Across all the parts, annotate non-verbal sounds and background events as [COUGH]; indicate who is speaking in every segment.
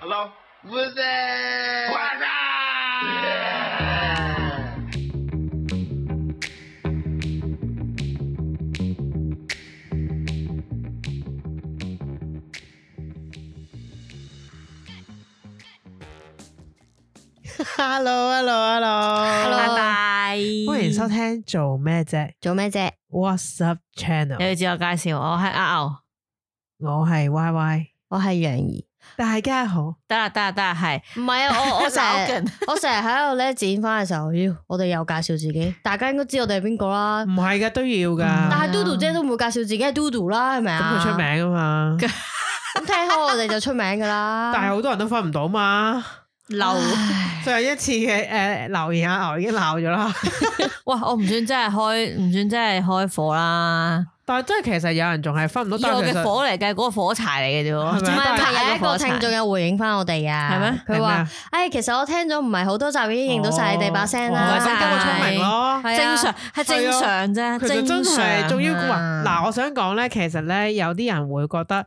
Speaker 1: Hello?
Speaker 2: What's that?
Speaker 1: What's
Speaker 2: Hello，Hello，Hello，
Speaker 3: 拜拜，
Speaker 2: 歡迎收聽做咩啫
Speaker 3: 做咩啫？
Speaker 2: ？What's up
Speaker 3: 你
Speaker 2: channel？
Speaker 3: 要自我介紹，我係阿牛，
Speaker 2: 我係 Y Y，
Speaker 3: 我係楊怡。
Speaker 2: 大家好。
Speaker 3: 得啦，得啦，得啦，係。唔係
Speaker 2: [LAUGHS]
Speaker 4: [LAUGHS]
Speaker 3: 啊，我我成 [LAUGHS] 日我成日喺度咧剪翻嘅 [LAUGHS] 時候，妖，我哋又介紹自己，大家應該知我哋係邊個啦
Speaker 2: 唔。係噶，都要噶。
Speaker 3: 但係 Dodo 姐都唔會介紹自己係 Dodo 啦，係咪
Speaker 2: 咁
Speaker 3: 啊？
Speaker 2: 佢出，名啊嘛，
Speaker 3: 咁聽開我哋就出名噶
Speaker 2: [LAUGHS]
Speaker 3: 啦。
Speaker 2: 但係好多人都分唔到嘛。
Speaker 3: [LAUGHS] 流，
Speaker 2: 上一次嘅誒留言阿牛已經鬧
Speaker 3: [LAUGHS]
Speaker 2: 咗啦，
Speaker 4: 哇！我唔算真係開，唔算真係開火啦。
Speaker 2: 但係真係其實有人仲係分唔到。
Speaker 4: 以
Speaker 2: 但
Speaker 4: 我
Speaker 2: 係其
Speaker 4: 嘅
Speaker 2: 實
Speaker 4: 火嚟計，嗰個火柴嚟嘅啫喎。
Speaker 2: 係
Speaker 3: 唔
Speaker 2: 咪
Speaker 3: 係唔
Speaker 4: 但係
Speaker 3: 係有一個
Speaker 4: 火柴
Speaker 3: 聽眾有回應翻我哋啊？
Speaker 4: 係咩
Speaker 3: 佢
Speaker 2: 係咩
Speaker 3: 話
Speaker 2: 啊：，
Speaker 3: 唉，其實我聽咗唔係好多集已經認到晒你哋把聲
Speaker 2: 哦
Speaker 3: 啦。
Speaker 4: 唔該
Speaker 2: 咁
Speaker 4: 晒
Speaker 2: 今日聰明咯。
Speaker 4: 係啊正常係正常啫，
Speaker 2: 其實真
Speaker 4: 正
Speaker 2: 係
Speaker 4: 常
Speaker 2: 仲要話
Speaker 4: 啊
Speaker 2: 嗱，我想講咧，其實咧有啲人會覺得。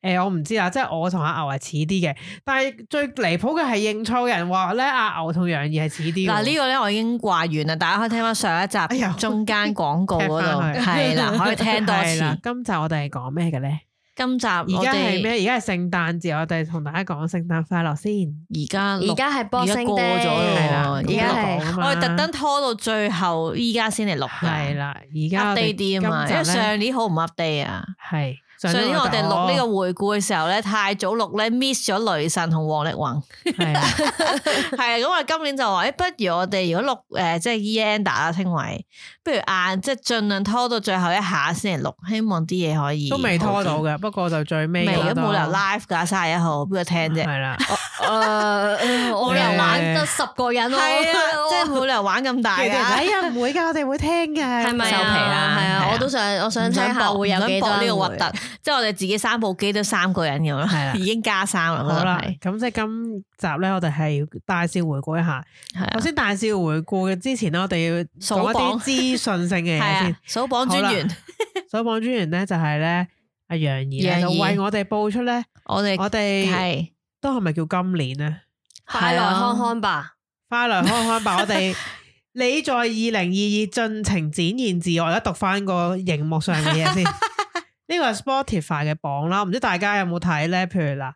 Speaker 2: 誒、我唔知啊，即係我同阿牛係似啲嘅，但係最離譜嘅係認錯人話咧，阿牛同楊怡係似啲嘅。
Speaker 4: 嗱呢個咧，我已經掛完啦，大家可以聽翻上一
Speaker 2: 哎
Speaker 4: 集
Speaker 2: 呀
Speaker 4: 中間廣告嗰度，
Speaker 2: 踢
Speaker 4: 係
Speaker 2: [LAUGHS]
Speaker 4: 啦，可以聽多
Speaker 2: 係啦
Speaker 4: 次。
Speaker 2: 今集我哋係講咩嘅咧？
Speaker 4: 今集
Speaker 2: 而
Speaker 4: 我
Speaker 2: 家係
Speaker 4: 哋
Speaker 2: 咩？而家係聖誕節，我哋同大家講聖誕快樂先。
Speaker 4: 而家
Speaker 3: 而家係
Speaker 4: 而家
Speaker 3: Boxing
Speaker 4: 過咗
Speaker 3: Day，
Speaker 2: 係啦，
Speaker 4: 咯
Speaker 3: 而家係
Speaker 2: 咁就講啊嘛
Speaker 4: 我哋特登拖到最後，依家先嚟錄㗎
Speaker 2: 係啦，而家我哋
Speaker 4: ，update 啲啊嘛，因
Speaker 2: 今
Speaker 4: 為
Speaker 2: 集呢
Speaker 4: 上年好唔 update 啊。
Speaker 2: 係哦
Speaker 4: 上年我哋錄呢
Speaker 2: 個
Speaker 4: 個回顧嘅時候咧，太早錄咧 miss 咗雷神同王
Speaker 2: [LAUGHS]
Speaker 4: 力宏，
Speaker 2: 係啦
Speaker 4: [LAUGHS] 係啊，咁我哋今年就話，誒，不如我哋如果錄誒即係 e n d a 啦，稱為，不如晏即係盡量拖到最後一下先嚟錄，希望啲嘢可以
Speaker 2: 都未拖到啊
Speaker 4: 好
Speaker 2: 嘅，不過就最尾
Speaker 4: 啲，未
Speaker 2: 嗰
Speaker 4: 咁
Speaker 2: 度
Speaker 4: 冇理由 live 噶，卅一號邊個聽啫？哦
Speaker 2: 係啦。
Speaker 3: 誒，我又玩得十個人咯，
Speaker 4: 係 [LAUGHS] 啊，即係啊冇理由玩咁大
Speaker 2: 佢哋就哎
Speaker 4: 噶。
Speaker 2: 呀唔會㗎，我哋會聽㗎。
Speaker 3: 係咪啊？
Speaker 4: 收皮啦
Speaker 3: 係
Speaker 4: 係
Speaker 3: 啊，
Speaker 4: 啊
Speaker 3: 我都想，我想
Speaker 4: 唔
Speaker 3: 聽下
Speaker 4: 搏
Speaker 3: 會有
Speaker 4: 唔想
Speaker 3: 幾多
Speaker 4: 搏
Speaker 3: 人
Speaker 4: 呢個核
Speaker 3: 會
Speaker 4: 突，即係我哋自己三部啊機都三個人咁
Speaker 2: 係啊啦
Speaker 4: 啦，已經加三啦，
Speaker 2: 好啦
Speaker 4: 我覺得係，
Speaker 2: 咁即係今集咧，我哋係要大笑回顧一下。
Speaker 4: 係啊
Speaker 2: 首先大笑回顧嘅之前咧，我哋要講
Speaker 4: 數
Speaker 2: 一
Speaker 4: 榜
Speaker 2: 啲資訊性嘅嘢
Speaker 4: [LAUGHS] 係啊
Speaker 2: 先。，
Speaker 4: 數榜專員，
Speaker 2: 所以網專員咧就係咧阿楊怡咧就
Speaker 4: 楊怡
Speaker 2: 為我哋報出咧，
Speaker 4: 我哋
Speaker 2: 我哋
Speaker 4: 係。
Speaker 2: 都係咪叫今年咧？
Speaker 3: 快來
Speaker 4: 啊
Speaker 3: 看看吧。
Speaker 2: 快來看看吧，我
Speaker 3: [LAUGHS]
Speaker 2: 哋。你在二零二二盡情展現自我，而家讀翻個熒幕上嘅
Speaker 3: [LAUGHS]
Speaker 2: 嘢先。呢個係 Spotify 嘅榜啦，唔知大家有冇睇咧？譬如嗱，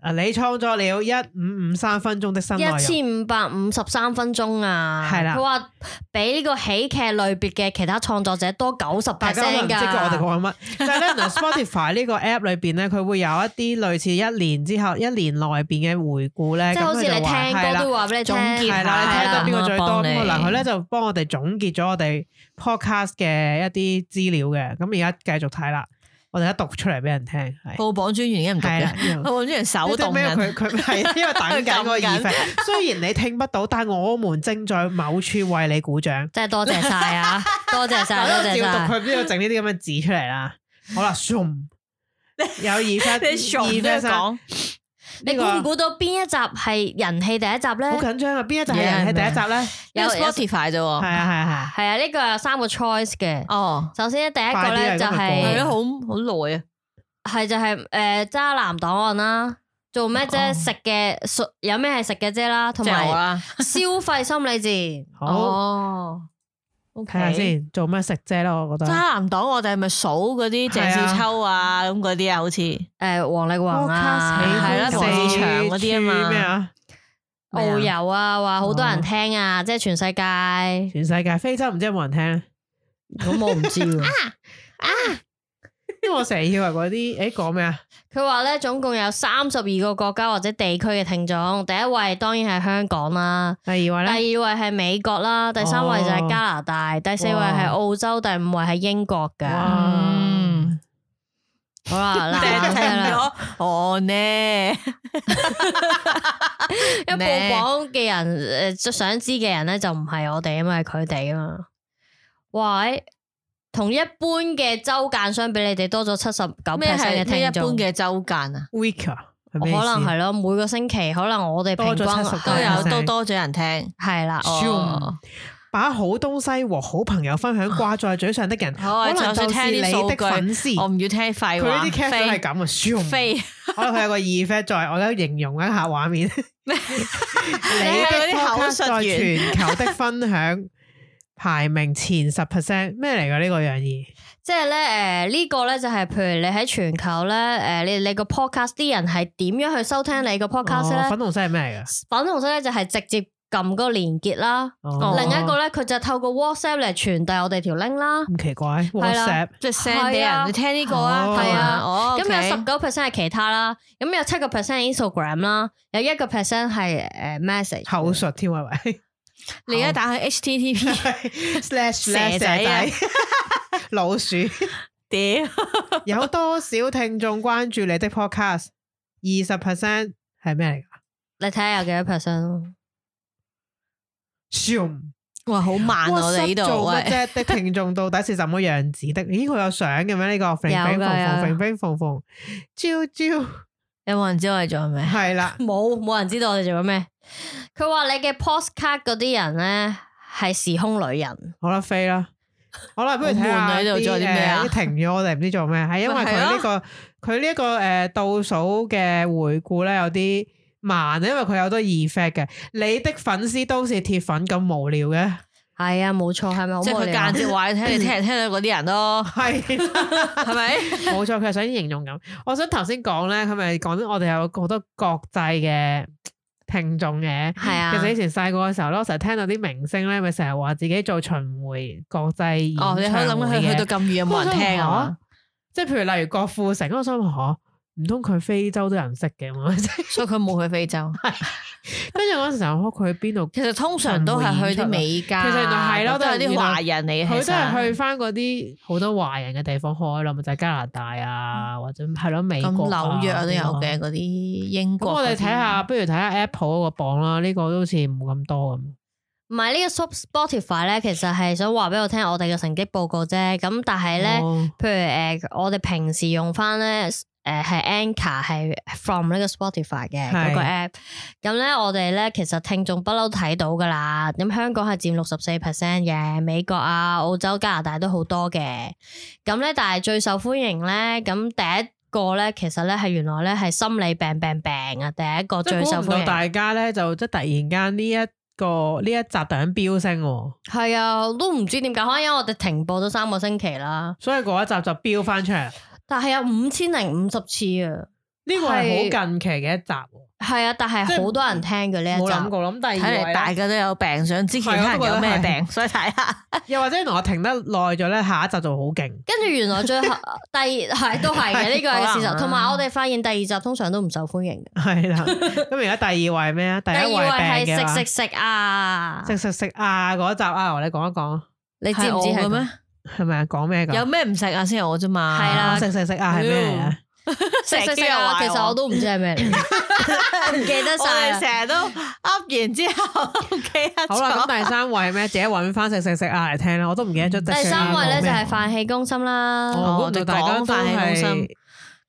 Speaker 2: 啊你創作了一五五三分鐘的新
Speaker 4: 啊
Speaker 2: 內容，
Speaker 3: 一千五百五十三分鐘啊，
Speaker 2: 係啦
Speaker 3: 佢話比呢個喜劇類別嘅其他創作者多九十
Speaker 2: 大家可能
Speaker 3: percent
Speaker 2: 唔知我哋
Speaker 3: 㗎。
Speaker 2: 講緊乜，但係咧原
Speaker 3: [LAUGHS]
Speaker 2: 來 Spotify 呢個 app 裏邊咧，佢會有一啲類似一年之後一年內邊嘅回顧咧，
Speaker 3: 即係好似你
Speaker 2: 咁佢就話
Speaker 3: 聽
Speaker 2: 係
Speaker 3: 歌
Speaker 2: 啦
Speaker 3: 都會話俾你聽，
Speaker 4: 總結
Speaker 2: 係
Speaker 4: 係
Speaker 2: 啦，
Speaker 4: 啦
Speaker 2: 你睇得邊個最多
Speaker 4: 幫
Speaker 2: 咁
Speaker 4: 你
Speaker 2: 啊？嗱，佢咧就幫我哋總結咗我哋 podcast 嘅一啲資料嘅，咁而家繼續睇啦，我哋而家讀出嚟俾人聽，係
Speaker 4: 報榜專員已經唔讀
Speaker 2: 係啦
Speaker 4: 嘅，，報榜專員手
Speaker 2: 因為
Speaker 4: 動
Speaker 2: 咩？
Speaker 4: 緊，
Speaker 2: 佢佢
Speaker 4: [LAUGHS]
Speaker 2: 係因為等緊個耳返雖然你聽不到，但我們正在某處為你鼓掌。
Speaker 3: 真係多謝晒
Speaker 2: [LAUGHS]
Speaker 3: 啊，多謝晒，多謝
Speaker 2: 照
Speaker 3: 晒
Speaker 2: 讀。佢邊度整呢啲咁嘅字出嚟啦？好啦，zoom 有二 p
Speaker 4: [LAUGHS] 你傻
Speaker 2: 二
Speaker 4: 都要
Speaker 2: p
Speaker 4: 講，
Speaker 3: 你
Speaker 2: 呢
Speaker 3: 估
Speaker 2: 個
Speaker 3: 唔估到邊一集係人氣第一集
Speaker 2: 好
Speaker 3: 咧？
Speaker 2: 緊張啊！邊一集係人
Speaker 4: Yeah，
Speaker 2: 係第一集咧？
Speaker 4: 有
Speaker 3: 有
Speaker 4: Spotify 啫
Speaker 2: 係啊
Speaker 4: 喎。
Speaker 2: 係啊
Speaker 3: 係啊，呢個有三個 choice 嘅。
Speaker 4: 哦，
Speaker 3: 首先咧，第一個咧
Speaker 2: 快啲啊
Speaker 3: 就
Speaker 2: 今
Speaker 4: 係
Speaker 2: 日
Speaker 4: 咯，
Speaker 3: 係
Speaker 4: 好好耐啊。
Speaker 3: 係就係誒渣男檔案啦，做咩啫？
Speaker 4: 哦
Speaker 3: 食嘅有咩係食嘅啫啦，同
Speaker 4: 即係
Speaker 2: 啊
Speaker 4: 我
Speaker 3: 埋
Speaker 4: 啦。
Speaker 3: 消費心理
Speaker 2: [LAUGHS]
Speaker 3: 戰。
Speaker 2: 係啊，好
Speaker 4: 哦，OK
Speaker 2: 睇下。先，做乜食啫咯？我覺
Speaker 4: 渣
Speaker 2: 得。
Speaker 4: 男黨我哋係咪數嗰啲鄭少秋啊咁嗰啲啊？好似
Speaker 3: 誒，王力宏啊，
Speaker 4: 喜歡
Speaker 3: 係啦，
Speaker 4: 四
Speaker 3: 王力
Speaker 4: 四
Speaker 3: 宏
Speaker 4: 川嗰啲啊嘛
Speaker 2: 咩啊？
Speaker 3: 遨遊啊，話好多人
Speaker 2: 哦
Speaker 3: 聽啊，即係全世界。咁
Speaker 2: 全世界非洲唔知有冇人聽，啊
Speaker 3: 我唔知喎。
Speaker 2: 因為我成日以為嗰啲，誒講咩啊？
Speaker 3: 佢話咧，總共有三十二個國家或者地區嘅聽眾，第一位當然係香港啦，
Speaker 2: 第二位
Speaker 3: 第二
Speaker 2: 咧，
Speaker 3: 位係美國啦，第三位就
Speaker 4: 哦
Speaker 3: 係加拿大，第四位係澳洲，第五位係英國噶。
Speaker 2: 哇
Speaker 4: 嗯，[LAUGHS]
Speaker 3: 好啦，
Speaker 4: 定
Speaker 3: 嗱，
Speaker 4: 停
Speaker 3: 嗱啦，
Speaker 4: 咗我呢？
Speaker 3: 一報榜嘅人誒，想知嘅人咧就唔係我哋啊嘛，係佢哋啊嘛。哇！誒同一般嘅州間相比，你哋多咗七十九 percent
Speaker 4: 咩
Speaker 3: 嘅
Speaker 4: 係咩一
Speaker 3: 聽
Speaker 4: 般
Speaker 3: 眾。
Speaker 4: 嘅周間啊？
Speaker 2: weaker 係
Speaker 3: 可
Speaker 2: 咩意思
Speaker 3: 能係咯，每個星期可能我哋平均
Speaker 2: 多咗70
Speaker 4: 都
Speaker 2: 係啊
Speaker 4: 有都多咗人聽。
Speaker 3: 係啦，
Speaker 4: Zoom
Speaker 3: 哦
Speaker 2: 把好東西和好朋友分享掛在嘴上的人，
Speaker 4: 好啊
Speaker 2: 可能
Speaker 4: 就
Speaker 2: 就
Speaker 4: 算
Speaker 2: 是
Speaker 4: 聽
Speaker 2: 你
Speaker 4: 啲數據
Speaker 2: 的粉絲。
Speaker 4: 我唔要聽廢
Speaker 2: 佢呢
Speaker 4: 話，
Speaker 2: 啲 c a p 係
Speaker 4: 飛
Speaker 2: 咁啊，書
Speaker 4: 飛，
Speaker 2: 可能佢有個 effect 在，我而家形容一下畫面。你 [LAUGHS]
Speaker 4: 係嗰
Speaker 2: 的
Speaker 4: 啲口
Speaker 2: podcast
Speaker 4: 述
Speaker 2: 在
Speaker 4: 員
Speaker 2: 全球的分享排名前十 percent，咩嚟㗎呢個樣嘢？
Speaker 3: 即係咧，诶呢個咧就係譬如你喺全球咧，诶你你個 podcast 啲人係點樣去收聽你個 podcast
Speaker 2: 哦
Speaker 3: 咧？
Speaker 2: 粉紅色係咩嚟㗎？
Speaker 3: 粉紅色咧就係直接撳嗰個連結啦，
Speaker 2: 哦
Speaker 3: 另一個咧佢就透過 WhatsApp 嚟傳遞我哋條 link 啦。
Speaker 2: 咁奇怪
Speaker 3: 啦
Speaker 2: ，WhatsApp
Speaker 4: 即係 send 俾
Speaker 3: 係啊
Speaker 4: 人，你聽呢個啊，
Speaker 2: 哦
Speaker 4: 咁樣
Speaker 3: 係啊
Speaker 4: 哦，
Speaker 3: 咁有
Speaker 4: OK
Speaker 3: 十九 percent 係其他啦，咁有七個 percent Instagram 啦，有一個 percent 係诶 message
Speaker 2: 口述添係
Speaker 4: [LAUGHS]
Speaker 2: 咪
Speaker 4: 你而家打去 HTTP，
Speaker 2: ？slash
Speaker 4: 蛇仔啊
Speaker 2: [LAUGHS] 老
Speaker 4: [LAUGHS]
Speaker 2: 鼠
Speaker 4: 屌，
Speaker 2: 有多少聽眾關注你的 podcast？二十 percent 係咩嚟㗎
Speaker 3: 你睇下有幾多 percent 咯？
Speaker 2: ？Zoom
Speaker 4: 哇，好慢我
Speaker 2: WhatsApp
Speaker 4: 哋呢度，
Speaker 2: 做乜
Speaker 4: 喂，
Speaker 2: 啫？的聽眾到底是什麼樣子的？咦，佢有相嘅咩？呢
Speaker 4: [LAUGHS]
Speaker 2: 個
Speaker 3: 有㗎
Speaker 2: 揈揈縫縫，
Speaker 3: 有
Speaker 2: 揈揈縫縫，朝朝
Speaker 4: 有冇人知我哋做緊咩？
Speaker 2: 係啦。
Speaker 3: [LAUGHS] 冇冇人知道我哋做緊咩？佢話你嘅 postcard 嗰啲人咧係時空旅人，
Speaker 2: 好啦，飛啦，好啦，不如睇下
Speaker 4: 好悶啊呢度做啲咩啊
Speaker 2: 誒停咗我哋唔知做咩，係因為
Speaker 4: 咪係
Speaker 2: 佢
Speaker 4: 咯
Speaker 2: 呢個佢呢一個诶倒數嘅回顧咧有啲慢，啊因為佢有好多 effect 嘅。你的粉絲都是鐵粉咁無聊 [LAUGHS] 嘅，
Speaker 3: 係啊，冇錯，係咪好
Speaker 4: 即係
Speaker 3: 無聊
Speaker 4: 佢
Speaker 3: 啊
Speaker 4: 間？接話你聽，你聽人聽到嗰啲人咯，
Speaker 2: 係
Speaker 4: 係咪？
Speaker 2: 冇錯，佢係想形容咁。我想頭先講咧，佢咪講我哋有好多國際嘅聽眾嘅。
Speaker 3: 係
Speaker 2: [LAUGHS] 其實以
Speaker 3: 啊，
Speaker 2: 前細個嘅時候咧，我成日聽到啲明星咧，咪成日話自己做巡迴國際演唱
Speaker 4: 哦，你可以諗
Speaker 2: 會
Speaker 4: 佢
Speaker 2: 嘅
Speaker 4: 去到咁遠有冇人聽啊嘛？
Speaker 2: 即係譬如例如郭富城，我想問下，唔通佢非洲都有人識嘅
Speaker 4: [LAUGHS]
Speaker 2: 嘛？即係
Speaker 4: 所以佢冇去非洲。
Speaker 2: 跟住嗰陣時候，我佢去邊度？
Speaker 4: 其實通常都係去啲美加，
Speaker 2: 其實原啊來係咯
Speaker 4: 都係啲華人嚟嘅。
Speaker 2: 佢
Speaker 4: 其
Speaker 2: 都
Speaker 4: 實
Speaker 2: 係去翻嗰啲好多華人嘅地方開咯，咪就係加拿大啊，或者係咯美
Speaker 4: 嗯咁
Speaker 2: 國啊、
Speaker 4: 紐約都有
Speaker 2: 咁啊。
Speaker 4: 嘅嗰啲英
Speaker 2: 咁
Speaker 4: 國嗰啲。
Speaker 2: 我哋睇下，不如睇下 Apple 嗰個榜啦，呢個都好似冇咁多咁。
Speaker 3: 唔係呢個 Sp- Spotify 咧，其實係想話俾我聽我哋嘅成績報告啫。咁但係咧。
Speaker 2: 哦
Speaker 3: 譬如诶、呃我哋平時用翻咧，诶系 Anchor 係 from 呢個 Spotify 嘅
Speaker 2: 係
Speaker 3: 嗰個 app。咁咧，我哋咧其實聽眾不嬲睇到噶啦。咁香港係佔六十四 percent 嘅，美國啊、澳洲、加拿大都好多嘅。咁咧，但係最受歡迎咧，咁第一個咧，其實咧係原來咧係心理病病病啊，第一個
Speaker 2: 即係
Speaker 3: 最
Speaker 2: 估
Speaker 3: 受
Speaker 2: 唔
Speaker 3: 歡
Speaker 2: 到
Speaker 3: 迎。
Speaker 2: 大家咧，就即係突然間呢一個呢一集突然飆升喎，
Speaker 3: 係啊，我都唔知點解，可能因為我哋停播咗三個星期啦，
Speaker 2: 所以嗰一集就飆翻出嚟。
Speaker 3: 但係有五千零五十次啊。
Speaker 2: 呢個係
Speaker 3: 係
Speaker 2: 好近期嘅一集喎，
Speaker 3: 係啊，但
Speaker 2: 即
Speaker 3: 係
Speaker 2: 係
Speaker 3: 好多人聽嘅呢一
Speaker 2: 冇
Speaker 3: 集。
Speaker 2: 諗過諗第
Speaker 4: 睇
Speaker 2: 二
Speaker 4: 嚟
Speaker 2: 位
Speaker 4: 大
Speaker 2: 啦
Speaker 4: 家都有病，想知其他
Speaker 2: 啊
Speaker 4: 人有咩病，所以睇 [LAUGHS] 下。
Speaker 2: 又或者同我停得耐咗咧，下一集就好勁。
Speaker 3: 跟住原來最後第二係都係嘅呢個係事
Speaker 4: 可能啊
Speaker 3: 實，同埋我哋發現第二集通常都唔受歡迎嘅。
Speaker 2: 係啦，咁而家第二位係咩啊？第一
Speaker 3: 第二
Speaker 2: 位
Speaker 3: 位
Speaker 2: 病嘅話
Speaker 3: 係食食食啊！
Speaker 2: 食食食啊嗰集啊，你講一講
Speaker 3: 你知唔知
Speaker 4: 係我嘅
Speaker 3: 係
Speaker 4: 咩？
Speaker 2: 係咪啊？講咩㗎？
Speaker 4: 有咩唔食啊？先係我啫嘛。[LAUGHS]
Speaker 3: 係啦
Speaker 2: 食食食啊係咩嚟啊？
Speaker 3: 食食食啊？其實我都唔知係咩嚟，唔記得
Speaker 4: 我哋
Speaker 3: 晒啦。
Speaker 4: 成日都噏完之後 [LAUGHS] 唔記得
Speaker 2: 好啦，
Speaker 4: [LAUGHS] 咗。
Speaker 2: 咁第三位係咩？自己揾翻食食食啊嚟聽啦，我都唔記得咗。
Speaker 3: 第三位咧就係飯氣攻心啦，
Speaker 2: 哦，
Speaker 4: 我
Speaker 2: 我
Speaker 4: 哋
Speaker 2: 哋大家
Speaker 4: 講
Speaker 2: 都
Speaker 4: 飯氣攻心
Speaker 2: 係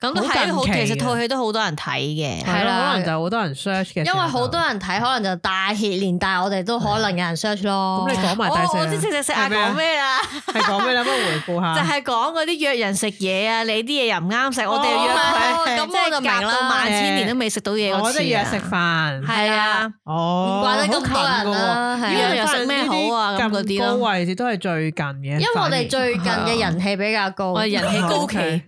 Speaker 4: 咁都係好，
Speaker 2: 好近期嘅
Speaker 4: 其實套戲都好多人睇嘅。
Speaker 2: 係
Speaker 3: 係
Speaker 2: 啦，
Speaker 3: 啦
Speaker 2: 可能就好多人 search 嘅時候
Speaker 3: 因
Speaker 2: 就，
Speaker 3: 為好多人睇，可能就大熱連帶我哋都可能有人 search 咯
Speaker 2: 咁。你講埋第四
Speaker 4: 我
Speaker 2: 啦，
Speaker 4: 我知食食食啊
Speaker 2: 係咩啊
Speaker 4: 講咩啦，
Speaker 2: 係講咩啦？不如回顧
Speaker 4: [LAUGHS] 就
Speaker 2: 下，
Speaker 4: 係講嗰啲約人食嘢啊，你啲嘢又唔啱食，我哋
Speaker 2: 哦
Speaker 4: 約
Speaker 3: 哦
Speaker 4: 佢，
Speaker 3: 咁
Speaker 4: 即係
Speaker 3: 我就明
Speaker 4: 夾到
Speaker 3: 啦
Speaker 4: 萬千年都未食到嘢嗰次啊。
Speaker 2: 我即係約食飯。
Speaker 4: 係啊，
Speaker 2: 哦，
Speaker 3: 唔怪得咁多人
Speaker 2: 好近㗎
Speaker 3: 啦
Speaker 2: 喎
Speaker 3: 係啊
Speaker 2: 因為
Speaker 4: 又食咩好啊咁嗰啲咯
Speaker 2: 高位置都係最近嘅，因
Speaker 3: 因為我哋最近嘅人氣比較高，
Speaker 4: 我哋人氣高企。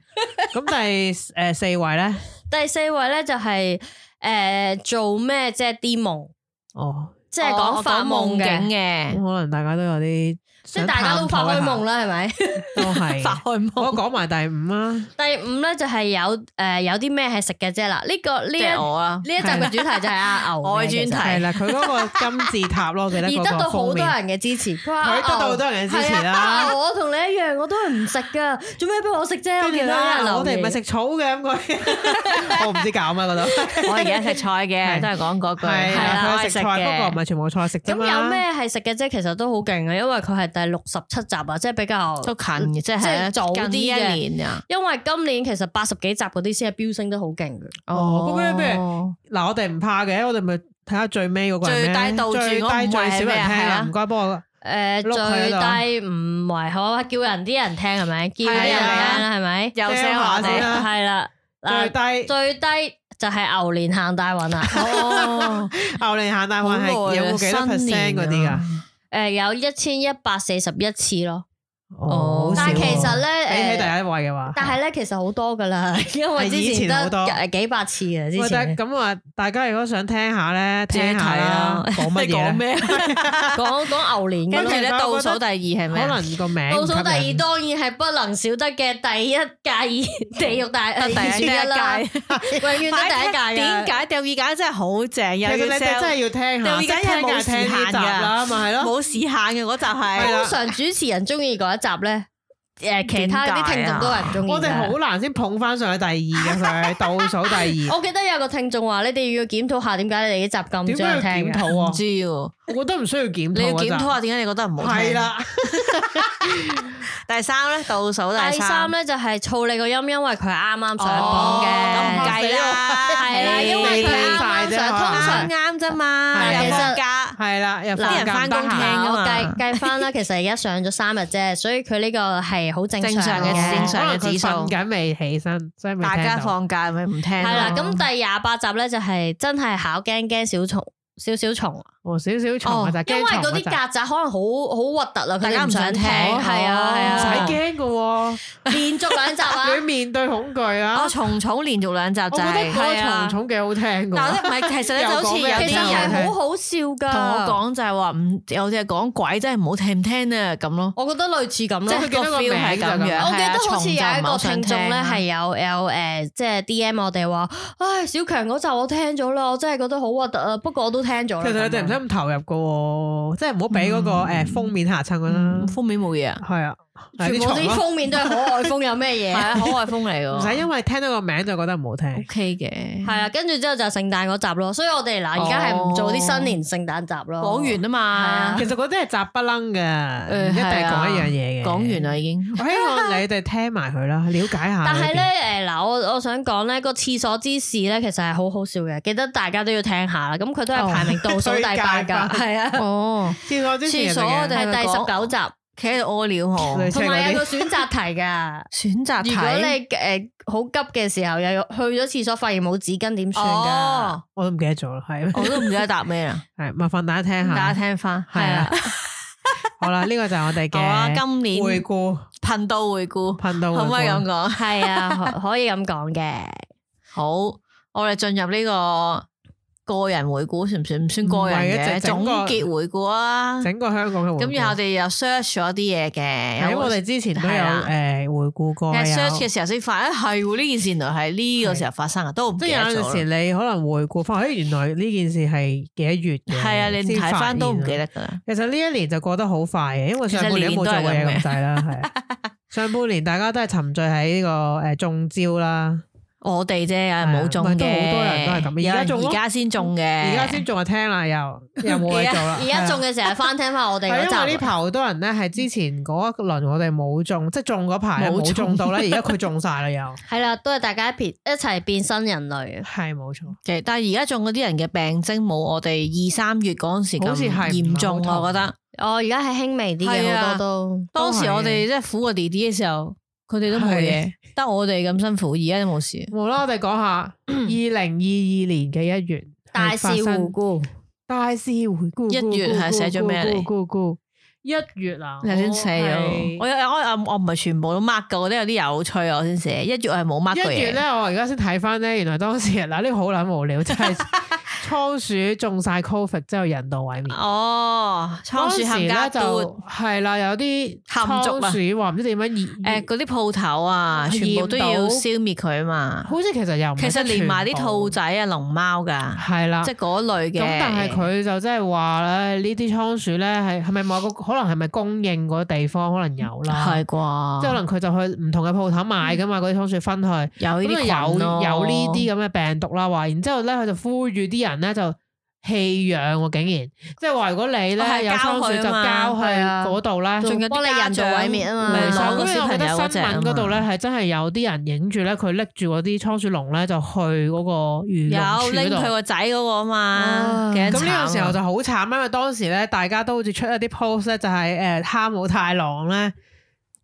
Speaker 2: 咁第诶四位咧，
Speaker 3: 第四位咧就係誒做咩即係啲夢，
Speaker 2: 哦，
Speaker 3: 即係
Speaker 4: 哦
Speaker 3: 講
Speaker 4: 我
Speaker 3: 發
Speaker 4: 夢
Speaker 3: 夢嘅
Speaker 4: 境。
Speaker 2: 咁
Speaker 4: 嘅，
Speaker 2: 可能大家都有啲，
Speaker 3: 即係大家都發開夢，啦，係咪？
Speaker 2: 都係
Speaker 4: 發開夢。
Speaker 2: 我講埋第五啦，
Speaker 3: [LAUGHS] 第五咧就係有誒有啲咩係食嘅啫啦。呢個呢
Speaker 4: 即
Speaker 3: 一
Speaker 4: 係
Speaker 3: 呢
Speaker 4: 我啊啦，
Speaker 3: 一集嘅主題就係阿牛
Speaker 4: 我嘅專題
Speaker 2: 係啦，佢嗰個金字塔咯，我
Speaker 3: [LAUGHS]
Speaker 2: 記得
Speaker 3: 而
Speaker 2: 嗰
Speaker 3: 得
Speaker 2: 個
Speaker 3: 到好
Speaker 2: 封
Speaker 3: 多
Speaker 2: 面，
Speaker 3: 人嘅支持。佢話
Speaker 2: 佢得到好多人嘅支持啦
Speaker 3: 係啊我同你一樣，我都係唔食噶，做咩俾我食啫？我
Speaker 2: 跟住
Speaker 3: 見到有人
Speaker 2: 咧，
Speaker 3: 留
Speaker 2: 我哋唔係
Speaker 3: 言
Speaker 2: 食草嘅咁
Speaker 3: [LAUGHS]
Speaker 2: 佢，我唔知搞乜嗰度，
Speaker 4: 我而家食菜
Speaker 2: 係
Speaker 4: 嘅，都係講嗰句，
Speaker 2: 係
Speaker 3: 啦
Speaker 2: 啦，佢
Speaker 4: 我
Speaker 2: 係
Speaker 4: 係
Speaker 2: 食
Speaker 4: 食
Speaker 2: 菜，不過唔
Speaker 4: 嘅。
Speaker 2: 係全部菜食
Speaker 3: 咁
Speaker 2: 啫嘛。
Speaker 3: 有咩係食嘅啫？其實都好勁嘅，因為佢係第六十七集啊，即係比較
Speaker 4: 都近嘅，即
Speaker 3: 即
Speaker 4: 係
Speaker 3: 係早
Speaker 4: 近呢
Speaker 3: 啲嘅
Speaker 4: 一年啊。
Speaker 3: 因為今年其實八十幾集嗰啲先係飆升得好勁嘅。
Speaker 2: 哦咁不如 [LAUGHS] 不嗱，我哋唔怕嘅，我哋咪睇下最尾嗰個係咩
Speaker 4: 最低倒轉
Speaker 2: 最
Speaker 4: 嗰個
Speaker 2: 低
Speaker 4: 唔
Speaker 2: 最
Speaker 4: 係
Speaker 2: 少人
Speaker 4: 咩
Speaker 2: 聽
Speaker 4: 係
Speaker 2: 啦，
Speaker 4: 啊
Speaker 2: 唔該幫我
Speaker 3: 誒诶，最
Speaker 2: 碌佢度
Speaker 3: 低唔為可，叫人啲人聽係咪？叫啲人聽啦，係咪？
Speaker 4: 又
Speaker 2: sell
Speaker 4: sell
Speaker 2: 下
Speaker 4: 我
Speaker 2: 先
Speaker 4: 哋
Speaker 2: 啦
Speaker 3: 係啦，
Speaker 2: 最
Speaker 3: 嗱，
Speaker 2: 啊低
Speaker 3: 最低就係牛年行大運啦。
Speaker 4: 哦，
Speaker 2: 牛年行大運
Speaker 4: 好
Speaker 2: 係
Speaker 4: 耐啊
Speaker 2: 有冇幾多
Speaker 4: 新
Speaker 2: percent
Speaker 4: 年啊
Speaker 2: 嗰啲噶？
Speaker 3: 诶，有一千一百四十一次咯。
Speaker 4: 哦好少喎
Speaker 3: 但係其實咧，
Speaker 2: 啊比起第
Speaker 3: 诶，
Speaker 2: 一位嘅話，
Speaker 3: 但係咧，其實好多噶啦， [LAUGHS] 因為
Speaker 2: 係以
Speaker 3: 之前
Speaker 2: 前好
Speaker 3: 得
Speaker 2: 多
Speaker 3: 誒幾百次嘅之
Speaker 2: 喂，但係
Speaker 3: 前。
Speaker 2: 咁啊，大家如果想聽下咧，
Speaker 4: 自己
Speaker 2: 聽下
Speaker 4: 睇
Speaker 2: 啦
Speaker 4: 啦，
Speaker 2: 講乜
Speaker 4: 你
Speaker 2: 嘢啊
Speaker 4: 講 [LAUGHS]
Speaker 2: 呢？
Speaker 4: 咩？
Speaker 3: 講講牛年嘅
Speaker 4: 跟
Speaker 3: 咯
Speaker 4: 住咧
Speaker 2: 但係
Speaker 4: 倒
Speaker 2: 我覺得
Speaker 4: 數第二係咩
Speaker 2: 可
Speaker 4: 啊？
Speaker 2: 能個名
Speaker 3: 倒數第
Speaker 2: 唔吸
Speaker 3: 二
Speaker 2: 引
Speaker 3: 當然係不能少得嘅第一屆 [LAUGHS] 地獄大
Speaker 4: 得第一
Speaker 3: 第一啦， [LAUGHS] 永
Speaker 2: [LAUGHS]
Speaker 4: 屆
Speaker 3: 遠都第一屆嘅。
Speaker 4: 點解掉耳架真係好正，
Speaker 2: 其
Speaker 4: 又
Speaker 2: 實
Speaker 4: 要
Speaker 2: 你哋真
Speaker 4: sell，
Speaker 2: 係要聽下，
Speaker 4: 又
Speaker 2: 識聽
Speaker 4: 要梗係
Speaker 2: 嘅
Speaker 4: 冇
Speaker 2: 聽呢
Speaker 4: 時限
Speaker 2: 集啦，咪係咯。
Speaker 4: 冇時限嘅嗰集
Speaker 2: 係啦
Speaker 4: 係
Speaker 3: 通常主持人中意嗰一集咧，诶，其他啲聽眾都係唔中意㗎。
Speaker 2: 我哋好難先捧翻上去第二嘅佢，倒數第
Speaker 4: [LAUGHS]
Speaker 2: 二。
Speaker 3: 我記得有個聽眾話：你哋要檢討下點解你哋啲集
Speaker 2: 點解
Speaker 3: 咁唔中
Speaker 2: 要
Speaker 3: 意聽
Speaker 2: 檢
Speaker 3: 嘅。
Speaker 2: 討
Speaker 4: 唔
Speaker 2: 啊？
Speaker 4: 知喎，
Speaker 2: 我覺得唔需要檢
Speaker 4: 你要
Speaker 2: 討。啊
Speaker 4: 檢討啊下點解你覺得唔好聽。
Speaker 2: 係，啦，
Speaker 4: 第三咧倒數
Speaker 3: 第三
Speaker 4: 三
Speaker 3: 咧就係燥你個音，因為佢啱啱上
Speaker 4: 哦
Speaker 3: 榜
Speaker 4: 咁唔
Speaker 3: 嘅。
Speaker 4: 計啦，
Speaker 3: 係啦因為
Speaker 2: 你
Speaker 3: 佢
Speaker 2: 聽晒
Speaker 3: 啱啱
Speaker 2: 啫
Speaker 3: 上
Speaker 2: 可能
Speaker 3: 通
Speaker 4: 啱
Speaker 3: 常
Speaker 4: 啱啫嘛，
Speaker 2: 係啊
Speaker 4: 有
Speaker 3: 其實
Speaker 4: 放假，
Speaker 2: 係啦，又放假唔
Speaker 4: 嗱
Speaker 2: 得啊
Speaker 4: 翻工聽
Speaker 2: 閒
Speaker 4: 㗎
Speaker 3: 我
Speaker 4: 嘛
Speaker 3: 計計翻啦，其實而家上咗三日啫，所以佢呢個係好正
Speaker 4: 正常
Speaker 3: 常
Speaker 4: 嘅
Speaker 2: 哦
Speaker 4: 正常嘅
Speaker 2: 可能佢
Speaker 4: 指數
Speaker 2: 瞓緊未起身，所以未
Speaker 4: 大
Speaker 2: 聽
Speaker 4: 家
Speaker 2: 到。
Speaker 4: 放假咪唔聽咯。
Speaker 3: 係啦，咁第廿八集咧就係真係考驚驚小蟲小小蟲，啊
Speaker 2: 哦，少少蟲啊，
Speaker 4: 哦
Speaker 2: 就係
Speaker 3: 因為
Speaker 2: 驚蟲
Speaker 3: 嗰啲
Speaker 2: 嗰陣
Speaker 3: 曱甴可能好好核突啊啦，佢
Speaker 4: 大
Speaker 3: 哋
Speaker 4: 家
Speaker 3: 唔
Speaker 4: 唔
Speaker 3: 想
Speaker 4: 想
Speaker 3: 聽，
Speaker 4: 聽
Speaker 3: 係啊係
Speaker 2: 哦唔
Speaker 3: 啊
Speaker 2: 使，驚嘅
Speaker 3: 連續兩集
Speaker 2: [LAUGHS]
Speaker 3: 啊
Speaker 2: 喎，，你面對恐懼啊
Speaker 4: 我！蟲草連續兩集哦就
Speaker 2: 我覺得
Speaker 4: 係
Speaker 2: 嗰。個
Speaker 3: 係啊
Speaker 2: 蟲蟲幾好聽嘅
Speaker 4: 但
Speaker 2: 喎。
Speaker 4: 係唔係，其實咧
Speaker 2: 又
Speaker 4: 就好
Speaker 2: 講
Speaker 4: 似
Speaker 2: 咩
Speaker 4: 有
Speaker 3: 其實
Speaker 4: 啲
Speaker 2: 係
Speaker 4: 人
Speaker 3: 係好好笑噶。
Speaker 4: 同我，講就係話唔，有啲係講鬼真係唔好聽唔聽啊咁咯。
Speaker 3: 我覺得類似咁
Speaker 4: 即
Speaker 3: 咯。
Speaker 4: 係
Speaker 2: 記
Speaker 4: 個
Speaker 2: 得個
Speaker 4: feel 係咁
Speaker 2: 名就係咁
Speaker 4: 樣。
Speaker 3: 我記
Speaker 4: 係啊
Speaker 3: 得好似有一個
Speaker 4: 蟲
Speaker 3: 聽眾咧，
Speaker 4: 就唔好想聽啊
Speaker 3: 係有有誒，即係 D M 我哋話，唉，小強嗰集我聽咗啦，我真係覺得好核突啊！不過我都聽咗啦。
Speaker 2: 其實你哋唔使
Speaker 3: 咁樣
Speaker 2: 咁投入嘅喎，即係唔好俾嗰個
Speaker 4: 嗯
Speaker 2: 誒封面嚇親佢啦
Speaker 4: 嗯。封面冇嘢啊，
Speaker 2: 係啊，係啲
Speaker 3: 全部
Speaker 2: 蟲
Speaker 3: 啲
Speaker 2: 咯
Speaker 3: 封面都係可愛風，有咩
Speaker 4: 係
Speaker 3: 嘢？
Speaker 4: 啊，可愛風嚟㗎，
Speaker 2: 唔使因為聽到個名就覺得唔好
Speaker 4: [LAUGHS]
Speaker 2: 聽。
Speaker 4: OK 嘅。
Speaker 3: 係啊，跟住之後就係聖誕嗰集咯，所以我哋嗱而家係唔做啲新年聖誕集咯。
Speaker 4: 講
Speaker 2: 哦
Speaker 4: 完啊
Speaker 3: 係啊
Speaker 4: 嘛，
Speaker 2: 其實嗰啲係雜不楞嘅，
Speaker 4: 誒
Speaker 2: 唔一定係
Speaker 4: 係啊
Speaker 2: 講一樣嘢嘅。
Speaker 4: 講完啦已經。
Speaker 2: 我希望哎你哋聽埋佢啦，了解下。
Speaker 3: 但係咧，，誒嗱，我我想講咧個廁所之事咧，其實係好好笑嘅，記得大家都要聽下啦。咁佢都係排名倒數第八㗎，
Speaker 2: 哦推
Speaker 3: 係啊，
Speaker 4: 哦，
Speaker 2: 廁所之前
Speaker 4: 廁所我哋
Speaker 3: 係第十九集，
Speaker 4: 企喺度屙尿
Speaker 2: 你
Speaker 3: [LAUGHS]
Speaker 4: 喎，
Speaker 3: 同埋有個選擇題㗎。
Speaker 4: 選擇題。
Speaker 3: 如果你誒好急嘅時候，又要去咗廁所發現冇紙巾點算㗎？
Speaker 4: 哦，
Speaker 2: 我都唔記得咗啦，係
Speaker 4: 我都唔記得答咩啦，
Speaker 2: 係麻煩大家聽
Speaker 4: 大家
Speaker 2: 下。
Speaker 4: 聽翻。
Speaker 2: 係啊，好啦，呢個就係我哋
Speaker 4: 好啊，
Speaker 2: 嘅
Speaker 4: 今年
Speaker 2: 回顧
Speaker 4: 頻道回
Speaker 2: [LAUGHS]
Speaker 4: 顧，
Speaker 2: 頻道回顧。
Speaker 4: 可唔可以咁講？
Speaker 3: 係啊，可 [LAUGHS] 可以咁講嘅。
Speaker 4: 好，我哋進入呢個個人回顧，算唔算唔算個人
Speaker 2: 唔係嘅
Speaker 4: 嘅
Speaker 2: 整整
Speaker 4: 總
Speaker 2: 個
Speaker 4: 結回顧啊？
Speaker 2: 整個香港嘅回顧？
Speaker 4: 咁然後我哋又 search 咗啲嘢嘅，
Speaker 2: 喺
Speaker 4: 有
Speaker 2: 我哋之前都有
Speaker 4: 係啦
Speaker 2: 誒回顧過有
Speaker 4: 但係啊 search 嘅時候先發現，哎係喎呢件事原來係呢個時候發生啊，都唔
Speaker 2: 即
Speaker 4: 記
Speaker 2: 係
Speaker 4: 得
Speaker 2: 有
Speaker 4: 咗
Speaker 2: 陣時
Speaker 4: 啦。
Speaker 2: 你可能回顧翻，誒原來呢件事係幾多月嘅，
Speaker 4: 係啊，你
Speaker 2: 先
Speaker 4: 睇
Speaker 2: 發
Speaker 4: 翻都唔
Speaker 2: 現
Speaker 4: 記得噶啦。
Speaker 2: 其實呢一年就過得好快嘅，因為上半年都冇做過嘢咁滯啦，係
Speaker 4: [LAUGHS]
Speaker 2: 上半年大家都係沉醉喺呢個诶中招啦，
Speaker 4: 我哋啫，有人冇中
Speaker 2: 唔係啊
Speaker 4: 嘅，
Speaker 2: 都好多人都係咁
Speaker 4: 有
Speaker 2: 而家
Speaker 4: 人
Speaker 2: 中咯
Speaker 4: 而家先中嘅，
Speaker 2: 而家先仲係聽啦，
Speaker 4: [LAUGHS]
Speaker 2: 又又冇嘢做啦，
Speaker 3: 而家中嘅時候翻聽翻我哋
Speaker 2: 係啊。係因
Speaker 3: 嗰
Speaker 2: 為呢
Speaker 3: 集
Speaker 2: 排好多人咧，係之前嗰一輪我哋冇中，即係中嗰排呢
Speaker 4: 嗯
Speaker 2: 啊
Speaker 4: 冇
Speaker 2: 冇
Speaker 4: 中
Speaker 2: 中
Speaker 4: [LAUGHS]
Speaker 2: 到咧，而家佢中晒啦，又
Speaker 3: 係啦，都係大家一撇一齊變新人類。
Speaker 2: 係冇錯。
Speaker 4: 嘅，但係而家中嗰啲人嘅病徵冇我哋二三月嗰陣時
Speaker 2: 好
Speaker 4: 咁
Speaker 2: 似係唔係
Speaker 4: 嚴
Speaker 2: 好
Speaker 4: 重，
Speaker 2: 痛
Speaker 4: 我覺得。
Speaker 3: 我哦而家係輕微啲
Speaker 4: 係
Speaker 3: 嘅，
Speaker 4: 啊
Speaker 3: 好多都。
Speaker 4: 當時
Speaker 2: 都係
Speaker 4: 我哋即係苦過弟弟嘅時候，佢哋都冇嘢，得我哋咁辛苦，而家都冇事。
Speaker 2: 無啦，我哋講
Speaker 4: [LAUGHS]
Speaker 2: 下二零二二年嘅一月
Speaker 3: 大事回顧，
Speaker 2: 大事回顧
Speaker 4: 一月係寫咗咩嚟
Speaker 2: 咕咕咕咕一月啊，
Speaker 4: 頭先寫咗，
Speaker 2: 我
Speaker 4: 我有我我我唔係全部都 mark 噶，我都有啲有趣我先寫。一月我係冇 mark
Speaker 2: 一
Speaker 4: 過
Speaker 2: 月咧，
Speaker 4: 嘢，
Speaker 2: 我而家先睇翻咧，原來當時啊嗱呢個好撚無聊，真
Speaker 4: [LAUGHS]
Speaker 2: 係倉鼠中晒 covid 之後人道毀滅。
Speaker 4: 哦，倉鼠冚
Speaker 2: 當時咧
Speaker 4: 家
Speaker 2: 就
Speaker 4: 都
Speaker 2: 係啦，有啲
Speaker 4: 冚族啊
Speaker 2: 倉鼠話唔知點樣熱，
Speaker 4: 誒嗰啲鋪頭啊，全部都要
Speaker 2: 驗到
Speaker 4: 消滅佢嘛。
Speaker 2: 好似其實又唔係
Speaker 4: 其實連埋啲
Speaker 2: 全部
Speaker 4: 兔仔啊、龍貓噶，
Speaker 2: 係啦
Speaker 4: 即。係嗰類嘅。
Speaker 2: 啊咁但係佢就真係話咧，呢啲倉鼠咧係係咪某個可能係咪供應嗰地方可能有啦，
Speaker 4: 係啩，
Speaker 2: 即係可能佢就去唔同嘅鋪頭買噶嘛，嗰啲倉鼠分去。
Speaker 4: 有呢
Speaker 2: 咁
Speaker 4: 啲
Speaker 2: 啊有
Speaker 4: 菌咯
Speaker 2: 有呢啲咁嘅病毒啦，話然之後咧，佢就呼籲啲人咧就棄養喎，竟然即係話如果你
Speaker 4: 我係
Speaker 2: 咧有
Speaker 4: 交
Speaker 2: 倉鼠
Speaker 4: 佢
Speaker 2: 就
Speaker 4: 啊嘛
Speaker 2: 交去
Speaker 3: 係啊
Speaker 2: 嗰度咧。
Speaker 4: 仲有
Speaker 3: 幫你
Speaker 4: 啲家
Speaker 3: 人道毀
Speaker 4: 長
Speaker 3: 滅啊嘛
Speaker 4: 嚟
Speaker 2: 離手
Speaker 4: 攞
Speaker 2: 咁
Speaker 4: 個
Speaker 2: 樣
Speaker 4: 小
Speaker 2: 我覺
Speaker 4: 朋
Speaker 2: 得
Speaker 4: 友嗰隻
Speaker 2: 新
Speaker 4: 啊
Speaker 2: 聞嗰度咧
Speaker 4: 嘛
Speaker 2: 係真係有啲人影住咧，佢拎住嗰啲倉鼠籠咧就去嗰個漁
Speaker 4: 有
Speaker 2: 農
Speaker 4: 拎
Speaker 2: 處嗰
Speaker 4: 佢
Speaker 2: 度。
Speaker 4: 個仔嗰個啊嘛，幾
Speaker 2: 咁呢
Speaker 4: 慘
Speaker 2: 個時候
Speaker 4: 啊
Speaker 2: 就好慘，因為當時咧大家都好似出一啲 post 咧，就係誒哈姆太郎咧，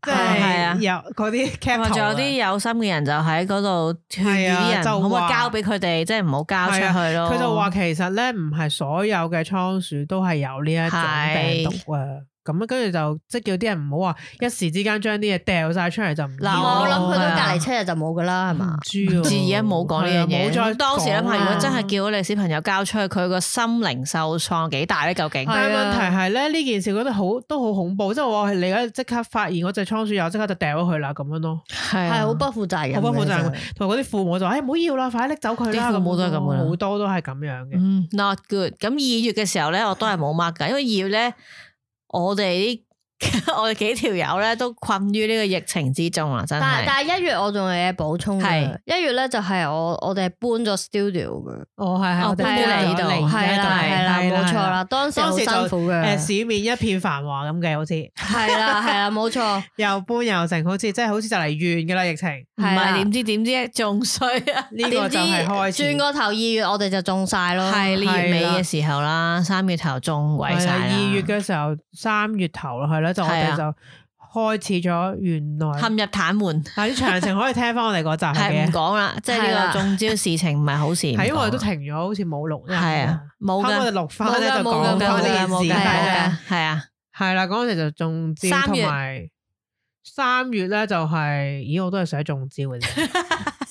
Speaker 2: 即
Speaker 4: 係啊
Speaker 2: 係有嗰啲
Speaker 4: [LAUGHS]
Speaker 2: cap
Speaker 4: 咪
Speaker 2: 圖
Speaker 4: 仲有
Speaker 2: 啊
Speaker 4: 啲有心嘅人就喺嗰度勸
Speaker 2: 係
Speaker 4: 喻
Speaker 2: 啊
Speaker 4: 啲人，
Speaker 2: 就
Speaker 4: 可唔可以
Speaker 2: 話
Speaker 4: 交俾佢哋，即係唔好交出
Speaker 2: 係啊
Speaker 4: 去咯。
Speaker 2: 佢就話其實咧唔係所有嘅倉鼠都係有呢一種病毒啊。咁跟住就即係叫啲人唔好話一時之間將啲嘢掉晒出嚟就唔
Speaker 4: 嗱
Speaker 2: 要咯
Speaker 3: 我諗佢
Speaker 4: 係
Speaker 3: 都
Speaker 4: 啊
Speaker 3: 隔離七日就冇噶啦，係嘛？
Speaker 2: 唔
Speaker 4: 自
Speaker 2: 知
Speaker 4: 己
Speaker 2: 啊，
Speaker 4: 冇講呢樣
Speaker 2: 係啊
Speaker 4: 嘢。
Speaker 2: 冇再
Speaker 4: 咁當時諗
Speaker 2: 講
Speaker 4: 下，
Speaker 2: 啊
Speaker 4: 如果真係叫你小朋友交出去，佢個心靈受創幾大咧？究竟
Speaker 3: 係啊
Speaker 2: 但係問題係咧，呢件事覺得好都好恐怖，即係我係你而家即刻發現嗰只倉鼠有，即刻就掉咗佢啦咁樣咯。
Speaker 4: 係啊
Speaker 3: 係啊
Speaker 2: 啊
Speaker 3: 好不負責任嘅，
Speaker 2: 好不負責任
Speaker 3: 真係
Speaker 2: 同埋嗰啲父母就話：，誒唔好要啦，快拎走佢啦。
Speaker 4: 啲父母都係咁㗎啦
Speaker 2: 好多都係咁樣嘅。
Speaker 4: 嗯，not good。咁二月嘅時候咧，我都係冇 mark 噶，因為二月咧，我哋呢 [LAUGHS] 我哋幾條友咧都困於呢個疫情之中啦，真
Speaker 3: 但係
Speaker 4: 係。
Speaker 3: 但係一月我仲有嘢補充嘅
Speaker 4: 係，
Speaker 3: 一月咧就係我我哋搬咗 studio 嘅，
Speaker 2: 哦，係係，
Speaker 4: 哦
Speaker 2: 我哋
Speaker 4: 搬咗嚟呢度
Speaker 2: 嚟
Speaker 3: 係啦係啦，冇錯。啦，當時
Speaker 2: 當
Speaker 3: 好
Speaker 2: 時
Speaker 3: 辛
Speaker 2: 就
Speaker 3: 苦嘅，
Speaker 2: 誒市面一片繁華咁嘅，好似 [LAUGHS]
Speaker 3: 係啦係啦，冇錯，
Speaker 2: 又搬又成，好似即係好似就嚟完噶啦疫情。
Speaker 4: 唔
Speaker 3: 係
Speaker 4: 係
Speaker 3: 啦
Speaker 4: 點知點知仲衰
Speaker 2: [LAUGHS]
Speaker 4: 啊！
Speaker 2: 呢個就係開始
Speaker 3: 轉個頭二月我哋就中晒咯，
Speaker 4: 係
Speaker 2: 啦
Speaker 4: 二月尾嘅時候啦，三月頭中鬼
Speaker 2: 係
Speaker 4: 晒
Speaker 2: 啊
Speaker 4: 啦
Speaker 2: 二月嘅時候，三月頭啦，係啦，就我哋
Speaker 4: 係啊
Speaker 2: 就開始咗原來
Speaker 4: 陷入癱瘓，
Speaker 2: 嗱啲長城可以聽翻我哋嗰集
Speaker 4: 係唔
Speaker 2: 嘅，
Speaker 4: 講啦，即係
Speaker 3: 係
Speaker 4: 呢
Speaker 3: 啦
Speaker 4: 個中招事情唔係好
Speaker 2: [LAUGHS]
Speaker 4: 事，
Speaker 2: 係因為都
Speaker 4: 係
Speaker 2: 停咗，好似冇錄音。
Speaker 4: 啊，冇
Speaker 2: 後尾我哋
Speaker 4: 噶，
Speaker 2: 錄翻咧就
Speaker 3: 冇㗎
Speaker 2: 講
Speaker 4: 冇噶，
Speaker 2: 翻呢
Speaker 4: 冇
Speaker 2: 件
Speaker 4: 噶，冇
Speaker 2: 事，
Speaker 3: 㗎
Speaker 2: 係
Speaker 4: 噶
Speaker 2: 啊，
Speaker 4: 係啊，
Speaker 2: 係啦，嗰陣時就中招，
Speaker 4: 三
Speaker 2: 同
Speaker 4: 月
Speaker 2: 埋三月咧就係，咦，我都係想中招嘅啫。
Speaker 4: [LAUGHS]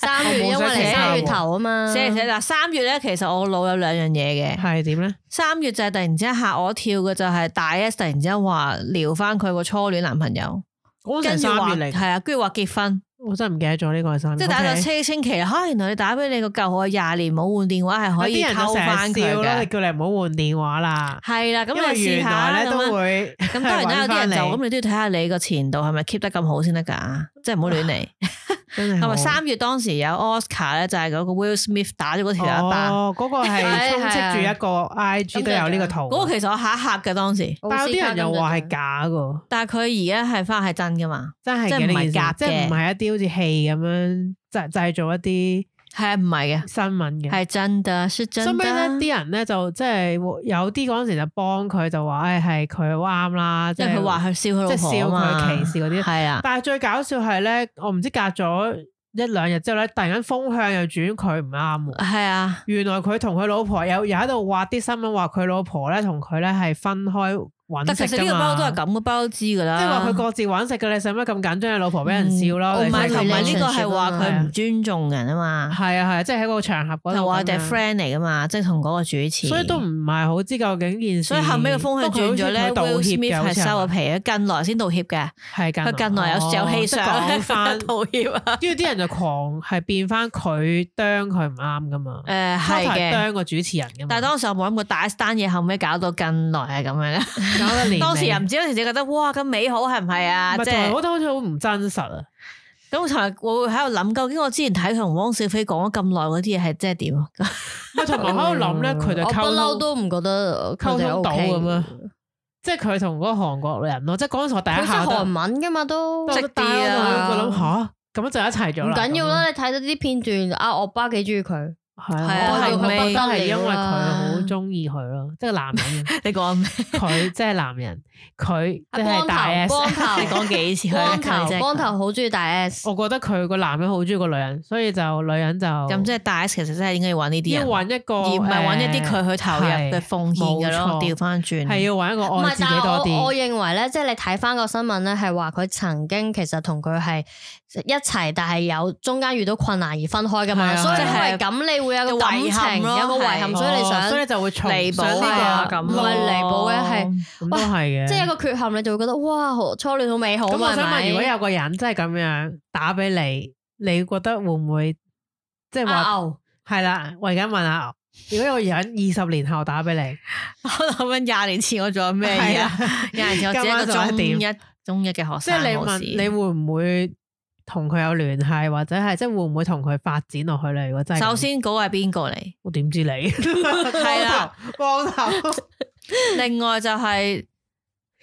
Speaker 3: 三月
Speaker 2: 我冇
Speaker 3: 因為
Speaker 2: 寫
Speaker 3: 你
Speaker 2: 寫
Speaker 3: 三月
Speaker 2: 喎
Speaker 3: 頭啊嘛，
Speaker 4: 寫嚟寫嗱三月咧，其實我腦有兩樣嘢嘅，
Speaker 2: 係點咧？
Speaker 4: 三月就係突然之間嚇我一跳嘅就係大 S 突然之間話撩翻佢個初戀男朋友，
Speaker 2: 嗰陣
Speaker 4: 跟
Speaker 2: 時
Speaker 4: 住話
Speaker 2: 三月嚟，
Speaker 4: 係啊，跟住話結婚，
Speaker 2: 我真係唔記得咗呢個係三月。
Speaker 4: 即係大家
Speaker 2: OK
Speaker 4: 就清清奇啦，啊嚇原來你打俾你個舊我廿年冇換電話係可以
Speaker 2: 有啲人就
Speaker 4: 溝翻
Speaker 2: 成日
Speaker 4: 佢
Speaker 2: 笑咯，你
Speaker 4: 嘅，
Speaker 2: 叫你唔好換電話啦。
Speaker 4: 係啦，咁
Speaker 2: 因為
Speaker 4: 你試
Speaker 2: 原
Speaker 4: 下
Speaker 2: 來
Speaker 4: 啦
Speaker 2: 咧
Speaker 4: 咁樣
Speaker 2: 都會
Speaker 4: 咁當然啦，有啲人就
Speaker 2: 搵返
Speaker 4: 咁，你都要睇下你個前度係咪 keep 得咁好先得㗎，即係唔好亂嚟。
Speaker 2: 真係
Speaker 4: 係咪
Speaker 2: 好
Speaker 4: 三月當時有 Oscar 咧，就係嗰個 Will Smith 打咗嗰條友一巴，
Speaker 2: 哦，嗰個
Speaker 4: [LAUGHS]
Speaker 2: 係
Speaker 3: 係
Speaker 2: 充斥住
Speaker 3: 係啊
Speaker 2: 一個 I G 都有呢個圖，啊
Speaker 4: 嗰個其實我嚇一嚇嘅當時，
Speaker 3: 奧斯卡
Speaker 2: 但有啲人又話係假噶，
Speaker 4: 但係佢而家係翻係真㗎嘛，
Speaker 2: 真係嘅
Speaker 4: 即係唔
Speaker 2: 呢
Speaker 4: 係
Speaker 2: 件事
Speaker 4: 夾嘅
Speaker 2: 即係唔係一啲好似戲咁樣製製造一啲
Speaker 4: 係啊唔係嘅，
Speaker 2: 新聞嘅。
Speaker 4: 係真的，是真
Speaker 2: 收尾咧，
Speaker 4: 的，
Speaker 2: 啲人咧就即係有啲嗰陣時就幫佢就話，誒係佢好啱啦，即
Speaker 4: 因為
Speaker 2: 係
Speaker 4: 佢話佢笑佢老
Speaker 2: 即係
Speaker 4: 婆
Speaker 2: 笑
Speaker 4: 啊嘛
Speaker 2: 佢歧視嗰啲。
Speaker 4: 係啊啦，
Speaker 2: 但係最搞笑係咧，我唔知隔咗一兩日之後咧，突然間風向又轉佢唔啱喎。
Speaker 4: 係啊，
Speaker 2: 原來佢同佢老婆有又喺度畫啲新聞，話佢老婆咧同佢咧係分開揾
Speaker 4: 但其
Speaker 2: 食
Speaker 4: 實
Speaker 2: 㗎
Speaker 4: 呢個
Speaker 2: 嘛
Speaker 4: 包都係咁嘅包都知㗎啦，
Speaker 2: 即係話佢各自揾食嘅，你使乜咁緊張？你老婆俾人笑咯，
Speaker 4: 嗯唔
Speaker 2: 你
Speaker 3: 係
Speaker 4: 係
Speaker 2: 使
Speaker 4: 同啊
Speaker 2: 咁緊
Speaker 4: 埋
Speaker 2: 張
Speaker 4: 呢個係話佢唔尊重人啊嘛，
Speaker 2: 係啊係啊，即係喺個場合嗰
Speaker 4: 就
Speaker 2: 度
Speaker 4: 話
Speaker 2: 咁
Speaker 4: 佢哋
Speaker 2: 樣
Speaker 4: 係 friend 嚟㗎嘛，即係同嗰個主持，
Speaker 2: 所以都唔係好知究竟件事。
Speaker 4: 所以後尾個風向轉咗咧
Speaker 2: 不過佢
Speaker 4: ，Will
Speaker 2: 好似佢
Speaker 4: Smith
Speaker 2: 道
Speaker 4: 係
Speaker 2: 歉嘅，
Speaker 4: 收
Speaker 2: 好
Speaker 4: 咗
Speaker 2: 似
Speaker 4: 皮嘅，近來先道歉嘅。
Speaker 2: 係近
Speaker 4: 佢近來哦有有戲上咧，
Speaker 2: 講翻 [LAUGHS]
Speaker 4: [LAUGHS] 道歉啊。
Speaker 2: 跟住啲人就狂係變翻佢啄佢唔啱噶嘛，
Speaker 4: 誒
Speaker 2: 初頭
Speaker 4: [LAUGHS] 係
Speaker 2: 係
Speaker 4: 嘅，
Speaker 2: 啄個主持人噶嘛，
Speaker 4: 但係當時我冇諗過打一單嘢，後尾搞到近來係咁樣咧。
Speaker 2: 搞得連
Speaker 4: [LAUGHS] 當時又唔
Speaker 2: 人
Speaker 4: 知嗰時就覺得哇咁美好係唔係啊？
Speaker 2: 唔係
Speaker 4: 即
Speaker 2: 同埋
Speaker 4: 係
Speaker 2: 我覺得好似好唔真實啊，
Speaker 4: 咁，同埋我會喺度諗，究竟我之前睇佢同汪小菲講咗咁耐嗰啲嘢係即係點啊？
Speaker 2: [LAUGHS] 唔係同埋喺度諗咧，
Speaker 4: 嗯
Speaker 2: 佢就
Speaker 3: 我不嬲
Speaker 2: 溝通
Speaker 3: 都唔覺得佢
Speaker 2: 溝
Speaker 3: 哋
Speaker 2: 通到
Speaker 3: OK
Speaker 2: 咁啊，即係佢同嗰個韓國人咯，即係嗰陣時我第
Speaker 3: 佢
Speaker 2: 一
Speaker 3: 識
Speaker 2: 下都
Speaker 3: 韓文噶嘛都，
Speaker 2: 都
Speaker 4: 識啲
Speaker 2: 但係我就
Speaker 3: 啊
Speaker 2: 諗吓，咁就一齊咗
Speaker 3: 唔
Speaker 2: 啦。
Speaker 3: 緊要啦，你睇到啲片段，阿惡巴幾中意佢，
Speaker 2: 咁樣，
Speaker 3: 係
Speaker 4: 啊
Speaker 2: 係啊，
Speaker 4: 係
Speaker 2: 我
Speaker 4: 咪
Speaker 2: 覺得係因為
Speaker 3: 不得
Speaker 2: 佢
Speaker 3: 了啊
Speaker 2: 好中
Speaker 3: [LAUGHS]
Speaker 2: 意佢咯，即係男人，
Speaker 4: 你講咩？
Speaker 2: 佢即係男人，佢即係
Speaker 3: 光
Speaker 2: 大
Speaker 3: 頭
Speaker 2: S。
Speaker 3: 光頭
Speaker 4: 你講幾次佢
Speaker 3: 光
Speaker 4: 佢
Speaker 3: 頭
Speaker 4: 啫
Speaker 3: 光頭好中意大
Speaker 2: [LAUGHS]
Speaker 3: S，
Speaker 2: 我覺得佢個男人好中意個女人，所以就女人就
Speaker 4: 咁即係大 S 其實真係應該要揾呢啲
Speaker 2: 要
Speaker 4: 人，
Speaker 2: 揾一個，
Speaker 4: 而唔係揾一啲佢去投入嘅奉獻嘅咯
Speaker 2: 冇。錯
Speaker 4: 調翻
Speaker 2: 誒
Speaker 4: 轉
Speaker 2: 係要揾一個
Speaker 3: 唔
Speaker 2: 愛
Speaker 3: 係
Speaker 2: 自己
Speaker 3: 但係
Speaker 2: 多
Speaker 3: 我我
Speaker 2: 啲。
Speaker 3: 認為咧，即係你睇翻個新聞咧，係話佢曾經其實同佢係一齊，但係有中間遇到困難而分開噶
Speaker 2: 係
Speaker 3: 嘛，
Speaker 2: 啊
Speaker 3: 所以
Speaker 2: 係
Speaker 3: 因
Speaker 2: 啊
Speaker 3: 為咁你會有個
Speaker 4: 有
Speaker 3: 感
Speaker 4: 遺憾
Speaker 3: 情，
Speaker 4: 咯
Speaker 3: 有個遺憾，
Speaker 4: 係
Speaker 3: 所以你
Speaker 2: 哦所以
Speaker 3: 想
Speaker 2: 就會重
Speaker 4: 彌補
Speaker 2: 想呢個
Speaker 4: 啊咁
Speaker 3: 唔係彌補嘅係。
Speaker 2: 咁都係嘅。
Speaker 3: 即係有個缺陷，你就會覺得哇，好初戀好美好
Speaker 2: 咁
Speaker 3: 嘛，
Speaker 2: 我
Speaker 3: 係
Speaker 2: 想問，
Speaker 3: 咪
Speaker 2: 如果有個人真係咁樣打俾你，你覺得會唔會即係話
Speaker 3: 阿牛
Speaker 2: 係啦？我而家問下牛，如果有個人二十年後打俾你，
Speaker 4: 我諗緊廿年前我做緊咩
Speaker 2: 係
Speaker 4: 嘢
Speaker 2: 啊
Speaker 4: 啊？廿年前我只係一個
Speaker 2: 今晚
Speaker 4: 中
Speaker 2: 就一
Speaker 4: 一中一嘅學
Speaker 2: [LAUGHS] 即
Speaker 4: 生，
Speaker 2: 係你
Speaker 4: 冇
Speaker 2: 問
Speaker 4: 事
Speaker 2: 你會唔會同佢有聯繫，或者係即係會唔會同佢發展落去咧？如果真係咁
Speaker 4: 首，先嗰個係邊個嚟？
Speaker 2: 我點知你係
Speaker 4: [LAUGHS] 係啦，
Speaker 2: [LAUGHS] 光頭，光頭
Speaker 4: 另外就係、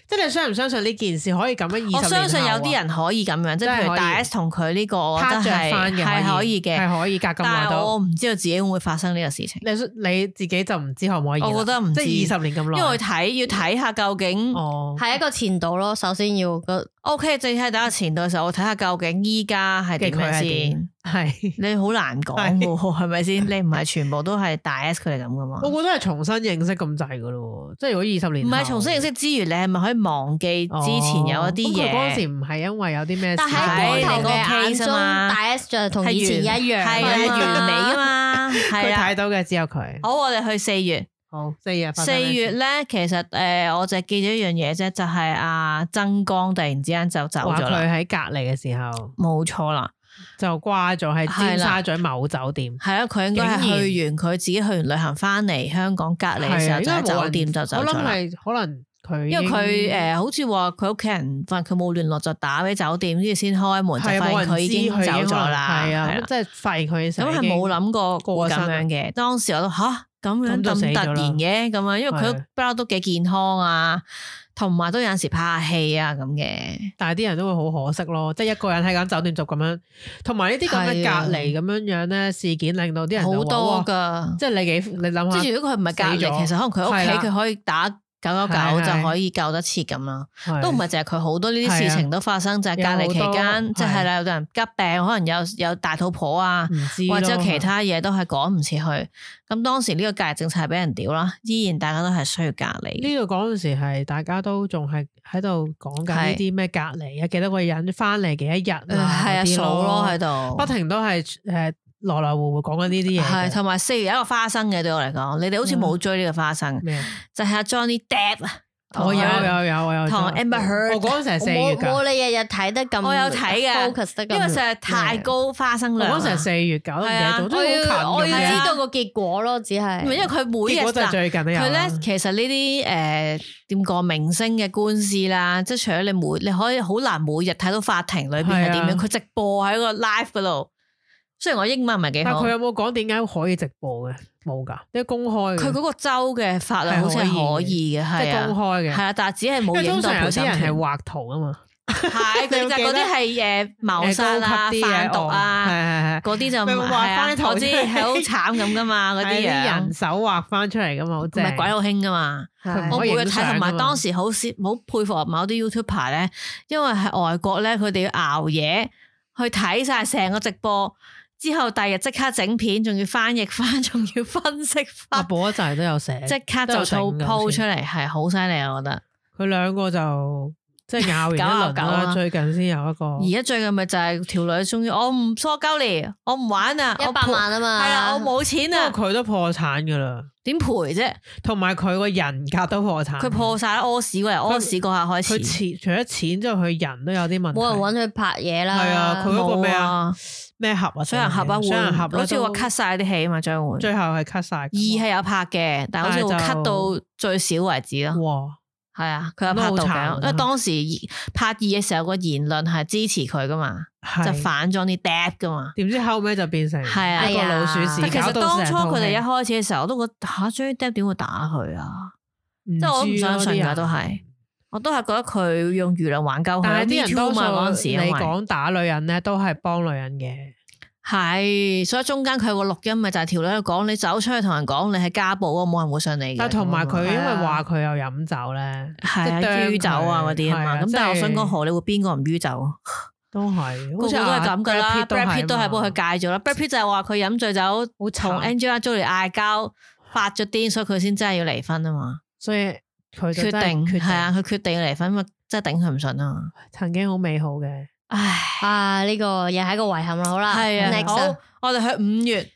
Speaker 2: 即係你相唔相信呢件事可以咁樣二
Speaker 4: 我相信有啲人可以咁樣，即係譬
Speaker 2: 啊真係可
Speaker 4: 如
Speaker 2: 以
Speaker 4: 大 S 同佢呢個，我覺得
Speaker 2: 他着翻
Speaker 4: 係
Speaker 2: 嘅
Speaker 4: 係可以嘅，
Speaker 2: 係可以隔咁耐
Speaker 4: 但係
Speaker 2: 都。
Speaker 4: 我唔知道自己會唔會發生呢個事情。
Speaker 2: 你你自己就唔知可唔可以啦？
Speaker 4: 我覺得唔知
Speaker 2: 即係二十年咁耐，嗯
Speaker 4: 因為我睇要睇下究竟
Speaker 2: 哦，
Speaker 3: 係一個前度咯。首先要個
Speaker 4: OK，淨係等下前度嘅時候，我睇下究竟依家係點
Speaker 2: 嘅佢
Speaker 4: 樣
Speaker 2: 係點
Speaker 4: 先。
Speaker 2: 係。 [LAUGHS]
Speaker 4: 你好難講
Speaker 2: 係
Speaker 4: 喎，係咪先？你唔係全部都係大 S 佢哋咁噶嘛？
Speaker 2: 我覺得係重新認識咁滯噶咯喎，即係如果二十年後，
Speaker 4: 唔係重新認識之餘，你係咪可以忘記
Speaker 2: 哦
Speaker 4: 之前有一
Speaker 2: 咁
Speaker 4: 啲
Speaker 2: 佢嗰陣
Speaker 4: 嘢？
Speaker 2: 時唔係啊因為有啲咩事，
Speaker 3: 但喺
Speaker 4: 係另
Speaker 3: 光頭
Speaker 4: 一
Speaker 3: 嘅
Speaker 4: 個
Speaker 3: 眼
Speaker 4: case
Speaker 3: 中，
Speaker 4: 啊嘛
Speaker 3: 大 S 就同以前一樣，
Speaker 2: [LAUGHS]
Speaker 4: 係
Speaker 3: 係
Speaker 4: 啊，
Speaker 3: 嘛
Speaker 4: 完美噶。嘛，係
Speaker 2: 佢
Speaker 4: 啦。
Speaker 2: 睇到嘅只有佢。
Speaker 4: 好，我哋去四月。
Speaker 2: 好，四月啊發生
Speaker 4: 哦四
Speaker 2: 咩事
Speaker 4: 月咧，其實诶、呃我就記咗一樣嘢啫，就係阿曾江突然之間就走
Speaker 2: 話
Speaker 4: 咗啦，
Speaker 2: 佢喺隔離嘅時候
Speaker 4: 冇錯啦，
Speaker 2: 就掛咗喺尖
Speaker 4: 係啦
Speaker 2: 沙咀某酒店，
Speaker 4: 係啊，佢應該係
Speaker 2: 竟然
Speaker 4: 去完佢自己去完旅行翻嚟香港隔離嘅時候，
Speaker 2: 係啊
Speaker 4: 就喺
Speaker 2: 應該冇人
Speaker 4: 酒店就走
Speaker 2: 我
Speaker 4: 咗
Speaker 2: 諗
Speaker 4: 啦。
Speaker 2: 係可能佢已
Speaker 4: 因
Speaker 2: 經，
Speaker 4: 為佢诶、呃好似話佢屋企人發現佢冇聯絡，就打俾酒店，跟住先開門，就
Speaker 2: 係啊冇
Speaker 4: 發現
Speaker 2: 人知
Speaker 4: 佢已經
Speaker 2: 佢
Speaker 4: 走咗啦，
Speaker 2: 係啊，
Speaker 4: 係啦
Speaker 2: 咁即係發現佢嘅時
Speaker 4: 咁
Speaker 2: 候
Speaker 4: 係
Speaker 2: 已經
Speaker 4: 冇諗過
Speaker 2: 過
Speaker 4: 過咁
Speaker 2: 身啦
Speaker 4: 樣嘅。當時我都吓咁
Speaker 2: 咁
Speaker 4: 樣
Speaker 2: 就
Speaker 4: 咁
Speaker 2: 死咗啦
Speaker 4: 突然嘅咁啊樣，因為佢
Speaker 2: 係
Speaker 4: 不嬲都幾健康啊，同埋都有陣時拍下戲啊咁嘅。
Speaker 2: 但係啲人都會好可惜咯，即係一個人喺間酒店就咁樣，同埋呢啲咁嘅
Speaker 4: 係啊
Speaker 2: 隔離咁樣樣咧事件，令到啲人就
Speaker 4: 好
Speaker 2: 話
Speaker 4: 多
Speaker 2: 哇
Speaker 4: 噶，
Speaker 2: 即係你幾你諗
Speaker 4: 即
Speaker 2: 下
Speaker 4: 係如果佢唔係隔
Speaker 2: 死咗
Speaker 4: 離，其實可能佢
Speaker 2: 係
Speaker 4: 屋
Speaker 2: 啦
Speaker 4: 企佢可以打九九
Speaker 2: 係
Speaker 4: 九
Speaker 2: 係
Speaker 4: 就可以救得切咁啦，
Speaker 2: 係，
Speaker 4: 都唔係淨係啊佢好多呢啲事情都發生，就係隔離期
Speaker 2: 有好多
Speaker 4: 間，即
Speaker 2: 係
Speaker 4: 係啦，有啲人急病，可能有有大肚婆啊。
Speaker 2: 唔知
Speaker 4: 或者有
Speaker 2: 咯
Speaker 4: 其他嘢都係趕唔切去，咁當時呢個隔離政策係俾人屌啦，依然大家都係需要隔離。
Speaker 2: 呢度嗰陣時係大家都仲係喺度講緊呢啲咩隔離啊，幾多個人翻嚟幾多日
Speaker 4: 誒
Speaker 2: 啊，
Speaker 4: 係
Speaker 2: 嗰
Speaker 4: 啊，
Speaker 2: 啲
Speaker 4: 數咯喺度
Speaker 2: 不，停都係誒來來回回講緊呢啲嘢嘅。
Speaker 4: 係同埋四月有一個花生嘅對我嚟講，你哋好似冇追呢個花生，
Speaker 2: 咩啊？
Speaker 4: 就係阿 Johnny Depp 啊，
Speaker 2: 我有
Speaker 4: 同佢
Speaker 2: 有有我有
Speaker 4: 同 Amber Heard
Speaker 2: 我嗰陣時係
Speaker 3: 我
Speaker 2: 四月
Speaker 3: 冇
Speaker 2: 㗎，
Speaker 3: 冇你日日睇得咁，
Speaker 4: 我有睇嘅
Speaker 3: focus 得咁，
Speaker 4: 因為實在太。高花生
Speaker 2: 我
Speaker 4: 量啊。
Speaker 2: 嗰陣時係四月㗎，我都唔記得咗，真
Speaker 4: 係啊
Speaker 2: 係好
Speaker 3: 我
Speaker 2: 近咁
Speaker 3: 要
Speaker 2: 樣
Speaker 4: 係啊
Speaker 3: 知道個結果咯，只係
Speaker 4: 唔係因為佢每
Speaker 2: 結
Speaker 4: 日
Speaker 2: 果就係
Speaker 4: 嗱
Speaker 2: 最近都有
Speaker 4: 佢
Speaker 2: 啦
Speaker 4: 咧，其實呢啲誒點講明星嘅官司啦，即係除咗你每你可以好難每日睇到法庭裏邊係點
Speaker 2: 係啊
Speaker 4: 樣，佢直播喺個 live 嗰度。雖然我英文唔係幾
Speaker 2: 但
Speaker 4: 好，
Speaker 2: 佢
Speaker 4: 佢
Speaker 2: 有冇講點解可以直播嘅？冇㗎，都公開嘅，
Speaker 4: 嗰個州嘅法律好似係可以
Speaker 2: 即
Speaker 4: 嘅，係
Speaker 2: 係公
Speaker 4: 啊，
Speaker 2: 開嘅。
Speaker 4: 係啊，但係只係
Speaker 2: 因
Speaker 4: 冇
Speaker 2: 為
Speaker 4: 影
Speaker 2: 通
Speaker 4: 到
Speaker 2: 常有啲
Speaker 4: 陪審
Speaker 2: 人係
Speaker 4: 團。
Speaker 2: 畫圖啊嘛， [LAUGHS]
Speaker 4: 係佢就
Speaker 2: 你會記
Speaker 4: 嗰
Speaker 2: 得
Speaker 4: 啲係誒謀殺
Speaker 2: 誒高
Speaker 4: 啊、
Speaker 2: 級啲嘅
Speaker 4: 販毒
Speaker 2: 哦係
Speaker 4: 啊
Speaker 2: 係係。
Speaker 4: 嗰啲就唔
Speaker 2: 咪會
Speaker 4: 係
Speaker 2: 畫
Speaker 4: 啊
Speaker 2: 返啲，圖
Speaker 4: 我知
Speaker 2: 出嚟
Speaker 4: 係好慘咁噶嘛，啊嗰啲
Speaker 2: 係啊
Speaker 4: 樣
Speaker 2: 人手畫翻出嚟噶嘛，好
Speaker 4: 唔
Speaker 2: 正。
Speaker 4: 係鬼佬興噶嘛。
Speaker 2: 佢唔
Speaker 4: 我
Speaker 2: 可
Speaker 4: 每
Speaker 2: 以
Speaker 4: 日
Speaker 2: 影相
Speaker 4: 睇，
Speaker 2: 㗎
Speaker 4: 同埋
Speaker 2: 嘛
Speaker 4: 當時好少好佩服某啲 YouTuber 咧，因為喺外國咧，佢哋要熬夜去睇晒成個直播，之後第日即刻整片，仲要翻譯翻，仲要分析
Speaker 2: 阿
Speaker 4: 翻，
Speaker 2: 寶一啊仔都有寫，
Speaker 4: [LAUGHS] 即刻就
Speaker 2: 都有整㗎好
Speaker 4: po
Speaker 2: 似
Speaker 4: 出嚟，係好犀利啊！我覺得。
Speaker 2: 佢兩個就即
Speaker 4: [LAUGHS]
Speaker 2: 係咬完一輪
Speaker 4: 九啊九
Speaker 2: 啦，
Speaker 4: 啊
Speaker 2: 最近先有一個。
Speaker 4: 而家最近咪就係條女終於，我唔疏鳩你，我唔玩啊，
Speaker 3: 一百萬啊嘛，
Speaker 4: 係啦，我冇錢
Speaker 2: 因為
Speaker 4: 啊，
Speaker 2: 佢啊都破產噶啦，
Speaker 4: 點賠啫？
Speaker 2: 同埋佢個人格都破產。
Speaker 4: 佢破晒啦屙屎嗰日，屙屎嗰下開
Speaker 2: 佢
Speaker 4: 始，
Speaker 2: 錢除咗錢之後，佢人都有啲問題。
Speaker 3: 冇人揾佢拍嘢啦。
Speaker 2: 係啊佢嗰個咩啊咩盒啊？
Speaker 4: 水人合啊，
Speaker 2: 水人盒
Speaker 4: 換
Speaker 2: 啦
Speaker 4: 好似話
Speaker 2: 都
Speaker 4: cut 晒啲戲啊嘛，將會。
Speaker 2: 最後係 cut 晒。二
Speaker 4: 二係有拍嘅，但係好似會
Speaker 2: 但係
Speaker 4: cut
Speaker 2: 就
Speaker 4: 到最少為止咯。
Speaker 2: 哇，
Speaker 4: 係啊，佢有拍
Speaker 2: 都
Speaker 4: 到
Speaker 2: 好慘
Speaker 4: 嘅，因為
Speaker 2: 真係
Speaker 4: 當時二拍二嘅時候個言論係支持佢噶嘛，就
Speaker 2: 係
Speaker 4: 反咗啲 dead 噶嘛。
Speaker 2: 點知後尾就變成
Speaker 4: 係啊
Speaker 2: 一個老鼠
Speaker 4: 但
Speaker 2: 屎，
Speaker 4: 其
Speaker 2: 搞
Speaker 4: 實
Speaker 2: 到
Speaker 4: 當
Speaker 2: 成
Speaker 4: 初
Speaker 2: 套
Speaker 4: 佢哋
Speaker 2: 戲
Speaker 4: 一開始嘅時候，我都覺得吓 j dead 點會打佢啊？
Speaker 2: 即
Speaker 4: 即係我唔相信㗎，都係。我都係覺得佢用輿論玩鳩佢。
Speaker 2: 但係啲
Speaker 4: Me
Speaker 2: 人
Speaker 4: 哦 too
Speaker 2: 多數
Speaker 4: 嘛嗰陣時，啊
Speaker 2: 你
Speaker 4: 因為
Speaker 2: 講打女人咧，都係幫女人嘅。
Speaker 4: 係，所以中間佢有個錄音咪就係條女喺度講，你走出去同人講你係家暴啊，冇人會信你嘅。
Speaker 2: 但係同埋佢因
Speaker 4: 咁樣
Speaker 2: 為
Speaker 4: 係啊
Speaker 2: 話佢又飲酒咧，
Speaker 4: 系
Speaker 2: 即
Speaker 4: 啊，
Speaker 2: 係啄
Speaker 4: 酗酒啊
Speaker 2: 佢
Speaker 4: 嗰啲啊
Speaker 2: 係
Speaker 4: 嘛。
Speaker 2: 啊
Speaker 4: 咁
Speaker 2: 即
Speaker 4: 但係我
Speaker 2: 係
Speaker 4: 想講，荷里活邊個唔酗酒？
Speaker 2: 都係，
Speaker 4: 個
Speaker 2: 好
Speaker 4: 個
Speaker 2: 似啊
Speaker 4: 都係咁噶啦。
Speaker 2: Brad
Speaker 4: Brad Pitt 都係幫
Speaker 2: 嘛
Speaker 4: 佢戒咗啦。Brad Pitt 就係話佢飲醉酒，
Speaker 2: 好
Speaker 4: 同
Speaker 2: 慘
Speaker 4: Angela Jolie 嗌交，發咗癲，所以佢先真係要離婚啊嘛。
Speaker 2: 所以佢就
Speaker 4: 決
Speaker 2: 真係
Speaker 4: 定
Speaker 2: 決
Speaker 4: 係啊，，佢決定要離婚，咪真係頂佢唔順啊嘛。
Speaker 2: 曾經好美好嘅，
Speaker 4: 唉，
Speaker 3: 啊，呢個又係一個遺憾啦。好啦，
Speaker 4: 係啊，
Speaker 3: next
Speaker 4: 好
Speaker 3: 啊，
Speaker 4: 我哋去五月，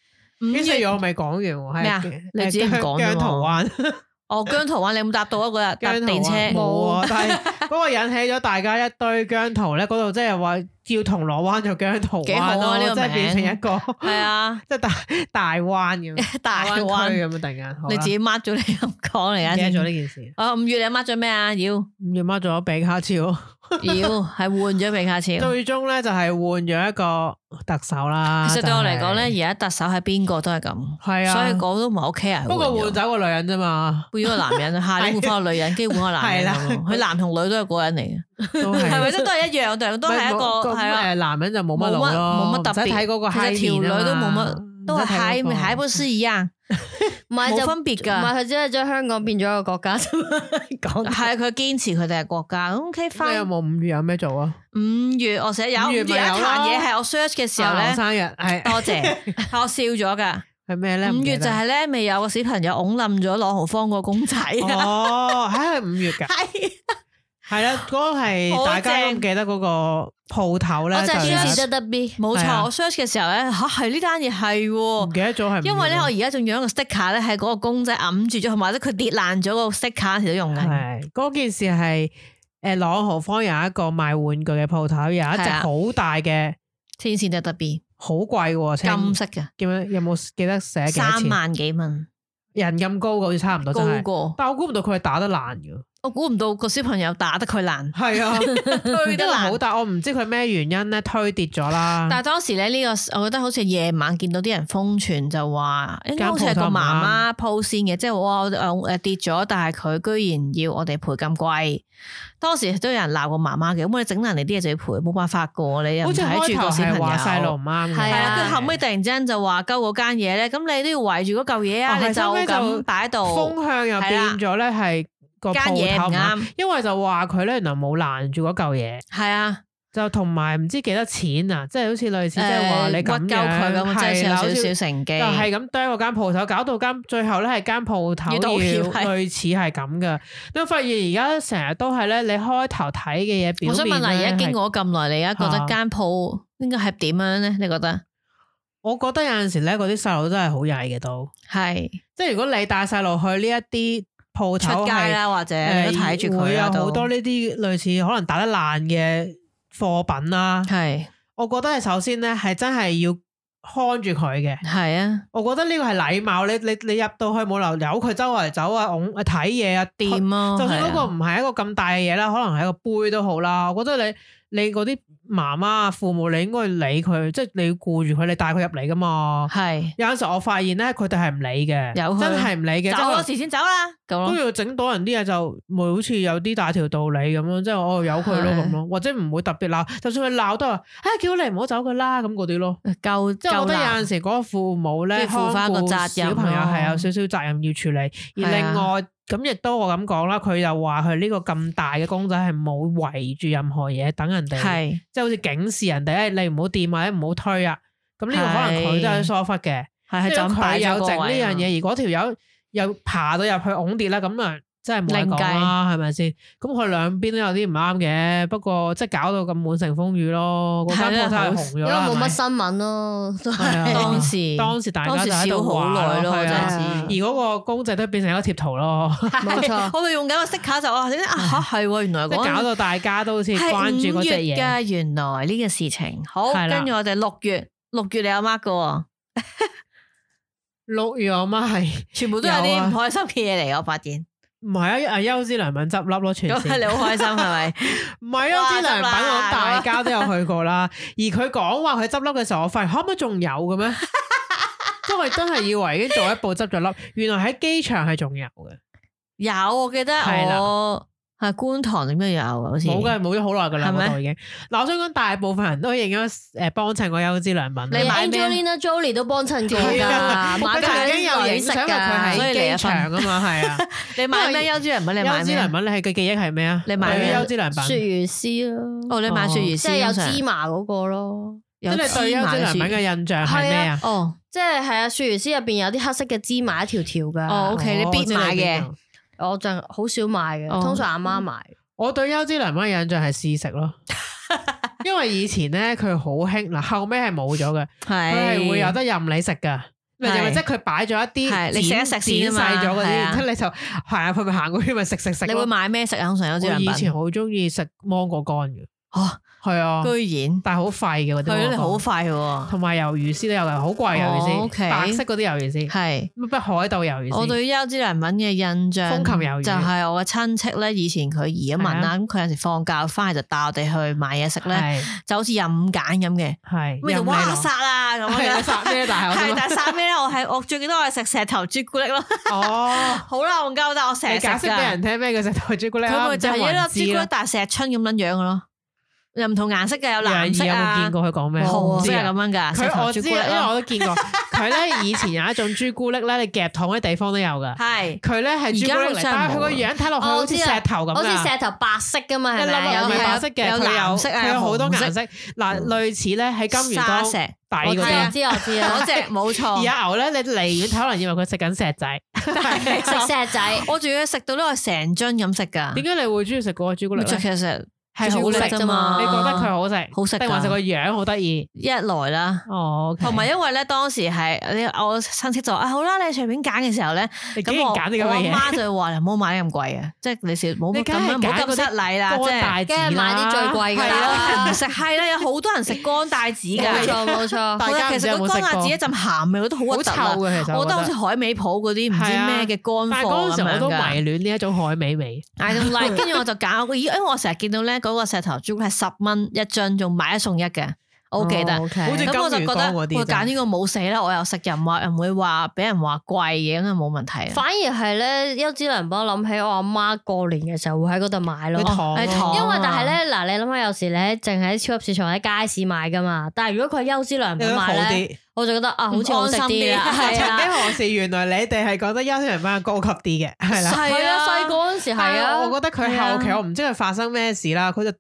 Speaker 4: 五
Speaker 2: 呢四
Speaker 4: 月
Speaker 2: 樣我未講完喎，
Speaker 4: 咩啊
Speaker 2: 係
Speaker 4: 你自己唔
Speaker 2: 誒
Speaker 4: 講
Speaker 2: 姜
Speaker 4: 啫喎
Speaker 2: 姜圖灣，
Speaker 4: 哦，姜濤灣你有冇搭到啊？嗰日搭
Speaker 2: 姜圖
Speaker 4: 電
Speaker 2: 灣
Speaker 4: 車
Speaker 2: 冇啊，但係嗰個引起咗大家一堆姜圖咧，嗰度即係話叫銅鑼灣就姜圖
Speaker 4: 幾好啊
Speaker 2: 灣咯，
Speaker 4: 呢個
Speaker 2: 即係變成
Speaker 4: 名
Speaker 2: 一個
Speaker 4: 係
Speaker 2: [GASPS]
Speaker 4: 啊，
Speaker 2: [LAUGHS] 即係大大灣咁，
Speaker 4: [LAUGHS] 大
Speaker 2: 灣
Speaker 4: 灣
Speaker 2: 區咁樣突然間，好啦
Speaker 4: 你自己 mark 咗你咁講嚟
Speaker 2: 唔記得咗
Speaker 4: 啊！
Speaker 2: 呢件事。
Speaker 4: 啊，五月你 mark 咗咩啊？妖。啊
Speaker 2: 五月孖仲有比卡超，
Speaker 4: 妖係換咗俾卡超。
Speaker 2: [LAUGHS] 最終咧就係換咗一個特首啦。
Speaker 4: 其實對我嚟講
Speaker 2: 啊就係
Speaker 4: 咧，，而家特首係邊個都係咁，
Speaker 2: 係啊
Speaker 4: 所以講都唔係 OK 啊。
Speaker 2: 不過換
Speaker 4: 換咗
Speaker 2: 走個女人啫嘛，
Speaker 4: 換咗個男人，下年換翻個
Speaker 2: [LAUGHS]
Speaker 4: 女人，跟住換個男人咁
Speaker 2: 係
Speaker 4: 咯。佢男同女都係嗰人嚟嘅，
Speaker 2: 都係
Speaker 4: [LAUGHS] 係咪即都係一樣？對，都係一個
Speaker 2: 咁
Speaker 4: 係啊。
Speaker 2: 誒男人就冇乜
Speaker 4: 冇
Speaker 2: 腦
Speaker 4: 乜
Speaker 2: 咯，
Speaker 4: 冇乜特
Speaker 2: 唔使
Speaker 4: 別
Speaker 2: 睇嗰個
Speaker 4: 其實
Speaker 2: high
Speaker 4: 條
Speaker 2: 面啊
Speaker 4: 女都冇
Speaker 2: 嘛
Speaker 4: 乜，都係
Speaker 2: 唔使睇嗰
Speaker 4: high
Speaker 2: 個
Speaker 4: 面，high 不是一樣，
Speaker 3: 唔係
Speaker 4: 冇
Speaker 3: 就
Speaker 4: 分別
Speaker 3: 唔係
Speaker 4: 㗎。
Speaker 3: 佢只係將香港變咗一個國家啫嘛，
Speaker 2: [LAUGHS]
Speaker 3: 講得
Speaker 4: 係佢堅持佢哋係國家，OK
Speaker 2: 咁你有
Speaker 4: fine。
Speaker 2: 冇五月有咩做啊？
Speaker 4: 五月我寫有，
Speaker 2: 五
Speaker 4: 五
Speaker 2: 月
Speaker 4: 月
Speaker 2: 咪
Speaker 4: 有一
Speaker 2: 有咯
Speaker 4: 壇嘢係我 search 嘅時候
Speaker 2: 啊
Speaker 4: 咧
Speaker 2: 我，生日係
Speaker 4: 多謝，係我笑
Speaker 2: [LAUGHS]
Speaker 4: 咗㗎。
Speaker 2: 係咩咧？
Speaker 4: 哦五月就
Speaker 2: 係
Speaker 4: 係咧，未有個小朋友拱冧咗朗豪坊個公仔啊，
Speaker 2: 哦，係五月㗎，
Speaker 4: [LAUGHS] 係
Speaker 2: 係啦，嗰個係
Speaker 4: 好
Speaker 2: 大家都唔
Speaker 4: 正
Speaker 2: 記得嗰個鋪頭咧，
Speaker 3: 我就
Speaker 2: 就有
Speaker 3: 係天使
Speaker 2: 一
Speaker 3: 得得 B，
Speaker 4: 冇
Speaker 2: 係啊
Speaker 4: 錯。我 search 嘅時候咧，吓係呢單嘢係喎
Speaker 2: 唔。記得咗係五月
Speaker 4: 因為咧，我
Speaker 2: 喎
Speaker 4: 而家仲用一個 sticker 咧，喺嗰個公仔揞住咗，或者佢跌爛咗個 sticker 嗰時都用緊。
Speaker 2: 係嗰件事係誒朗豪坊有一個賣玩具嘅鋪頭，有一隻
Speaker 4: 係啊
Speaker 2: 好大嘅，
Speaker 4: 天線就特別
Speaker 2: 好貴喎，
Speaker 4: 金
Speaker 2: 青
Speaker 4: 色嘅，
Speaker 2: 叫咩？有冇記得寫幾多
Speaker 4: 三
Speaker 2: 錢？
Speaker 4: 萬幾蚊，
Speaker 2: 人咁高嘅好似差唔多真
Speaker 4: 高
Speaker 2: 係，
Speaker 4: 過。
Speaker 2: 但我估唔到佢係打得爛
Speaker 4: [LAUGHS]
Speaker 2: 嘅。
Speaker 4: 我估唔到個小朋友打得佢爛，
Speaker 2: 係啊，
Speaker 4: 推得
Speaker 2: 因為好
Speaker 4: 爛。
Speaker 2: 大，我唔知佢咩原因咧推跌咗啦。
Speaker 4: 但係當時咧呢、個，我覺得好似夜晚見到啲人瘋傳就話，應該好似
Speaker 2: 間
Speaker 4: 係個
Speaker 2: 鋪頭唔
Speaker 4: 媽
Speaker 2: 啱
Speaker 4: 媽 po 先嘅，即係哇誒跌咗，但係佢居然要我哋賠咁貴。當時都有人鬧個媽媽嘅，咁你整爛你啲嘢就要賠，冇辦法噶，你又唔
Speaker 2: 好似
Speaker 4: 睇
Speaker 2: 開
Speaker 4: 住
Speaker 2: 頭
Speaker 4: 個小
Speaker 2: 係話
Speaker 4: 朋
Speaker 2: 細路
Speaker 4: 友
Speaker 2: 唔。啱嘅，
Speaker 3: 係
Speaker 4: 係
Speaker 3: 啊
Speaker 4: 啊，跟住後尾突然之間就話鳩嗰間嘢咧，咁你都要圍住嗰嚿嘢啊，
Speaker 2: 哦係
Speaker 4: 你就
Speaker 2: 收尾就
Speaker 4: 咁擺喺度，
Speaker 2: 風向又變咗咧，係個
Speaker 4: 間
Speaker 2: 鋪
Speaker 4: 嘢
Speaker 2: 頭
Speaker 4: 唔
Speaker 2: 唔啱，
Speaker 4: 啱，
Speaker 2: 因為就話佢咧原來冇攔住嗰嚿嘢，
Speaker 4: 係啊，
Speaker 2: 就同埋唔知幾多錢啊，即係好似類似即係話
Speaker 4: 誒
Speaker 2: 你
Speaker 4: 屈
Speaker 2: 咁
Speaker 4: 鳩佢
Speaker 2: 樣，
Speaker 4: 咁，真係
Speaker 2: 係
Speaker 4: 有
Speaker 2: 啦，
Speaker 4: 少
Speaker 2: 好似
Speaker 4: 少成機
Speaker 2: 就。係咁啄嗰間鋪頭，搞到間最後咧係間鋪頭
Speaker 4: 要道歉 [LAUGHS]
Speaker 2: [LAUGHS]
Speaker 4: 係
Speaker 2: 類似係咁嘅。你會發現而家成日都係咧，你開頭睇嘅嘢表面
Speaker 4: 我想問啊嗱，而
Speaker 2: 咧
Speaker 4: 家
Speaker 2: 係
Speaker 4: 經過咗咁耐，你而家覺
Speaker 2: 嚇
Speaker 4: 得間鋪應該係點樣咧？你覺得
Speaker 2: 我覺得有陣時咧，嗰啲細路真係好曳嘅都，
Speaker 4: 係
Speaker 2: 即係如果你帶細路去呢一啲鋪
Speaker 4: 出
Speaker 2: 頭
Speaker 4: 街
Speaker 2: 係
Speaker 4: 啦，或者
Speaker 2: 誒
Speaker 4: 你都睇住
Speaker 2: 會
Speaker 4: 佢
Speaker 2: 有
Speaker 4: 啦，
Speaker 2: 好
Speaker 4: 都
Speaker 2: 多呢啲類似可能打得爛嘅貨品啦。
Speaker 4: 係
Speaker 2: 我覺得係首先咧係真係要看住佢嘅，
Speaker 4: 係啊，
Speaker 2: 我覺得呢個係禮貌。你你你入到去冇留由佢周圍走啊，拱啊睇嘢啊，掂
Speaker 4: 掂咯，
Speaker 2: 就算嗰
Speaker 4: 係
Speaker 2: 個
Speaker 4: 啊
Speaker 2: 唔係一個咁大嘅嘢啦，可能係一個杯都好啦。我覺得你你嗰啲媽媽啊、父母，你應該理佢，即係你要顧住佢，你帶佢入嚟噶嘛。
Speaker 4: 係
Speaker 2: 有陣時我發現咧，佢哋係唔理嘅，
Speaker 4: 有佢
Speaker 2: 真係唔理嘅，即
Speaker 4: 走
Speaker 2: 係
Speaker 4: 嗰
Speaker 2: 話
Speaker 4: 時先走啦，咁
Speaker 2: 都
Speaker 4: 咯，
Speaker 2: 要整到人啲嘢就會好似有啲大條道理咁樣，即係我由佢咯
Speaker 4: 係
Speaker 2: 咁咯，或者唔會特別鬧，就算佢鬧都係話，唉，叫你唔好走佢啦咁嗰啲咯。
Speaker 4: 夠
Speaker 2: 即係我
Speaker 4: 夠
Speaker 2: 覺得有陣
Speaker 4: 啦，
Speaker 2: 時嗰個父母咧，
Speaker 4: 要負返個
Speaker 2: 看顧
Speaker 4: 責任
Speaker 2: 小朋友係有
Speaker 4: 咯
Speaker 2: 少少責任要處理。而
Speaker 4: 係
Speaker 2: 另
Speaker 4: 啊
Speaker 2: 外咁亦都我咁講啦，佢又話佢呢個咁大嘅公仔係冇圍住任何嘢等人哋，
Speaker 4: 係
Speaker 2: 即係好似警示人哋，誒哎你唔好掂或者唔好推啊。咁呢個可能佢都有啲疏忽嘅，
Speaker 4: 係係
Speaker 2: 即
Speaker 4: 就
Speaker 2: 係
Speaker 4: 咁
Speaker 2: 佢
Speaker 4: 擺咗
Speaker 2: 有
Speaker 4: 個
Speaker 2: 整呢
Speaker 4: 位
Speaker 2: 樣
Speaker 4: 啊
Speaker 2: 嘢，而嗰條友又爬到入去拱跌啦，咁啊真係冇得講啦，係咪先？咁佢兩邊都有啲唔啱嘅，不過即係搞到咁滿城風雨咯，嗰
Speaker 4: 係
Speaker 2: 間
Speaker 4: 啦
Speaker 2: 鋪頭係
Speaker 4: 好
Speaker 2: 紅咗
Speaker 3: 因為
Speaker 2: 啦，係
Speaker 3: 冇
Speaker 2: 咪
Speaker 3: 乜新聞咯，都
Speaker 2: 啊係啊
Speaker 3: 係
Speaker 4: 當時
Speaker 2: 當時大家
Speaker 4: 當時
Speaker 2: 就喺
Speaker 4: 笑
Speaker 2: 度
Speaker 4: 好耐咯，
Speaker 2: 係
Speaker 4: 真
Speaker 2: 啊
Speaker 3: 陣時
Speaker 4: 係。
Speaker 2: 而嗰個公仔都變成一個貼圖咯，
Speaker 3: [LAUGHS] 冇錯。
Speaker 4: [LAUGHS] 我哋用緊個色卡就啊，點解啊嚇係喎，原來
Speaker 2: 即係 [LAUGHS] 搞
Speaker 4: 講
Speaker 2: 到大家都好似關
Speaker 4: 係
Speaker 2: 注
Speaker 4: 五
Speaker 2: 嗰隻
Speaker 4: 月
Speaker 2: 嘢。
Speaker 4: 嘅，原來呢個事情好，
Speaker 2: 係啦啊
Speaker 4: 跟住我哋六月，六月你有 mark 嘅喎，
Speaker 2: 六月我啊媽係
Speaker 4: 全部都有
Speaker 2: 有
Speaker 4: 啲
Speaker 2: 啊
Speaker 4: 唔開心嘅嘢嚟，我發
Speaker 2: [LAUGHS]
Speaker 4: 現。
Speaker 2: 唔係啊？阿優之良品執笠咯，全
Speaker 4: 咁啊
Speaker 2: 線
Speaker 4: 你好開心
Speaker 2: [LAUGHS]
Speaker 4: 係咪？
Speaker 2: 唔係啊優之良品，
Speaker 4: 哇執笠
Speaker 2: 我
Speaker 4: 啦
Speaker 2: 諗大家都有去過
Speaker 4: [LAUGHS]
Speaker 2: 啦。而佢講話佢執笠嘅時候，我發現可唔可以仲有嘅咩？ [LAUGHS] 因為真係以為已經做一步執咗笠，原來喺機場係仲有
Speaker 4: [LAUGHS]
Speaker 2: 嘅，
Speaker 4: 有，我記得
Speaker 2: 係啦
Speaker 4: 我係觀塘點樣有啊，好似
Speaker 2: 冇嘅冇咗好耐噶啦，
Speaker 4: 係
Speaker 2: 嗰
Speaker 4: 咪
Speaker 2: 度已經。嗱，我想講大部分人都應該誒幫襯過優之良品啦。
Speaker 3: 你
Speaker 4: 你買咩啊
Speaker 3: Angelina Jolie 都幫襯過
Speaker 2: 係
Speaker 3: 㗎，
Speaker 2: 啊
Speaker 3: 買
Speaker 2: 佢曾經有
Speaker 3: 俾
Speaker 2: 影
Speaker 3: 女食
Speaker 2: 相，因為佢
Speaker 3: 㗎。
Speaker 4: 所以你
Speaker 2: 喺
Speaker 4: 有
Speaker 2: 機場啊嘛，係啊。
Speaker 4: 你買咩優之良品？你買
Speaker 2: 優之良 [LAUGHS]
Speaker 4: 咩？
Speaker 2: 啊品，你係嘅記憶係咩啊？
Speaker 4: 你買
Speaker 2: 對於
Speaker 4: 咩
Speaker 2: 優之良品，即
Speaker 3: 鱈魚絲咯，
Speaker 4: 哦，你買鱈魚絲，
Speaker 3: 即係有
Speaker 4: 通常
Speaker 3: 芝麻嗰個咯。
Speaker 4: 有
Speaker 2: 係你對優
Speaker 4: 芝麻
Speaker 2: 之良品
Speaker 4: 鱈魚
Speaker 2: 嘅印象係咩啊？
Speaker 4: 哦
Speaker 3: 即係係啊，鱈魚絲入邊有啲黑色嘅芝麻一條條㗎。
Speaker 4: 哦，OK，你
Speaker 2: 哦
Speaker 4: 必買。
Speaker 2: 我知
Speaker 4: 嘅
Speaker 2: 道
Speaker 3: 我就好少買嘅，
Speaker 4: 哦
Speaker 3: 通常阿媽買。
Speaker 2: 我對優之良品嘅印象係試食 [LAUGHS] 咯，因為以前咧佢好興嗱，後尾係冇咗嘅，佢係
Speaker 4: 係
Speaker 2: 會有得任你食㗎。咪
Speaker 4: 係
Speaker 2: 就咪即係佢擺咗一啲
Speaker 4: 係你食一食
Speaker 2: 剪剪
Speaker 4: 先啊嘛
Speaker 2: 細咗嗰啲，
Speaker 4: 係啊
Speaker 2: 然之後你就行入去咪行過去咪食食食
Speaker 4: 你會
Speaker 2: 咯。
Speaker 4: 買咩食啊？通常優之
Speaker 2: 我
Speaker 4: 良
Speaker 2: 以
Speaker 4: 品
Speaker 2: 前。好中意食芒果乾嘅，
Speaker 4: 哦，
Speaker 2: 係啊，
Speaker 4: 居然
Speaker 2: 但係好廢嘅嗰啲
Speaker 4: 佢
Speaker 2: 蘿
Speaker 4: 哋
Speaker 2: 蔔
Speaker 4: 好快喎，
Speaker 2: 同埋魷魚絲都有嘅，好貴嘅魷魚
Speaker 4: 哦
Speaker 2: 絲，
Speaker 4: ，OK
Speaker 2: 白色嗰啲魷魚絲，
Speaker 4: 係。
Speaker 2: 乜乜海盜魷魚絲。
Speaker 4: 我對優之良文嘅印象，
Speaker 2: 風琴魷魚
Speaker 4: 就係我嘅親戚咧，以前佢移咗民
Speaker 2: 係啊
Speaker 4: 啦，咁佢有時放假翻嚟就帶我哋去買嘢食咧，
Speaker 2: 係
Speaker 4: 就好似任揀咁嘅，
Speaker 2: 係
Speaker 4: 咁就哇殺啊咁
Speaker 2: 係
Speaker 4: 樣
Speaker 2: 你，殺咩？啊但係我
Speaker 4: 係
Speaker 2: 想
Speaker 4: 但係殺咩咧？我係我最記得我係食石頭朱古
Speaker 2: [LAUGHS]
Speaker 4: 力咯，
Speaker 2: 哦，
Speaker 4: 好啦，戇鳩，但我成
Speaker 2: 你
Speaker 4: 日食
Speaker 2: 解釋俾
Speaker 4: 㗎
Speaker 2: 人聽咩叫石頭朱古力
Speaker 4: 佢
Speaker 2: 啊？
Speaker 4: 咪就係
Speaker 2: 係
Speaker 4: 一粒朱古力，但係石春咁樣樣嘅咯，又唔同顏色嘅，有藍色
Speaker 2: 有冇
Speaker 4: 啊
Speaker 2: 見、過佢講咩？我唔
Speaker 4: 紅
Speaker 2: 知
Speaker 4: 色
Speaker 2: 啊
Speaker 4: 啊咁樣㗎，石
Speaker 2: 佢
Speaker 4: 頭
Speaker 2: 我知
Speaker 4: 朱古力
Speaker 2: 啊，因為
Speaker 4: 咯，
Speaker 2: 我都見過佢咧。以前有一種朱古力咧，你夾糖嗰啲地方都有噶。
Speaker 4: 係。
Speaker 2: 佢咧係朱古力嚟，
Speaker 4: 而家
Speaker 2: 但
Speaker 4: 好像
Speaker 2: 係佢個
Speaker 4: 冇
Speaker 2: 樣睇落去
Speaker 3: 哦
Speaker 2: 好
Speaker 3: 我
Speaker 2: 似
Speaker 3: 知
Speaker 2: 石
Speaker 3: 啊
Speaker 2: 頭咁
Speaker 3: 好似
Speaker 2: 啊
Speaker 3: 石頭白色噶嘛，
Speaker 2: 一
Speaker 3: 係
Speaker 2: 粒
Speaker 3: 咪？
Speaker 2: 粒
Speaker 3: 有
Speaker 2: 唔係白色嘅，
Speaker 4: 有
Speaker 2: 佢有
Speaker 4: 藍色啊
Speaker 2: 佢有好多
Speaker 4: 紅色
Speaker 2: 顏色。嗱，類似咧喺金魚
Speaker 4: 沙
Speaker 2: 缸
Speaker 4: 石
Speaker 2: [LAUGHS] 底嗰
Speaker 3: 我知
Speaker 2: 啲
Speaker 3: 我
Speaker 2: 啊。
Speaker 3: 知我知
Speaker 4: 嗰
Speaker 3: 啊，
Speaker 4: 只冇
Speaker 2: 而
Speaker 4: 錯，
Speaker 2: 阿牛咧，你離遠睇可能以為佢食緊石仔，
Speaker 3: [LAUGHS] 食石仔，
Speaker 4: 我仲要食到呢個成樽咁食㗎。
Speaker 2: 點解你會中意食嗰個朱古力
Speaker 4: 啊咪
Speaker 2: 咧？
Speaker 4: 就其實
Speaker 2: 係
Speaker 4: 朱古力
Speaker 2: 啊好食
Speaker 4: 啫嘛
Speaker 2: 你覺得佢好食？
Speaker 4: 好食㗎
Speaker 2: 定還是個樣好得意？
Speaker 4: 一來啦，
Speaker 2: 哦，
Speaker 4: 同埋
Speaker 2: 一
Speaker 4: 因為咧當時係你我親戚就話啊好啦，你隨便揀嘅時候咧，
Speaker 2: 你竟
Speaker 4: 咁
Speaker 2: 然
Speaker 4: 我
Speaker 2: 揀啲咁
Speaker 4: 我
Speaker 2: 嘅
Speaker 4: 阿
Speaker 2: 嘢，
Speaker 4: 媽就話你唔好買得咁貴啊，即係你少冇
Speaker 2: 你
Speaker 4: 咁
Speaker 2: 梗
Speaker 4: 樣
Speaker 2: 係
Speaker 4: 唔好
Speaker 2: 揀嗰
Speaker 4: 咁
Speaker 2: 啲
Speaker 4: 失禮啦，啊即係
Speaker 2: 乾帶子
Speaker 3: 梗係買啲最貴㗎
Speaker 4: 係啦，
Speaker 3: 啦
Speaker 4: 唔，食係啦，有好多人食乾帶子
Speaker 3: [LAUGHS] 冇
Speaker 4: 㗎。
Speaker 3: 錯冇錯，
Speaker 2: 大
Speaker 4: 好
Speaker 2: 家
Speaker 4: 啦
Speaker 2: 唔
Speaker 4: 其
Speaker 2: 知
Speaker 4: 實
Speaker 2: 有
Speaker 4: 個
Speaker 2: 冇
Speaker 4: 乾帶
Speaker 2: 食
Speaker 4: 子
Speaker 2: 過
Speaker 4: 一陣鹹味，我覺得好
Speaker 2: 好
Speaker 4: 核突啊
Speaker 2: 臭嘅其實
Speaker 4: 我
Speaker 2: 我覺
Speaker 4: 覺得
Speaker 2: 得
Speaker 4: 好似海味鋪嗰啲唔知
Speaker 2: 係啊
Speaker 4: 咩嘅乾
Speaker 2: 但係
Speaker 4: 貨
Speaker 2: 嗰陣
Speaker 4: 咁
Speaker 2: 時
Speaker 4: 樣
Speaker 2: 我都迷
Speaker 4: 㗎。
Speaker 2: 戀呢一種海味味，
Speaker 4: I don't
Speaker 2: [LAUGHS]
Speaker 4: like，跟住我就揀，咦，因為我成日見到咧嗰個石頭朱古力係十蚊一樽，仲買一送一嘅，我好記得。
Speaker 2: 哦好似
Speaker 4: 咁我就覺
Speaker 2: 金魚
Speaker 4: 得
Speaker 2: 缸
Speaker 4: 我
Speaker 2: 嗰啲
Speaker 4: 揀呢個冇死啦，我又食人話，又唔會話俾人話貴嘅，咁啊冇問題啊。
Speaker 3: 反而係咧，優之良幫我諗起我阿媽過年嘅時候會喺嗰度買
Speaker 2: 佢
Speaker 3: 咯。
Speaker 2: 糖啊
Speaker 4: 係
Speaker 2: 咯
Speaker 4: 糖
Speaker 3: 因為但係咧，嗱你諗下，有時咧淨喺超級市場喺街市買噶嘛，但係如果佢係優之良
Speaker 2: 你覺
Speaker 3: 品
Speaker 2: 得好
Speaker 3: 買咧，
Speaker 2: 啲。
Speaker 3: 我就覺得啊，好似好食啲啦，
Speaker 4: 安心啲
Speaker 3: 係
Speaker 2: 曾
Speaker 3: 啊
Speaker 2: 經，何時，原來你哋係覺得優先人班係高級啲嘅， [LAUGHS] 係啦。
Speaker 3: 係啊，細個嗰陣時係
Speaker 2: 但
Speaker 3: 啊，
Speaker 2: 我覺得佢後期
Speaker 3: 係啊
Speaker 2: 我唔知佢發生咩事啦，佢就突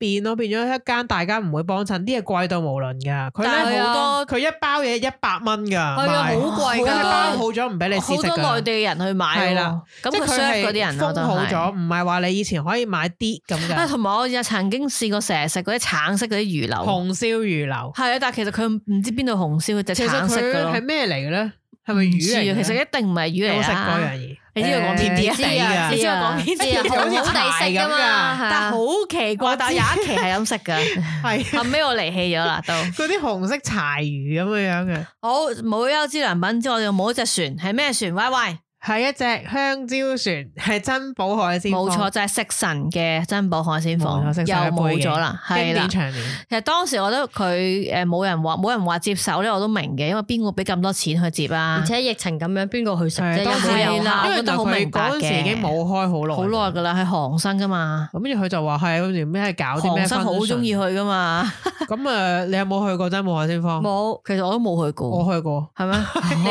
Speaker 2: 變咯，變咗一間大家唔會幫襯，啲嘢貴到無論㗎。佢
Speaker 4: 但
Speaker 2: 咧
Speaker 4: 係
Speaker 2: 好
Speaker 4: 好
Speaker 2: 多，佢一包嘢一百蚊㗎，
Speaker 3: 係啊，好
Speaker 2: 賣
Speaker 3: 貴
Speaker 2: 佢係包
Speaker 3: 㗎，
Speaker 2: 好咗唔俾你
Speaker 4: 好
Speaker 2: 試食
Speaker 4: 多內
Speaker 2: 㗎。
Speaker 4: 地人去買
Speaker 2: 係
Speaker 4: 喎
Speaker 2: 啦，
Speaker 4: 咁
Speaker 2: 即係
Speaker 4: 佢 serve 嗰啲人我
Speaker 2: 封
Speaker 4: 覺得
Speaker 2: 好
Speaker 4: 係
Speaker 2: 咗，唔係話你以前可以買啲咁
Speaker 4: 啊， [LAUGHS]
Speaker 2: 嘅
Speaker 4: 同埋我又曾經試過成日食嗰啲橙色嗰啲魚柳，
Speaker 2: 紅燒魚柳。
Speaker 4: 係啊，但係其實佢唔知邊度紅燒， [LAUGHS] 就
Speaker 2: 其實
Speaker 4: 橙色
Speaker 2: 佢
Speaker 4: 㗎咯
Speaker 2: 係。咩嚟嘅咧？係咪
Speaker 4: 唔
Speaker 2: 魚
Speaker 4: 知
Speaker 2: 嚟
Speaker 4: 啊
Speaker 2: 嘅咧？
Speaker 4: 其實一定唔係魚
Speaker 2: 有
Speaker 4: 嚟啊
Speaker 2: 冇食過
Speaker 4: 啦
Speaker 2: 樣。嘢？
Speaker 4: 你知道講邊啲啊
Speaker 2: 誒？地啊
Speaker 3: 知啊
Speaker 4: 你知
Speaker 3: 知啊
Speaker 4: 我講邊啲啊
Speaker 3: 好好地色㗎嘛，
Speaker 4: 但
Speaker 3: 係啊
Speaker 4: 好奇怪，但係有一期係咁食
Speaker 2: [LAUGHS]
Speaker 4: 㗎，
Speaker 2: 係
Speaker 4: 後尾我離棄咗啦都。
Speaker 2: 嗰啲紅色柴魚咁樣樣嘅，
Speaker 4: 好冇優之良品之外，又冇一隻船，係咩船？喂喂。
Speaker 2: 係一隻香蕉船，係珍寶海鮮
Speaker 4: 冇
Speaker 2: 舫
Speaker 4: 錯，就係食神嘅珍寶海鮮舫
Speaker 2: 冇錯食神
Speaker 4: 又
Speaker 2: 嘅
Speaker 4: 冇
Speaker 2: 背景
Speaker 4: 咗啦，
Speaker 2: 經
Speaker 4: 係啦
Speaker 2: 典。場面。
Speaker 4: 其實當時我覺得佢誒冇人話冇人話接手咧，我都明嘅，因為邊個俾咁多錢去接啊
Speaker 3: 而？且疫情咁樣，邊個去食
Speaker 2: 係啊
Speaker 3: 啫？又
Speaker 2: 當時
Speaker 4: 冇
Speaker 3: 係
Speaker 4: 有啦
Speaker 2: 因
Speaker 4: 我
Speaker 2: 為
Speaker 4: 覺得好明白
Speaker 2: 佢
Speaker 4: 嘅
Speaker 2: 嗰陣時已經冇開好耐，
Speaker 4: 好耐噶啦，係韓生噶嘛，
Speaker 2: 咁跟住佢就話係，跟住咩搞啲咩
Speaker 4: 韓生好
Speaker 2: function
Speaker 4: 中意去噶嘛。
Speaker 2: 咁啊，你有冇去過珍寶海鮮舫？
Speaker 4: 冇，其實我都冇去過，
Speaker 2: 我去過。
Speaker 4: 係咩？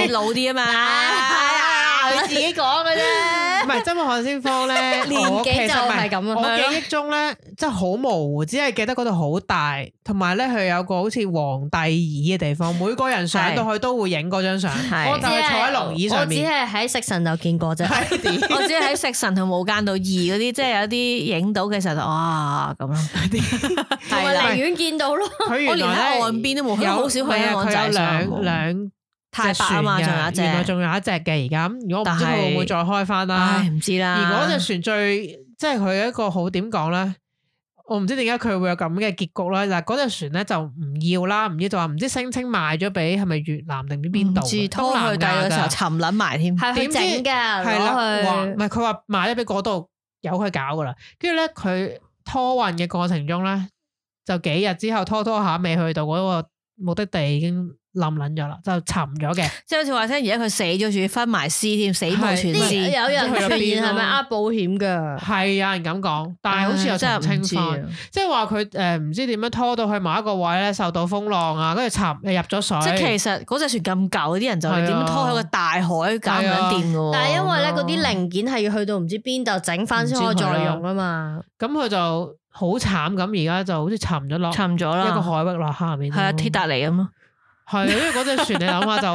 Speaker 4: 你老啲啊 [LAUGHS] 嘛，
Speaker 3: 佢自己講嘅啫。
Speaker 2: 唔係珍寶海鮮
Speaker 4: [LAUGHS]
Speaker 2: 舫咧，
Speaker 3: 年紀
Speaker 2: 我其實
Speaker 3: 就
Speaker 2: 唔
Speaker 3: 係咁啊
Speaker 2: 我
Speaker 3: 係咯
Speaker 2: 記憶中咧，真係好模糊，只係記得嗰度好大，同埋咧佢有個好似皇帝椅嘅地方，每個人上到去都會影嗰張相。
Speaker 4: 係啊
Speaker 2: 我就係坐喺龍椅
Speaker 3: 我
Speaker 2: 上
Speaker 3: 只
Speaker 2: 面。
Speaker 3: 係喺食神就見過啫。
Speaker 4: 我只係喺食神同無間道二嗰啲，即係有啲影到嘅時候就哇咁咯，
Speaker 3: 同
Speaker 4: 係
Speaker 3: 埋
Speaker 4: 啦
Speaker 3: 離。遠見到咯，
Speaker 2: 佢
Speaker 4: 我
Speaker 2: 原
Speaker 4: 連喺
Speaker 2: 來咧
Speaker 4: 岸邊都冇去，我好少去
Speaker 2: 係啊
Speaker 4: 香港
Speaker 2: 佢
Speaker 4: 仔
Speaker 2: 有兩兩
Speaker 4: 太白啊
Speaker 2: 隻船㗎
Speaker 4: 嘛，仲有一隻
Speaker 2: 原來仲有一隻嘅而家。咁如果我唔知
Speaker 4: 但
Speaker 2: 佢
Speaker 4: 係
Speaker 2: 會唔會再開翻啦
Speaker 4: 唉，。唔啊知啦。
Speaker 2: 而嗰隻船最即係佢一個好點講咧，我唔知點解佢會有咁嘅結局啦。嗱，嗰隻船咧就唔要啦，唔要就話唔知聲稱賣咗俾係咪越南定唔知邊度
Speaker 4: 唔知
Speaker 2: 嘅
Speaker 4: 拖
Speaker 2: 東
Speaker 4: 去
Speaker 2: 南
Speaker 4: 第
Speaker 2: 亞
Speaker 4: 嘅時候
Speaker 2: 啊㗎，
Speaker 4: 沉撚埋添，
Speaker 3: 係佢整嘅，
Speaker 2: 係啦，話
Speaker 3: 攞
Speaker 2: 唔
Speaker 3: 去
Speaker 2: 係佢話賣咗俾嗰度由佢搞噶啦。跟住咧佢拖運嘅過程中咧，就幾日之後拖拖下未去到嗰個目的地已經冧撚咗啦，就沉咗
Speaker 4: [LAUGHS]
Speaker 2: 嘅。
Speaker 4: 即係好似話聽，而家佢死咗，仲要分埋屍添，死無
Speaker 2: 係
Speaker 4: 全
Speaker 3: 啲
Speaker 4: 屍。
Speaker 3: 有人傳言係咪呃保險㗎？
Speaker 2: 係有人咁講，但係好似又
Speaker 4: 真
Speaker 2: 澄
Speaker 4: 係唔
Speaker 2: 清
Speaker 4: 知
Speaker 2: 翻。
Speaker 4: 啊
Speaker 2: 即係話佢誒唔知點樣拖到去某一個位咧，受到風浪啊，跟住沉入咗水。
Speaker 4: 即係其實嗰隻船咁舊，啲人就
Speaker 2: 係啊啊
Speaker 4: 點樣拖去個大海搞唔撚掂嘅喎。
Speaker 3: 但係因為咧嗰啲零件係要去到唔知邊度整翻先可以再用啊嘛，
Speaker 2: 咁佢就好慘咁，而家就好似沉咗落
Speaker 4: 沉咗啦，
Speaker 2: 一個海域落下面。
Speaker 4: 係啊，鐵達尼咁咯，
Speaker 2: 係啊，因為嗰隻船你諗下
Speaker 4: [LAUGHS]
Speaker 2: 就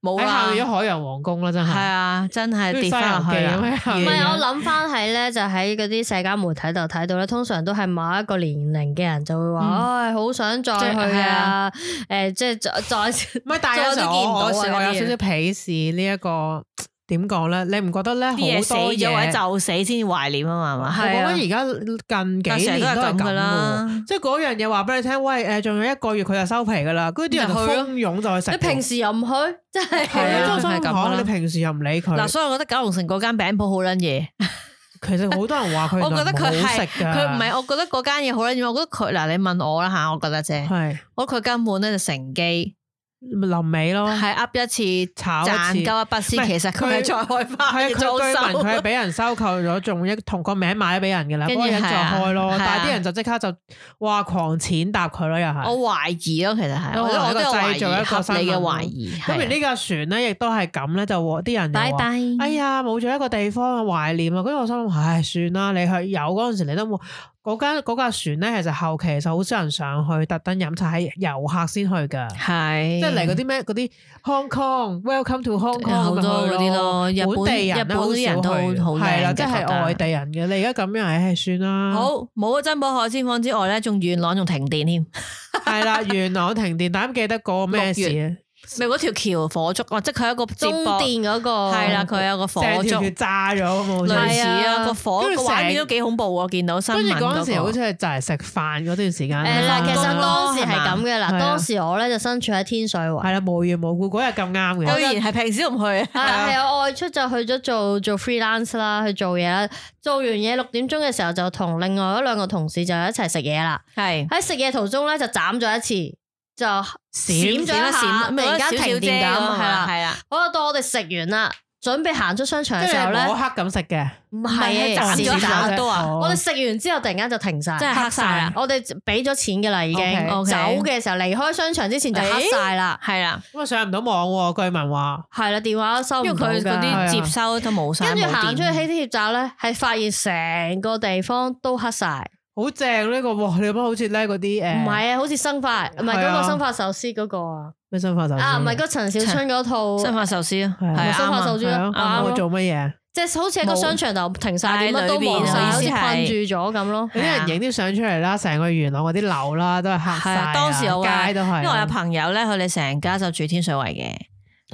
Speaker 4: 冇
Speaker 2: 喺下面咗
Speaker 4: 啦。
Speaker 2: 海洋皇宮啦，真
Speaker 4: 係
Speaker 2: 係。
Speaker 4: 啊，真係跌翻落去啊
Speaker 2: 好似西遊
Speaker 3: 唔
Speaker 2: 記咁樣
Speaker 3: 係
Speaker 4: 啦。
Speaker 3: 我諗翻喺咧，就喺嗰啲社交媒體度睇到咧，通常都係某一個年齡嘅人就會話，唉，好想再
Speaker 4: 即係
Speaker 3: 去
Speaker 4: 係
Speaker 3: 啊
Speaker 4: 啊，
Speaker 3: 誒，即係再再。
Speaker 2: 唔係，但係
Speaker 3: 係有
Speaker 2: 有
Speaker 3: 時
Speaker 2: 時
Speaker 3: 候我
Speaker 2: 我
Speaker 3: 我
Speaker 2: 我
Speaker 3: 我有
Speaker 2: 有少
Speaker 3: 少少
Speaker 2: 少鄙視呢一個點講咧？你唔覺得咧好
Speaker 4: 啲
Speaker 2: 多
Speaker 4: 嘢死咗或者
Speaker 2: 嘢啊
Speaker 4: 就死先至懷念啊嘛，係嘛？
Speaker 2: 我覺得而家近
Speaker 4: 但
Speaker 2: 幾年
Speaker 4: 成
Speaker 2: 都
Speaker 4: 日都
Speaker 2: 係
Speaker 4: 係咁
Speaker 2: 咁
Speaker 4: 㗎
Speaker 2: 噶啦
Speaker 4: 啦，
Speaker 2: 即係嗰樣嘢話俾你聽，喂誒，仲有一個月佢就收皮噶啦，跟住啲人就
Speaker 3: 咪去咯
Speaker 2: 蜂擁就去食喎。
Speaker 3: 你平時又唔去，真係
Speaker 2: 係
Speaker 4: 係
Speaker 2: 啊，
Speaker 4: 啊
Speaker 2: 裝心
Speaker 4: 真係咁㗎啦
Speaker 2: 行，你平時又唔理
Speaker 4: 嗱，
Speaker 2: 佢。
Speaker 4: 所以我覺得九龍城嗰間餅鋪好撚
Speaker 2: [LAUGHS]
Speaker 4: 嘢，
Speaker 2: 其實好多人話佢
Speaker 4: 我覺得佢
Speaker 2: 好食
Speaker 4: 係
Speaker 2: 㗎，
Speaker 4: 佢唔係，我覺得嗰間嘢好撚嘢，我覺得佢嗱，你問我啦吓，我覺得啫，
Speaker 2: 係
Speaker 4: 我覺得佢根本咧就乘機
Speaker 2: 臨尾咯，
Speaker 4: 係噏一次
Speaker 2: 炒哦一次
Speaker 4: 賺鳩一筆先，
Speaker 2: 唔係
Speaker 4: 其實佢係再開
Speaker 2: 係啊
Speaker 4: 翻
Speaker 2: 佢
Speaker 4: 嘅
Speaker 2: 據
Speaker 4: 裝
Speaker 2: 聞
Speaker 4: 修，
Speaker 2: 佢係俾人收購咗，仲一同個名買咗俾人㗎啦，嗰
Speaker 4: 跟
Speaker 2: 個
Speaker 4: 住
Speaker 2: 人再
Speaker 4: 係啊
Speaker 2: 開咯，
Speaker 4: 係啊
Speaker 2: 但係啲人就即刻就哇狂踐踏佢咯，又係。
Speaker 4: [LAUGHS] 我懷疑咯，其實係，
Speaker 2: 因為
Speaker 4: 我覺得我都有
Speaker 2: 我
Speaker 4: 懷
Speaker 2: 係一個製造一個
Speaker 4: 疑，合理
Speaker 2: 新
Speaker 4: 嘅
Speaker 2: 聞
Speaker 4: 懷疑。啊
Speaker 2: 咁而呢架船咧，亦都係咁咧，就和啲人
Speaker 3: 拜
Speaker 2: 就話：
Speaker 3: 拜。
Speaker 2: 哎呀，冇咗一個地方啊，懷念啊！跟住我心諗，唉，算啦，你去有嗰陣時，你都冇嗰間嗰架船咧，其實後期就好少人上去，特登飲茶係遊客先去㗎。
Speaker 4: 係
Speaker 2: 即係嚟嗰啲咩嗰啲 Hong Kong Welcome to Hong
Speaker 4: 有
Speaker 2: Kong
Speaker 4: 嗯好多嗰啲咯
Speaker 2: 咁樣去
Speaker 4: 日本
Speaker 2: 本地人咧
Speaker 4: 日本啲人都
Speaker 2: 好少去
Speaker 4: 好靚
Speaker 2: 係啦，
Speaker 4: 嘅
Speaker 2: 即係
Speaker 4: 覺得
Speaker 2: 外地人嘅。你而家咁樣，唉，算啦。
Speaker 4: [LAUGHS] 好冇咗珍寶海鮮舫之外咧，仲元朗仲停電
Speaker 2: [LAUGHS]
Speaker 4: 添，
Speaker 2: 係啦，元朗停電，大家記得嗰個咩事啊？
Speaker 4: 咪嗰條橋火燭，哦，即係佢有一個接
Speaker 3: 中
Speaker 4: 駁，
Speaker 3: 電嗰個
Speaker 4: 係啦，佢有個火
Speaker 2: 成條橋
Speaker 4: 燭，
Speaker 2: 炸咗咁好似
Speaker 4: 類
Speaker 3: 係
Speaker 4: 似啊
Speaker 3: 啊
Speaker 4: 個火
Speaker 2: 跟
Speaker 4: 個
Speaker 2: 住
Speaker 4: 畫面
Speaker 2: 成
Speaker 4: 都幾恐怖啊！見到新
Speaker 2: 跟
Speaker 4: 聞
Speaker 2: 住嗰陣時，好
Speaker 4: 嗰
Speaker 2: 似
Speaker 4: 個
Speaker 2: 係就係食飯嗰段時間啦。
Speaker 3: 誒嗱，其實當時係咁嘅
Speaker 2: 係啊
Speaker 3: 嗱，當時我咧就身處喺天水圍啊
Speaker 2: 係。啦，無緣無故嗰日咁啱嘅。
Speaker 4: 居然係平時都唔去，
Speaker 3: 係啊，係啊，外出就去咗做做 freelance 啦，去做嘢啦。做完嘢六點鐘嘅時候，就同另外嗰兩個同事就一齊食嘢啦。
Speaker 4: 係
Speaker 3: 喺食嘢途中咧，就斬咗一次，就閃
Speaker 2: 閃
Speaker 3: 咗一下，突然間停電咁，係
Speaker 4: 啦，
Speaker 3: 啦。
Speaker 4: 啊係啦，
Speaker 3: 好啦，到我哋食完啦，準備行出商場
Speaker 2: 即
Speaker 3: 嘅時候
Speaker 2: 係
Speaker 3: 咧
Speaker 2: 摸，黑咁食嘅，
Speaker 3: 唔
Speaker 4: 係
Speaker 3: 係啊，
Speaker 4: 斬
Speaker 3: 閃
Speaker 4: 咗一下
Speaker 3: 咗
Speaker 4: 都啊
Speaker 2: 哦
Speaker 3: 我哋食完之後，突然間就停晒，
Speaker 4: 真係黑晒啦
Speaker 3: 我哋俾咗錢嘅啦，已經
Speaker 4: OK，OK
Speaker 3: 走嘅時候，離開商場之前就黑晒啦，
Speaker 4: 係啦，
Speaker 2: 咁啊上唔到網喎，據聞話。
Speaker 3: 係啦，電話都收
Speaker 4: 因為
Speaker 3: 唔到
Speaker 4: 佢嗰
Speaker 3: 㗎
Speaker 2: 係啊
Speaker 4: 啲接收都冇晒，
Speaker 3: 跟住
Speaker 4: 冇電
Speaker 3: 行出去希天協站咧，係發現成個地方都黑晒，
Speaker 2: 好正呢個喎，你咁樣好似咧嗰啲
Speaker 3: 唔
Speaker 2: 誒，
Speaker 3: 係啊，好似生化，唔係
Speaker 2: 係
Speaker 3: 嗰
Speaker 2: 啊嗯
Speaker 3: 個生化壽司嗰個啊，
Speaker 2: 咩新化手
Speaker 3: 啊唔係嗰陳小春嗰套，
Speaker 4: 新發壽司啊，
Speaker 2: 係啊
Speaker 4: 係
Speaker 3: 生化壽
Speaker 4: 啱啊
Speaker 3: 司
Speaker 2: 係啊
Speaker 3: 啱啊
Speaker 2: 我做乜嘢？
Speaker 3: 即係好似喺個
Speaker 4: 冇
Speaker 3: 商場就停晒，
Speaker 4: 喺
Speaker 3: 乜都
Speaker 4: 裏邊
Speaker 3: 冇晒，
Speaker 2: 我意
Speaker 3: 好似
Speaker 4: 思係
Speaker 3: 困住咗咁咯。
Speaker 4: 啊
Speaker 2: 有啲人影啲相出嚟啦，成個元朗嗰啲樓啦都係黑
Speaker 4: 係
Speaker 2: 晒啊，
Speaker 4: 啊，當時我話
Speaker 2: 街都係啊，
Speaker 4: 因為我有朋友咧，佢哋成家就住天水圍嘅。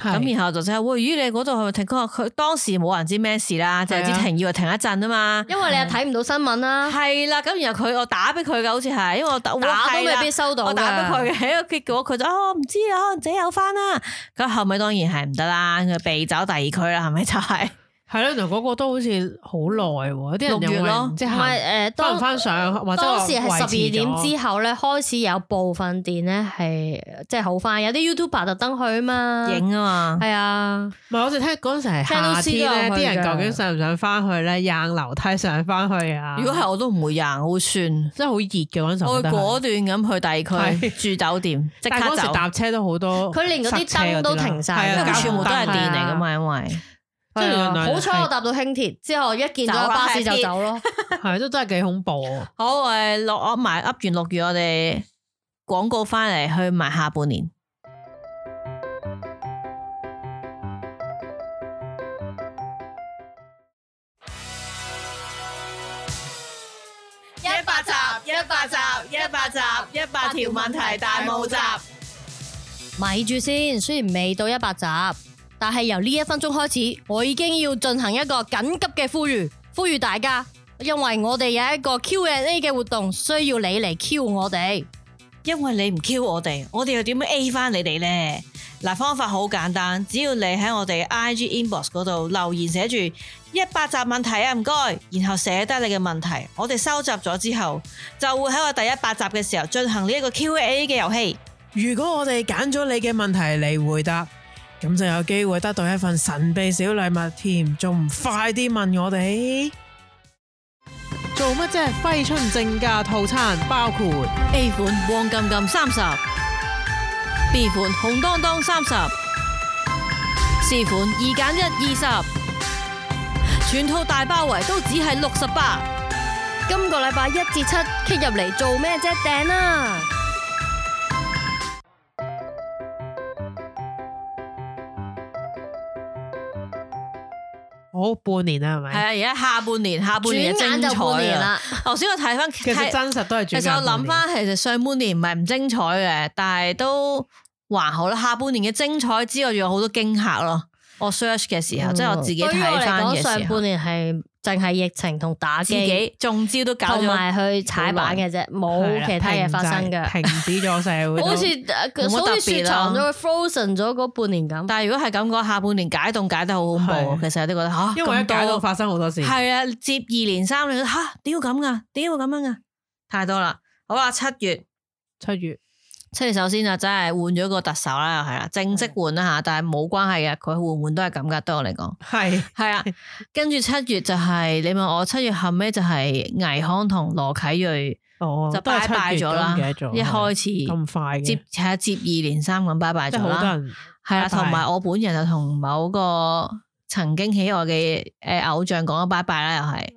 Speaker 2: 係
Speaker 4: 咁然後就即係，喂，咦，你嗰度係咪停？佢話佢當時冇人知咩事啦，就
Speaker 2: 係啊
Speaker 4: 知停，以為停一陣啊嘛。
Speaker 3: 因為你又睇唔到新
Speaker 4: [LAUGHS]
Speaker 3: 聞啦，
Speaker 4: 係啦，咁然後佢我打俾佢嘅，好似係，因為我啊打
Speaker 3: 打都未必
Speaker 4: 收
Speaker 3: 收到
Speaker 4: 我打俾佢
Speaker 3: 嘅。
Speaker 4: 嘅，結果佢就哦唔知啊，可能自己有翻啦。咁後尾當然係唔得啦，佢避走第二區啦，係咪就係？
Speaker 2: 係咯，原來嗰個都好似好耐喎，有啲人
Speaker 4: 六月
Speaker 2: 又
Speaker 4: 咯
Speaker 2: 唔知
Speaker 3: 唔
Speaker 2: 行
Speaker 3: 係誒，
Speaker 2: 翻唔
Speaker 3: 當
Speaker 2: 翻上，或者
Speaker 3: 當時係十二點之
Speaker 2: 之
Speaker 3: 後咧，開始有部分電咧係即係好翻，有啲 YouTuber 特登去啊嘛，
Speaker 4: 影啊嘛，
Speaker 3: 係啊，
Speaker 2: 唔係我哋聽嗰陣時係
Speaker 3: 聽到
Speaker 2: 夏
Speaker 3: 師
Speaker 2: 天
Speaker 3: 都有去
Speaker 2: 咧，啲人
Speaker 3: 㗎
Speaker 2: 究竟上唔上翻去咧？硬樓梯上翻去啊！
Speaker 4: 如果係我都唔會硬，好酸。
Speaker 2: 真係好熱嘅嗰陣時，
Speaker 4: 我
Speaker 2: 我覺
Speaker 4: 會
Speaker 2: 得
Speaker 4: 果
Speaker 2: 係。
Speaker 4: 斷咁去第二區住酒店，即刻
Speaker 2: 但係嗰時
Speaker 4: 走，
Speaker 2: 搭車都好多塞車
Speaker 3: 佢連
Speaker 2: 嗰
Speaker 3: 嗰
Speaker 2: 啲啦，
Speaker 3: 啲燈都停晒
Speaker 2: 係
Speaker 4: 因
Speaker 2: 啊
Speaker 4: 為
Speaker 3: 啦
Speaker 4: 佢全部都係啊
Speaker 3: 交通
Speaker 4: 電
Speaker 3: 燈
Speaker 4: 嚟噶嘛，因為。
Speaker 2: 即係原來係
Speaker 3: 啊好彩我搭到輕鐵，之後一見到有巴士就
Speaker 4: [LAUGHS]
Speaker 3: 走咯。
Speaker 2: 係都真係幾恐怖啊。
Speaker 4: 好，诶，落埋噏完六月，我哋廣告翻嚟去埋下半年。一百集，一百集，一百集，一百條問題大募集。
Speaker 3: 咪住先，雖然未到一百集，但係由呢一分鐘開始，我已經要進行一個緊急嘅呼籲，呼籲大家，因為我哋有一個 Q&A 嘅活動，需要你嚟 Q 我哋。
Speaker 4: 因為你唔 Q 我哋，我哋又點樣 A 翻你哋呢？嗱，方法好簡單，只要你喺我哋 IG inbox 嗰度留言寫住一百集問題啊，唔該，然後寫低你嘅問題，我哋收集咗之後，就會喺我第一百集嘅時候進行呢一個 Q&A 嘅遊戲。
Speaker 2: 如果我哋揀咗你嘅問題嚟回答，咁就有機會得到一份神秘小禮物添，仲唔快啲問我哋？做乜啫？揮春正價套餐包括
Speaker 4: A 款黃金金三十，B 款紅當當三十，C 款二揀一二十，全套大包圍都只係六十八。
Speaker 3: 今個禮拜一至七 K 入嚟做咩啫？訂啦！
Speaker 2: 好半年啦，係
Speaker 4: 係啊，
Speaker 2: 咪？
Speaker 4: 而家下半年下半
Speaker 3: 轉
Speaker 4: 年就
Speaker 3: 眼
Speaker 4: 精
Speaker 3: 就半
Speaker 4: 彩啊
Speaker 3: 年
Speaker 4: 啦。
Speaker 3: 啦，
Speaker 4: 頭先我睇翻，
Speaker 2: 其實真實都係轉
Speaker 4: 其
Speaker 2: 眼
Speaker 4: 實我諗
Speaker 2: 半年
Speaker 4: 翻，其實上半年唔係唔精彩嘅，但係都還好啦。下半年嘅精彩之外，仲有好多驚嚇咯，我 search 嘅時
Speaker 2: 嗯
Speaker 4: 啊候，即係我自己
Speaker 3: 對於我
Speaker 4: 睇
Speaker 3: 嚟
Speaker 4: 翻
Speaker 3: 講
Speaker 4: 嘅
Speaker 3: 上
Speaker 4: 時候
Speaker 3: 半，年係淨係疫情同打
Speaker 4: 自
Speaker 3: 機，
Speaker 4: 己中招都搞
Speaker 3: 同
Speaker 4: 咗。
Speaker 3: 埋去踩板嘅啫，冇其他嘢發生嘅。
Speaker 2: 停止咗社會都。
Speaker 3: 好似呃
Speaker 4: 冇乜特
Speaker 3: 誒
Speaker 4: 別
Speaker 3: 好
Speaker 4: 啦
Speaker 3: 似雪藏咗佢 frozen 咗嗰半年咁。
Speaker 4: 但係如果係咁講，下半年解凍解得好恐怖，
Speaker 2: 係
Speaker 4: 其實有啲覺得吓，
Speaker 2: 因為一
Speaker 4: 啊咁多
Speaker 2: 解到發生好多事，
Speaker 4: 係啊，接二連三你覺得吓，點會咁噶？點會咁樣噶？太多啦。好啦，七月
Speaker 2: 七月
Speaker 4: 七月首先就真係換咗個特首啦，係啦，正式換啦吓，但係冇關係嘅，佢換換都係咁噶，對我嚟講。
Speaker 2: 係
Speaker 4: 系啊，跟住七月就係你問我七月後尾就係倪康同羅啟瑞
Speaker 2: 哦，
Speaker 4: 就
Speaker 2: 都係
Speaker 4: 拜
Speaker 2: 七月
Speaker 4: 拜咗
Speaker 2: 都唔
Speaker 4: 啦，
Speaker 2: 記得咗
Speaker 4: 一
Speaker 2: 係啊
Speaker 4: 開
Speaker 2: 咁快
Speaker 4: 始
Speaker 2: 嘅，
Speaker 4: 接
Speaker 2: 即
Speaker 4: 係啊接二連三咁拜拜
Speaker 2: 係
Speaker 4: 咗
Speaker 2: 好多
Speaker 4: 啦，
Speaker 2: 人
Speaker 4: 係
Speaker 2: 拜
Speaker 4: 啊，
Speaker 2: 拜
Speaker 4: 同埋我本人就同某個曾經喜愛嘅诶偶像講咗拜拜啦，又係
Speaker 2: [LAUGHS]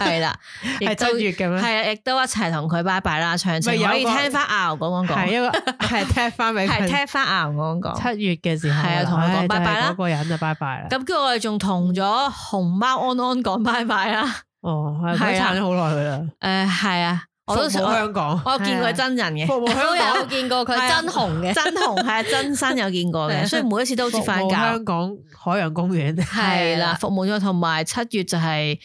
Speaker 4: 係啦，亦
Speaker 2: 係
Speaker 4: 都
Speaker 2: 七月咁
Speaker 4: 係
Speaker 2: 樣，
Speaker 4: 啊，亦都一齊同佢拜拜啦，詳
Speaker 2: 咪
Speaker 4: 情
Speaker 2: 有
Speaker 4: 可以
Speaker 2: 個
Speaker 4: 聽翻牛講講
Speaker 2: 係
Speaker 4: 講，
Speaker 2: 一個係踢翻俾
Speaker 4: 係
Speaker 2: 佢。
Speaker 4: 聽翻牛講講。
Speaker 2: 七月嘅時候啦，
Speaker 4: 哦係啊同佢講
Speaker 2: 唉
Speaker 4: 拜拜
Speaker 2: 就係
Speaker 4: 啦
Speaker 2: 嗰個人就拜拜啦。
Speaker 4: 咁跟住我哋仲同咗熊貓安安講拜拜啦。
Speaker 2: 哦，係佢
Speaker 4: 係啦
Speaker 2: 撐咗好耐佢啦，
Speaker 4: 诶，系啊，我都
Speaker 2: 服務
Speaker 4: 我
Speaker 2: 香港，啊
Speaker 4: 我見過真人
Speaker 2: 服
Speaker 4: 嘅，
Speaker 2: 務
Speaker 3: 都
Speaker 2: 香
Speaker 3: 有
Speaker 2: 港，
Speaker 3: 見過佢
Speaker 4: 係啊
Speaker 3: 真紅嘅，
Speaker 4: 真紅係啊真身有見過
Speaker 2: 係 [LAUGHS]
Speaker 4: 嘅，
Speaker 2: 啊
Speaker 4: 所以每一次 [LAUGHS] 都好似
Speaker 2: 服
Speaker 4: 翻
Speaker 2: 務
Speaker 4: 教
Speaker 2: 香港海洋公園，
Speaker 4: 係
Speaker 3: 係
Speaker 4: 啦，
Speaker 3: 啦
Speaker 4: 服務咗同埋七月就係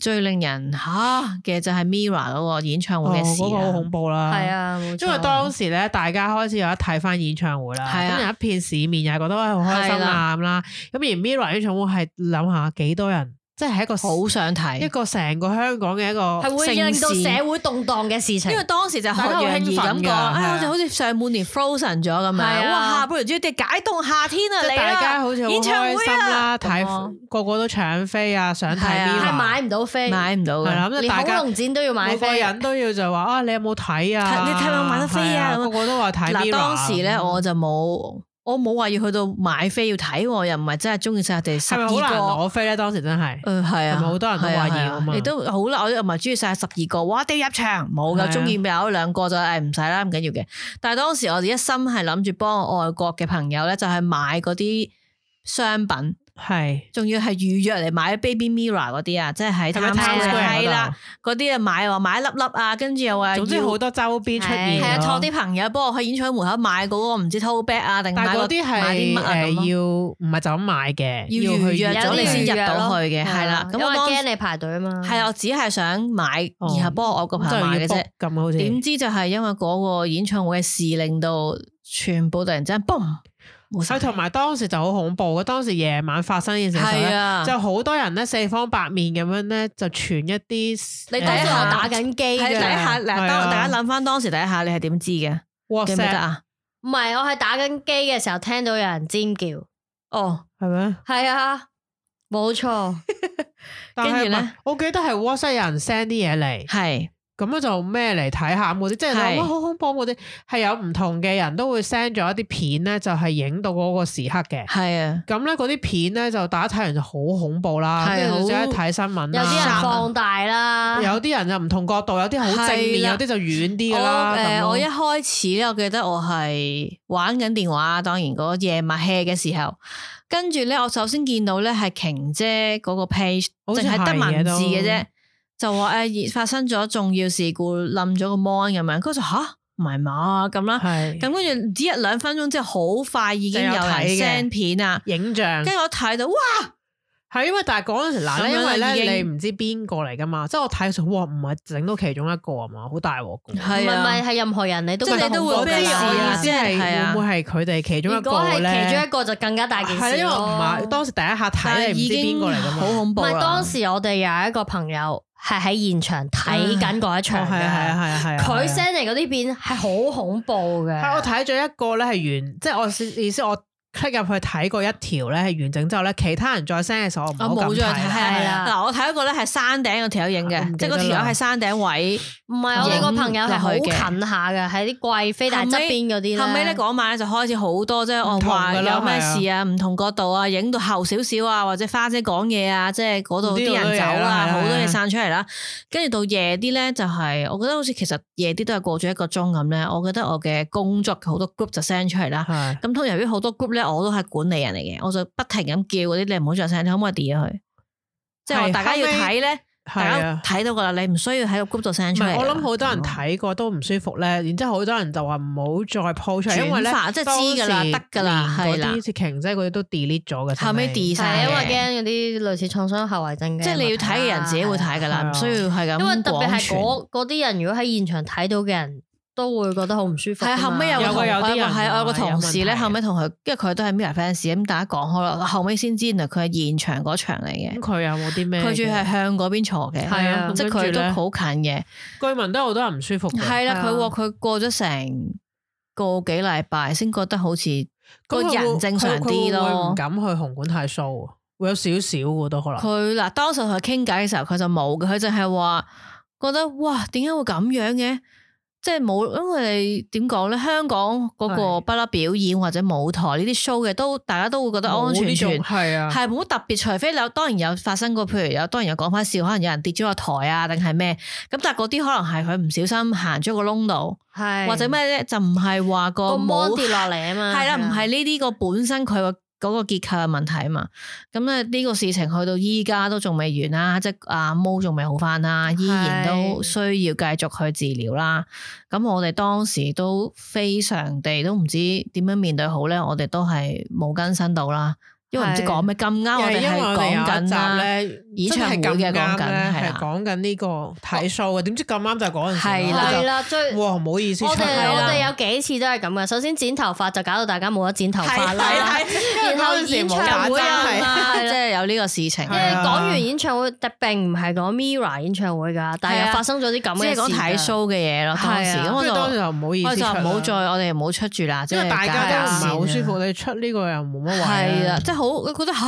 Speaker 4: 最令人吓嘅就係 Mira 嗰個演唱
Speaker 2: 哦，
Speaker 4: 會嘅事啊
Speaker 2: 嗰個好
Speaker 4: 啦
Speaker 2: 恐，怖啦，
Speaker 3: 係。啊，冇錯
Speaker 2: 因為當時咧，大家開始有得睇翻演唱會啦，
Speaker 4: 係啊
Speaker 2: 咁有一片市面又係覺得唉好開心啊咁啦。咁而 Mirror 演唱會係諗下幾多人，即係一個
Speaker 4: 好想
Speaker 2: 一
Speaker 4: 睇，
Speaker 2: 個成個香港嘅一個
Speaker 3: 係會
Speaker 4: 盛
Speaker 3: 令
Speaker 4: 事
Speaker 3: 到社會動盪嘅事情
Speaker 4: 因為。當時就學
Speaker 2: 大家好
Speaker 4: 楊怡
Speaker 2: 興奮
Speaker 4: 咁
Speaker 2: 㗎
Speaker 4: 講，
Speaker 2: 係
Speaker 4: 哎，
Speaker 2: 啊
Speaker 4: 我哋好似上半年 frozen 咗咁樣，
Speaker 3: 係啊
Speaker 4: 哇，下半年終於哋解凍夏天啊，
Speaker 2: 即
Speaker 4: 嚟
Speaker 2: 係大家
Speaker 4: 啦，
Speaker 2: 好似好
Speaker 4: 演唱會啊
Speaker 2: 開心啦，
Speaker 4: 啦
Speaker 2: 睇
Speaker 4: 咁咯
Speaker 2: 個個都搶飛啊，想睇
Speaker 4: 係啊
Speaker 2: Mirror，
Speaker 3: 係買唔到飛，
Speaker 4: 買唔到
Speaker 2: 係
Speaker 4: 㗎
Speaker 2: 啦，咁就
Speaker 3: 連
Speaker 2: 大
Speaker 3: 恐
Speaker 2: 家
Speaker 3: 龍展都要買
Speaker 2: 每個
Speaker 3: 飛。
Speaker 2: 人都要就話啊，你有冇睇啊？
Speaker 4: 睇你睇唔睇買得飛啊
Speaker 2: 係個個都話睇 Mirror。啊嗯
Speaker 4: 嗱，當時咧我就冇，我冇話要去到買飛要睇喎，又唔係真係中意晒人哋十
Speaker 2: 係
Speaker 4: 二
Speaker 2: 咪好難
Speaker 4: 個。
Speaker 2: 攞飛咧？當時真係
Speaker 4: 誒係啊，
Speaker 2: 係咪好多人都話要啊嘛
Speaker 4: 亦都好啦，我又唔係中意晒十二個，哇！都要入場冇
Speaker 2: 係
Speaker 4: 噶，
Speaker 2: 啊
Speaker 4: 中意有兩個就誒唔使啦，唔緊要嘅。但係當時我哋一心係諗住幫我外國嘅朋友咧，就係買嗰啲商品，
Speaker 2: 係
Speaker 4: 仲要係預約嚟買 Baby Mirror 嗰啲啊，即係喺
Speaker 2: 係咪
Speaker 4: Times
Speaker 2: Times
Speaker 4: Square
Speaker 2: Square
Speaker 4: 係啦
Speaker 2: 嗰，
Speaker 4: 嗰啲啊買話買粒粒啊，跟住又話
Speaker 2: 度？總之
Speaker 4: 要
Speaker 2: 好多周邊出現
Speaker 3: 係
Speaker 4: 係啊，
Speaker 2: 咯
Speaker 4: 託啲朋友幫我去演唱會門口買嗰個唔知 tote bag 啊，定
Speaker 2: 但
Speaker 4: 買
Speaker 2: 係
Speaker 4: 個
Speaker 2: 嗰啲
Speaker 4: 買啲乜啊咁
Speaker 2: 係
Speaker 4: 咯
Speaker 2: 誒要唔係就咁買嘅，
Speaker 4: 要預約
Speaker 2: 去
Speaker 4: 咗你先
Speaker 2: 有啲
Speaker 4: 入到去嘅
Speaker 3: 有啲預約咯
Speaker 4: 係啦咁
Speaker 3: 啊因
Speaker 4: 我
Speaker 3: 為
Speaker 4: 當時
Speaker 3: 驚你排隊啊嘛。
Speaker 4: 係啊，我只係想買，
Speaker 2: 哦
Speaker 4: 然後幫我外國
Speaker 2: 咁
Speaker 4: 朋友
Speaker 2: 就
Speaker 4: 買
Speaker 2: 要
Speaker 4: 嘅啫
Speaker 2: book。咁啊好似。
Speaker 4: 點知就係因為嗰個演唱會嘅事，令到全部突然之間 boom 冇晒
Speaker 2: 係。同埋當時就好恐怖嘅，當時夜晚發生呢件事嘅時候
Speaker 4: 係
Speaker 2: 咧，
Speaker 4: 啊，
Speaker 2: 就好多人咧四方八面咁樣咧就傳一啲
Speaker 4: 第
Speaker 3: 你第
Speaker 4: 一下
Speaker 3: 一下打緊機
Speaker 4: 係第一
Speaker 3: 嘅，
Speaker 4: 下嗱，
Speaker 2: 係啊
Speaker 4: 當大家諗翻當時第一下你係點知嘅？記唔記得
Speaker 2: WhatsApp
Speaker 4: 啊？
Speaker 3: 唔係我係打緊機嘅時候聽到有人尖叫，
Speaker 4: 哦，
Speaker 2: 係咩？
Speaker 3: 係啊，冇錯，
Speaker 4: 嗯
Speaker 2: 但係
Speaker 4: 跟住咧
Speaker 2: 唔係，我記得係 WhatsApp 有人 send 啲嘢嚟，
Speaker 4: 係
Speaker 2: 咁樣就咩嚟睇下嗰啲，即係
Speaker 4: 係
Speaker 2: 哇好恐怖嗰啲，係有唔同嘅人都會 send 咗一啲片咧，就係影到嗰個時刻嘅。
Speaker 4: 係啊，
Speaker 2: 咁咧嗰啲片咧就大家睇完就好恐怖啦，
Speaker 4: 係
Speaker 2: 跟住就即刻
Speaker 4: 好
Speaker 2: 睇新聞
Speaker 3: 有啲人
Speaker 2: 啦。
Speaker 3: 放大啦，
Speaker 2: 有啲人就唔同角度，有啲好正面，
Speaker 4: 係啦
Speaker 2: 有啲就遠啲
Speaker 4: 我
Speaker 2: 噶啦。咁
Speaker 4: 誒
Speaker 2: 咯
Speaker 4: 我一開始咧，我記得我係玩緊電話，當然嗰個夜晚 hea 嘅時候，跟住咧我首先見到咧係瓊姐嗰個 page，
Speaker 2: 好似
Speaker 4: 淨係得文字
Speaker 2: 係
Speaker 4: 嘅啫
Speaker 2: 嘅，
Speaker 4: 就話誒發生咗重要事故，冧咗個 mon 咁樣，跟住就吓，唔係嘛咁啦，
Speaker 2: 係
Speaker 4: 啊咁跟住唔知一兩分鐘之後，好快已經有
Speaker 2: 就有
Speaker 4: 人
Speaker 2: 睇嘅
Speaker 4: send 片啊，
Speaker 2: 影像
Speaker 4: 跟住我睇到哇，
Speaker 2: 係因為但係嗰陣時嗱
Speaker 4: 咁樣
Speaker 2: 咧，因為
Speaker 4: 已
Speaker 2: 咧
Speaker 4: 經
Speaker 2: 你唔知邊個嚟噶嘛，即係我睇上哇唔係整到其中一個啊嘛，好大鑊噶。
Speaker 3: 唔
Speaker 4: 係
Speaker 3: 係唔
Speaker 4: 啊
Speaker 3: 係，係任何人你都
Speaker 4: 即係
Speaker 3: 覺得
Speaker 4: 你都會
Speaker 3: 恐
Speaker 2: 我
Speaker 3: 怖
Speaker 2: 知
Speaker 3: 㗎
Speaker 2: 我
Speaker 4: 咩事啊
Speaker 2: 意
Speaker 3: 啦
Speaker 2: 思係
Speaker 4: 係啊
Speaker 2: 會唔會係佢哋其中一
Speaker 3: 如
Speaker 2: 個
Speaker 3: 果係
Speaker 2: 咧？
Speaker 3: 其中一個就更加大件
Speaker 2: 係啦，
Speaker 3: 事
Speaker 2: 因為我唔
Speaker 3: 咯
Speaker 2: 係。當時第一下睇
Speaker 4: 但係
Speaker 2: 你唔
Speaker 4: 已
Speaker 2: 知邊
Speaker 4: 經
Speaker 2: 個嚟噶嘛，
Speaker 4: 好恐
Speaker 3: 唔
Speaker 4: 怖啦，
Speaker 3: 係當時我哋有一個朋友係喺現場睇緊嗰一場
Speaker 2: 哦，係啊係
Speaker 3: 嘅，
Speaker 2: 啊係啊係啊，
Speaker 3: 佢
Speaker 2: 係啊
Speaker 3: send 嚟嗰啲片係好恐怖嘅。
Speaker 4: 哦
Speaker 2: 係我睇咗一個咧係完，即係我意思我 click 入去睇過一條咧係完整之後咧，其他人再 send 嘅時候我唔係
Speaker 4: 我
Speaker 2: 好
Speaker 4: 冇
Speaker 2: 敢
Speaker 4: 咗去
Speaker 2: 睇
Speaker 4: 睇，
Speaker 2: 啦。
Speaker 4: 係啊係啊
Speaker 3: 係啦
Speaker 4: 嗱，我睇一個咧係山頂嗰條友影
Speaker 2: 我唔
Speaker 4: 嘅，即
Speaker 2: 記得
Speaker 4: 係嗰條
Speaker 2: 啦
Speaker 4: 友喺山頂位。
Speaker 3: 唔係我哋個朋友係好
Speaker 4: 影落去嘅
Speaker 3: 近下嘅，喺啲貴妃大側邊嗰啲咧。
Speaker 4: 後尾咧嗰晚咧就開始好多即係
Speaker 2: 唔
Speaker 4: 我
Speaker 2: 同
Speaker 4: 話
Speaker 2: 㗎啦
Speaker 4: 有咩事啊，唔同角度啊，影到後少少啊，或者花姐講嘢啊，即係嗰度啲人
Speaker 2: 呢度
Speaker 4: 走啊，
Speaker 2: 都有啦
Speaker 4: 好多
Speaker 2: 係
Speaker 4: 嘢
Speaker 2: 啊
Speaker 4: 散出嚟啦。跟住到夜啲咧，就係、我覺得好似其實夜啲都係過咗一個鐘咁咧。我覺得我嘅工作好多 group 就 send 出嚟啦。
Speaker 2: 係
Speaker 4: 咁通常由於好多 group 咧，我都係管理人嚟嘅，我就不停咁叫嗰啲你唔好再 send，你可唔可以 delete 啊佢？即係
Speaker 2: 係
Speaker 4: 我大家要
Speaker 2: 後尾
Speaker 4: 睇咧，
Speaker 2: 係
Speaker 4: 大家
Speaker 2: 啊
Speaker 4: 睇到噶啦，你唔需要喺個 group 度 send
Speaker 2: 唔
Speaker 4: 出嚟
Speaker 2: 係
Speaker 4: 㗎。
Speaker 2: 我諗好多人睇啊過都唔舒服咧，然之後好多人就話唔好再 po 出嚟，因為咧
Speaker 4: 轉發即係知㗎啦得㗎啦
Speaker 2: 當時連
Speaker 4: 係啦
Speaker 2: 嗰啲情姐嗰啲都 delete 咗嘅，
Speaker 4: 後尾
Speaker 2: 真係
Speaker 4: delete 晒
Speaker 3: 係因
Speaker 4: 嘅
Speaker 3: 為驚嗰啲類似創傷後遺症嘅問題
Speaker 4: 即
Speaker 3: 啦，
Speaker 4: 係你要睇嘅人自己會睇噶
Speaker 2: 係
Speaker 4: 啦，
Speaker 2: 啊
Speaker 4: 唔需要係咁
Speaker 3: 因為特別
Speaker 4: 廣
Speaker 3: 係
Speaker 4: 傳。
Speaker 3: 嗰嗰啲人，如果喺現場睇到嘅人，都會覺得好唔舒服㗎
Speaker 4: 係
Speaker 3: 嘛。
Speaker 4: 啊後尾有個
Speaker 2: 有
Speaker 4: 同
Speaker 2: 個有啲
Speaker 4: 我有個
Speaker 2: 人
Speaker 4: 係啊我有個
Speaker 2: 話有
Speaker 4: 同事咧，
Speaker 2: 問題
Speaker 4: 後尾同佢，因為佢都係 Mirror fans，咁大家講開啦，後尾先知原來佢係現場嗰場嚟
Speaker 2: 咁
Speaker 4: 嘅，
Speaker 2: 佢有冇啲咩嘅？
Speaker 4: 佢仲要係向嗰邊坐嘅，
Speaker 2: 係啊，
Speaker 4: 即係佢都好近嘅。
Speaker 2: 據聞都有好多人唔舒服嘅。
Speaker 4: 係啦，
Speaker 3: 係啊
Speaker 4: 佢話佢過咗成個幾禮拜先覺得好似個
Speaker 2: 咁佢會
Speaker 4: 人正常
Speaker 2: 佢
Speaker 4: 啲
Speaker 2: 佢會唔
Speaker 4: 咯。
Speaker 2: 敢去紅館太 show，啊會有少少嘅都可能。
Speaker 4: 佢嗱當時同佢傾偈嘅時候，佢就冇嘅，佢就係話覺得哇，點解會咁樣嘅？即係冇，因為你點講咧？香港嗰個
Speaker 2: 係
Speaker 4: 不啦表演或者舞台呢啲 show 嘅，都大家都會覺得安全全。
Speaker 2: 係啊，
Speaker 4: 係冇特別，除非你有當然有發生過，譬如有當然有講翻笑，可能有人跌咗個台啊，定係咩咁，但係嗰啲可能係佢唔小心行咗個窿度，
Speaker 3: 係
Speaker 4: 或者咩咧，就唔係話個
Speaker 3: 個
Speaker 4: 舞
Speaker 3: mon 跌落嚟啊嘛，
Speaker 4: 係啦，唔係呢啲個本身佢個嗰個結構嘅問題啊嘛。咁咧呢個事情去到依家都仲未完啦，即係阿毛仲未好翻啦，依然都
Speaker 3: 係
Speaker 4: 需要繼續去治療啦。咁我哋當時都非常地都唔知點樣面對好咧，我哋都係冇更新到啦，因為唔知
Speaker 3: 係
Speaker 4: 講咩咁啱，
Speaker 2: 因
Speaker 4: 啊我
Speaker 2: 為
Speaker 4: 哋係
Speaker 2: 我哋
Speaker 4: 講
Speaker 2: 有一
Speaker 4: 緊
Speaker 2: 集
Speaker 4: 啦，
Speaker 2: 咧，
Speaker 4: 演唱會
Speaker 2: 真係咁啱
Speaker 4: 嘅講緊
Speaker 2: 咧
Speaker 4: 係
Speaker 2: 係
Speaker 4: 啦
Speaker 2: 講緊呢個睇 show 嘅，點知咁啱就係嗰陣時啊
Speaker 4: 係啦
Speaker 3: 係啦，最
Speaker 2: 哇，唔好意思，
Speaker 3: 我哋
Speaker 4: 係啦
Speaker 3: 我哋有幾次都係咁嘅。首先剪頭髮就搞到大家冇得剪頭髮啦，
Speaker 2: 然
Speaker 3: 然後演唱會
Speaker 4: 係啊
Speaker 3: 又
Speaker 2: 係
Speaker 4: 啦
Speaker 3: 嘛，
Speaker 4: 即
Speaker 3: 即係。
Speaker 4: 係有呢個事情
Speaker 3: 因
Speaker 2: 係
Speaker 3: 為
Speaker 2: 啊
Speaker 3: 講完演唱會，但並唔係講 Mira 演唱會㗎，但係
Speaker 4: 係啊
Speaker 3: 又發生咗啲咁
Speaker 4: 即係
Speaker 3: 嘅事
Speaker 4: 講
Speaker 3: 㗎。
Speaker 4: 睇 show 嘅嘢咯，當時
Speaker 3: 係啊
Speaker 4: 咁我
Speaker 2: 跟
Speaker 4: 就
Speaker 2: 住當時就唔好意
Speaker 4: 我
Speaker 2: 思
Speaker 4: 就
Speaker 2: 出啦
Speaker 4: 唔好再，我哋唔好出住啦，即
Speaker 2: 因為
Speaker 4: 係
Speaker 2: 大家都唔係好舒
Speaker 4: 解
Speaker 2: 服，
Speaker 4: 下
Speaker 2: 你出呢個又冇乜
Speaker 4: 先
Speaker 2: 謂
Speaker 4: 啊。係啦，
Speaker 2: 啊。
Speaker 4: 即係好，我覺得吓，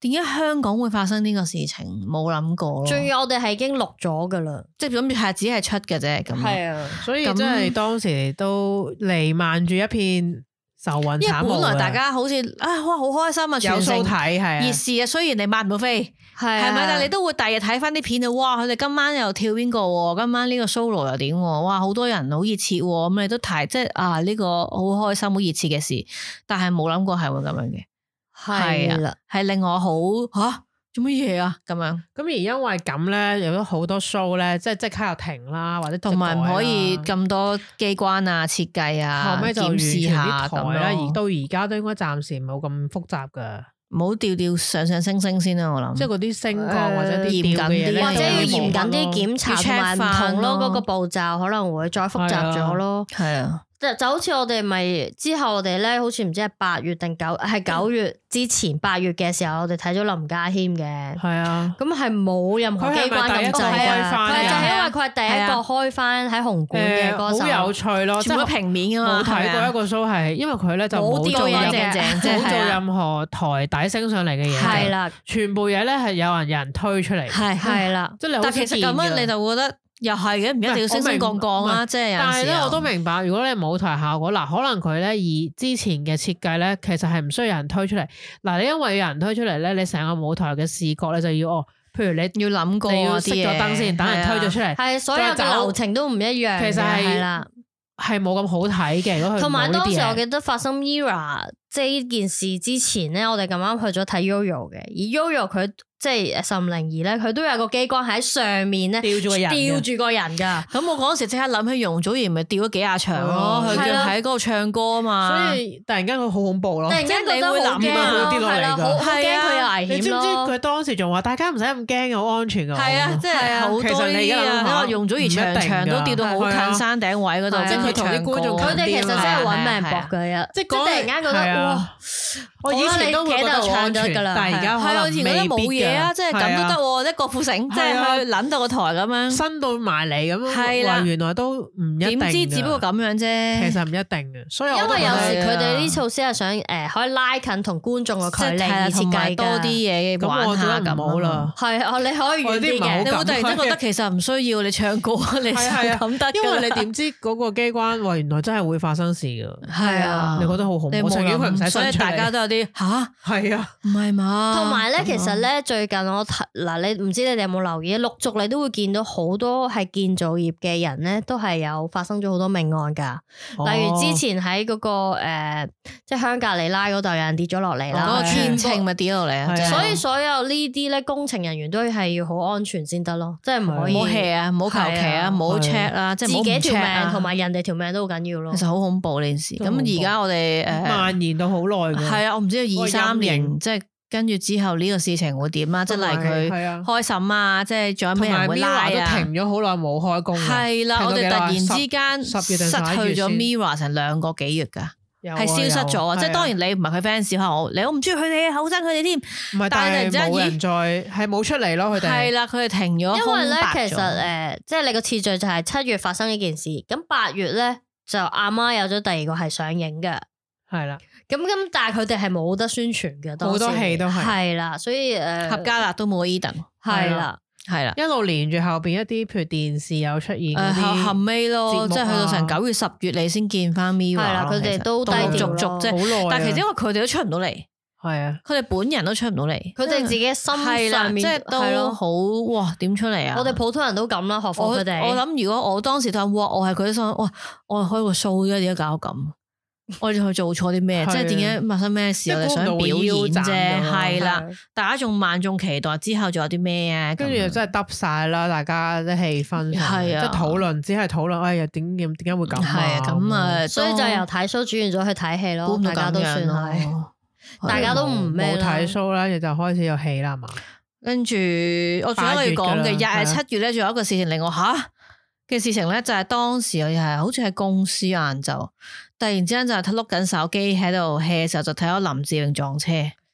Speaker 4: 點解香港會發生呢個事情？冇諗過咯，
Speaker 3: 仲要我哋係已經錄咗㗎啦，
Speaker 4: 即係諗住係只係出嘅啫咁。
Speaker 3: 啊，
Speaker 2: 所以
Speaker 4: 咁
Speaker 2: 真係當時都瀰漫住一片愁雲
Speaker 4: 因為
Speaker 2: 慘霧
Speaker 4: 本來
Speaker 2: 嘅
Speaker 4: 大家好似啊，哇，好開心啊，
Speaker 2: 有
Speaker 4: 全
Speaker 2: show
Speaker 4: 城
Speaker 2: 睇係
Speaker 4: 熱
Speaker 2: 啊，
Speaker 4: 事啊，雖然你買唔到飛，係
Speaker 3: 係啊
Speaker 4: 咪？但係你都會第日睇翻啲片啊，哇！佢哋今晚又跳邊個喎？今晚呢個 solo 又點喎？哇！好多人好熱切喎，咁你都睇，即係啊呢個好開心、好熱切嘅事，但係冇諗過係會咁樣嘅。
Speaker 3: 係啊啦，
Speaker 4: 係令我好吓做乜嘢啊咁樣，
Speaker 2: 咁而因為咁咧，有咗好多 show 咧，即係即刻又停啦，或者
Speaker 4: 同埋唔可以
Speaker 2: 咁。
Speaker 4: 咁多機關啊、設計啊、
Speaker 2: 後尾就
Speaker 4: 檢視下
Speaker 2: 完全啲
Speaker 4: 咁
Speaker 2: 台啦，而
Speaker 4: 咯。嗯
Speaker 2: 到而家都應該暫時冇咁複雜噶，
Speaker 4: 唔好調調上上升升先啦，我諗。
Speaker 2: 即係嗰啲升降或者啲
Speaker 4: 誒
Speaker 2: 吊嘅嘢咧
Speaker 4: 嚴謹啲啊
Speaker 3: 或者要
Speaker 4: 嚴
Speaker 3: 嚴謹啲檢
Speaker 4: 要
Speaker 3: 查
Speaker 4: check
Speaker 3: 同埋唔同
Speaker 4: 返
Speaker 3: 咯，
Speaker 4: 咯
Speaker 3: 嗰個步驟可能會再複雜咗咯。
Speaker 4: 係啊，
Speaker 3: 就就好似我哋咪之後我哋咧，好似唔知係八月定九係九月之前八月嘅時候，我哋睇咗林家謙嘅，
Speaker 2: 係啊，
Speaker 3: 咁係冇任何機
Speaker 2: 佢係
Speaker 3: 關
Speaker 2: 咪第一
Speaker 3: 咁
Speaker 2: 個
Speaker 3: 滯
Speaker 2: 開
Speaker 3: 㗎，
Speaker 2: 返
Speaker 3: 佢
Speaker 2: 嘅
Speaker 3: 就係因為佢係第一
Speaker 4: 係
Speaker 3: 個
Speaker 4: 啊
Speaker 3: 開翻喺紅館嘅
Speaker 2: 誒
Speaker 3: 歌手，
Speaker 2: 好有趣哦咯，即
Speaker 4: 全部都
Speaker 2: 係
Speaker 4: 平面噶嘛，啊
Speaker 2: 冇睇過一
Speaker 4: 個
Speaker 2: 個 show 係，因為佢咧就冇
Speaker 3: 冇
Speaker 2: 做
Speaker 3: 吊
Speaker 2: 任
Speaker 3: 嘢
Speaker 2: 冇
Speaker 3: 嘅
Speaker 4: 正
Speaker 2: [LAUGHS]
Speaker 4: 正，即係
Speaker 2: 做
Speaker 4: 係啊
Speaker 2: 任何台底升上嚟嘅嘢
Speaker 3: 係
Speaker 2: 嘅，
Speaker 3: 啦，
Speaker 2: 全部嘢咧係有人有人推出嚟，
Speaker 4: 係係。
Speaker 3: 係啦，
Speaker 2: 啊即係你好
Speaker 4: 但
Speaker 2: 少
Speaker 4: 其實
Speaker 2: 見
Speaker 4: 咁樣
Speaker 2: 㗎
Speaker 4: 你就會覺得又係嘅，唔一定要升升降降
Speaker 2: 唔係
Speaker 4: 啦，即係有
Speaker 2: 但係
Speaker 4: 陣時
Speaker 2: 咧，
Speaker 4: 候
Speaker 2: 我都明白，如果你舞台效果嗱，可能佢咧以之前嘅設計咧，其實係唔需要有人推出嚟。嗱，你因為有人推出嚟咧，你成個舞台嘅視覺咧就要哦，譬如你
Speaker 4: 要諗過
Speaker 2: 你要
Speaker 4: 啊
Speaker 2: 熄
Speaker 4: 啲
Speaker 2: 咗
Speaker 4: 嘢，啊
Speaker 2: 燈先，等人推咗出嚟，
Speaker 3: 係所
Speaker 2: 再
Speaker 3: 有嘅
Speaker 2: 走
Speaker 3: 流程都唔一樣嘅，
Speaker 2: 其實係
Speaker 3: 係啦。
Speaker 2: 係冇咁好睇嘅。如果佢
Speaker 3: 同埋
Speaker 2: 當
Speaker 3: 當時
Speaker 2: 時
Speaker 3: 我記得發生 Era 即係呢件事之前咧，我哋咁啱去咗睇 Yoyo 嘅，而 Yoyo 佢即係岑靈兒咧，佢都有個機關喺上面咧，
Speaker 2: 吊住個人嘅
Speaker 3: 吊住個人㗎。
Speaker 4: 咁我嗰時即刻諗起容祖兒咪吊咗幾廿場咯，
Speaker 2: 哦
Speaker 4: 佢
Speaker 3: 係
Speaker 4: 叫
Speaker 3: 啊
Speaker 4: 喺嗰度唱歌啊嘛，
Speaker 2: 所以突然間佢好恐怖咯
Speaker 3: 突。然間覺得好
Speaker 4: 即係你會
Speaker 3: 驚
Speaker 4: 諗
Speaker 2: 啊
Speaker 3: 咯，
Speaker 2: 跌落嚟
Speaker 3: 係啦，
Speaker 2: 㗎
Speaker 3: 好好驚佢有
Speaker 2: 啊你
Speaker 3: 危
Speaker 2: 知
Speaker 3: 險
Speaker 2: 唔知
Speaker 3: 咯。
Speaker 2: 佢當時仲話大家唔使咁驚，好安全㗎。
Speaker 4: 係啊，即係好
Speaker 2: 哦其
Speaker 4: 多
Speaker 2: 實
Speaker 4: 呢
Speaker 2: 你
Speaker 4: 啲
Speaker 2: 而家諗下
Speaker 4: 啊，因為容祖兒場場都掉到好
Speaker 2: 係啊
Speaker 4: 近山頂位嗰度，
Speaker 3: 即係佢
Speaker 2: 同啲啊觀眾
Speaker 3: 佢哋其實真係
Speaker 4: 啊
Speaker 3: 揾命搏
Speaker 4: 嘅。
Speaker 3: 㗎，
Speaker 2: 即係
Speaker 3: 即係
Speaker 2: 嗰
Speaker 3: 突然間覺得
Speaker 2: 係啊
Speaker 3: 哇，
Speaker 2: 我以前都會覺得好安
Speaker 3: 好
Speaker 2: 全
Speaker 3: 啦你企喺度唱就得㗎啦
Speaker 2: 但係而家可
Speaker 4: 係啊，
Speaker 2: 能
Speaker 4: 我以前覺得冇
Speaker 2: 未必
Speaker 4: 嘢啊，
Speaker 2: 㗎
Speaker 4: 即係
Speaker 2: 係
Speaker 4: 咁
Speaker 2: 啊
Speaker 4: 都得喎，一個副繩，即係
Speaker 2: 係啊
Speaker 4: 佢諗到個台咁樣。
Speaker 2: 伸到埋嚟咁樣，
Speaker 4: 係啦
Speaker 2: 哇原來都唔一定
Speaker 4: 點
Speaker 2: 㗎。
Speaker 4: 知只不過咁樣啫，
Speaker 2: 其實唔一定嘅，所以我
Speaker 3: 因
Speaker 2: 都
Speaker 3: 為
Speaker 2: 覺
Speaker 3: 有
Speaker 2: 得啊
Speaker 3: 時佢哋呢啲措施係想誒可以拉近同觀眾嘅
Speaker 4: 即係
Speaker 3: 距離
Speaker 4: 係
Speaker 3: 而
Speaker 4: 啊
Speaker 3: 設
Speaker 4: 同埋
Speaker 3: 計
Speaker 4: 多啲
Speaker 3: 㗎。
Speaker 4: 嘢
Speaker 2: 咁
Speaker 4: 玩
Speaker 2: 我覺
Speaker 4: 下
Speaker 2: 得
Speaker 4: 咁
Speaker 2: 唔好啦
Speaker 4: 啊。
Speaker 3: 係哦，你可以
Speaker 2: 我
Speaker 3: 遠
Speaker 2: 啲
Speaker 3: 啲
Speaker 2: 唔係好
Speaker 3: 嘅
Speaker 4: 你。會突然間覺得
Speaker 2: 咁
Speaker 4: 其實唔需要你唱歌，你就
Speaker 2: 係啊係啊
Speaker 4: 咁得㗎啦，
Speaker 2: 因為你點知嗰個機關，哇，原來真係會發生事噶，
Speaker 4: 係啊，
Speaker 2: 你覺得好恐怖
Speaker 4: 你冇
Speaker 2: 曾經佢唔使
Speaker 4: 諗，所以
Speaker 2: 伸出嚟
Speaker 4: 大家都有啲吓，
Speaker 2: 係
Speaker 4: [LAUGHS]
Speaker 2: 啊，
Speaker 4: 唔係嘛？
Speaker 3: 同埋咧，
Speaker 4: 咁
Speaker 3: 其
Speaker 4: 啊
Speaker 3: 實咧最近我睇嗱，你唔知你哋有冇留意，陸續你都會見到好多係建造業嘅人咧，都係有發生咗好多命案㗎。
Speaker 4: 哦
Speaker 3: 例如之前喺嗰、個、呃、即係香格里拉嗰度有人跌咗落嚟
Speaker 4: 哦嗰
Speaker 3: 啦
Speaker 2: 係
Speaker 4: 個，
Speaker 2: 啊
Speaker 4: 嗯天秤咪跌落嚟啊！
Speaker 3: 啊
Speaker 2: 係啊，
Speaker 3: 所以所有呢啲咧工程人員都係要好安全先得咯，即係唔可以
Speaker 4: 唔好 hea 啊，唔好求其
Speaker 3: 係
Speaker 4: 啊，
Speaker 3: 啊
Speaker 4: 唔好 check 啊，即
Speaker 3: 自
Speaker 4: 係唔好唔
Speaker 3: 己條
Speaker 4: check 啊
Speaker 3: 命同埋人哋條命都好緊要咯
Speaker 4: 其。實好恐怖呢件事。
Speaker 3: 都好恐怖
Speaker 4: 咁而家我哋誒
Speaker 2: 哦蔓延到好耐㗎
Speaker 4: 係啊，我唔知道二三
Speaker 2: 嗰個陰
Speaker 4: 年即係跟住之後呢個事情會點啦，即係例如佢
Speaker 2: 係啊，
Speaker 4: 開審啊，即係仲有
Speaker 2: 同
Speaker 4: 咩人
Speaker 2: 埋
Speaker 4: 會拉
Speaker 2: Mira 都
Speaker 4: 啊
Speaker 2: 停。咗好耐冇開工啦，
Speaker 4: 係啦，
Speaker 2: 停
Speaker 4: 我
Speaker 2: 咗
Speaker 4: 哋
Speaker 2: 幾
Speaker 4: 突
Speaker 2: 耐啊
Speaker 4: 然之
Speaker 2: 十
Speaker 4: 間
Speaker 2: 十月定
Speaker 4: 失
Speaker 2: 十一月
Speaker 4: 去咗
Speaker 2: 先
Speaker 4: Mira 成兩個幾月㗎，
Speaker 2: 有啊
Speaker 4: 係消失咗啊！
Speaker 2: 有
Speaker 4: 即係當然你唔係佢 fans，可能我你我唔中意佢哋，好憎佢哋添。
Speaker 2: 唔係，
Speaker 4: 但係
Speaker 2: 但
Speaker 4: 突
Speaker 2: 係
Speaker 4: 然之
Speaker 2: 冇
Speaker 4: 間
Speaker 2: 人再係冇出嚟咯，佢
Speaker 4: 係
Speaker 2: 哋
Speaker 4: 啦，佢哋停咗，
Speaker 3: 因為咧
Speaker 4: 空白，咗
Speaker 3: 其實誒、呃即係你個次序就係七月發生呢件事，咁八月咧就阿媽有咗第二個係上映嘅，
Speaker 2: 係啦，
Speaker 3: 咁咁但係佢哋係冇得宣傳嘅，當時
Speaker 2: 好多戲都係
Speaker 3: 係啦，所以誒
Speaker 4: 合家樂都冇 Eden，
Speaker 3: 係啦，
Speaker 4: 係啦。
Speaker 2: 一路連住後邊一啲譬如電視有出現嗰
Speaker 4: 誒後後
Speaker 2: 啲，
Speaker 4: 尾咯，
Speaker 2: 節目
Speaker 4: 即係去到成
Speaker 2: 啊
Speaker 4: 九月十月你先見翻 Mira
Speaker 3: 係啦
Speaker 4: 咯
Speaker 3: 佢哋
Speaker 4: 其實
Speaker 3: 都低
Speaker 4: 陸
Speaker 2: 調
Speaker 4: 續續
Speaker 3: 咯
Speaker 4: 啫。
Speaker 2: 好耐啊，
Speaker 4: 但係其實因為佢哋都出唔到嚟，
Speaker 2: 係啊，
Speaker 4: 佢哋本人都出唔到嚟，嗯
Speaker 3: 佢哋自己
Speaker 4: 係
Speaker 3: 心
Speaker 4: 啦，
Speaker 3: 上
Speaker 4: 即
Speaker 3: 面
Speaker 4: 係
Speaker 3: 係
Speaker 4: 都
Speaker 3: 咯，
Speaker 4: 好哇點出嚟啊！
Speaker 3: 我哋普通人都咁啦，何
Speaker 4: 我
Speaker 3: 況佢哋
Speaker 4: 我諗如果我當時就係哇，我係佢啲心諗，哇，我係開個 show 啫，點解搞咁？我哋去做錯啲咩？
Speaker 2: 係
Speaker 4: 即
Speaker 2: 啊
Speaker 4: 係點解發生咩事？
Speaker 2: 即係
Speaker 4: 我哋想
Speaker 2: 估唔到會
Speaker 4: 表演
Speaker 2: 腰斬
Speaker 4: 啫，
Speaker 2: 咁咯
Speaker 4: 係啦，
Speaker 3: 係
Speaker 4: 大家仲萬眾期待之後仲有啲咩啊？
Speaker 2: 跟住又真係耷晒啦，大家啲氣氛上面
Speaker 4: 係啊
Speaker 2: 即係討論，只係討論，哎呀點點點解會咁
Speaker 4: 係啊，咁啊，
Speaker 3: 所以就由睇 show 轉咗去睇戲
Speaker 4: 估
Speaker 3: 咯，
Speaker 4: 唔到
Speaker 3: 大家
Speaker 4: 咁
Speaker 3: 都算
Speaker 4: 樣
Speaker 3: 係。
Speaker 4: 咯，
Speaker 3: 大家都唔咩
Speaker 2: 冇
Speaker 3: 啦
Speaker 2: 睇 show 啦，亦就開始有戲啦係嘛，
Speaker 4: 跟住我仲有一個要
Speaker 2: 八月㗎
Speaker 4: 講嘅，
Speaker 2: 啦
Speaker 4: 廿
Speaker 2: 係啊
Speaker 4: 七月咧，仲有一個事情令我吓嘅事情咧，就係當時我係好似喺公司晏晝，突然之間就係睇碌緊手機喺度 hea 嘅時候，就睇到林志穎撞車，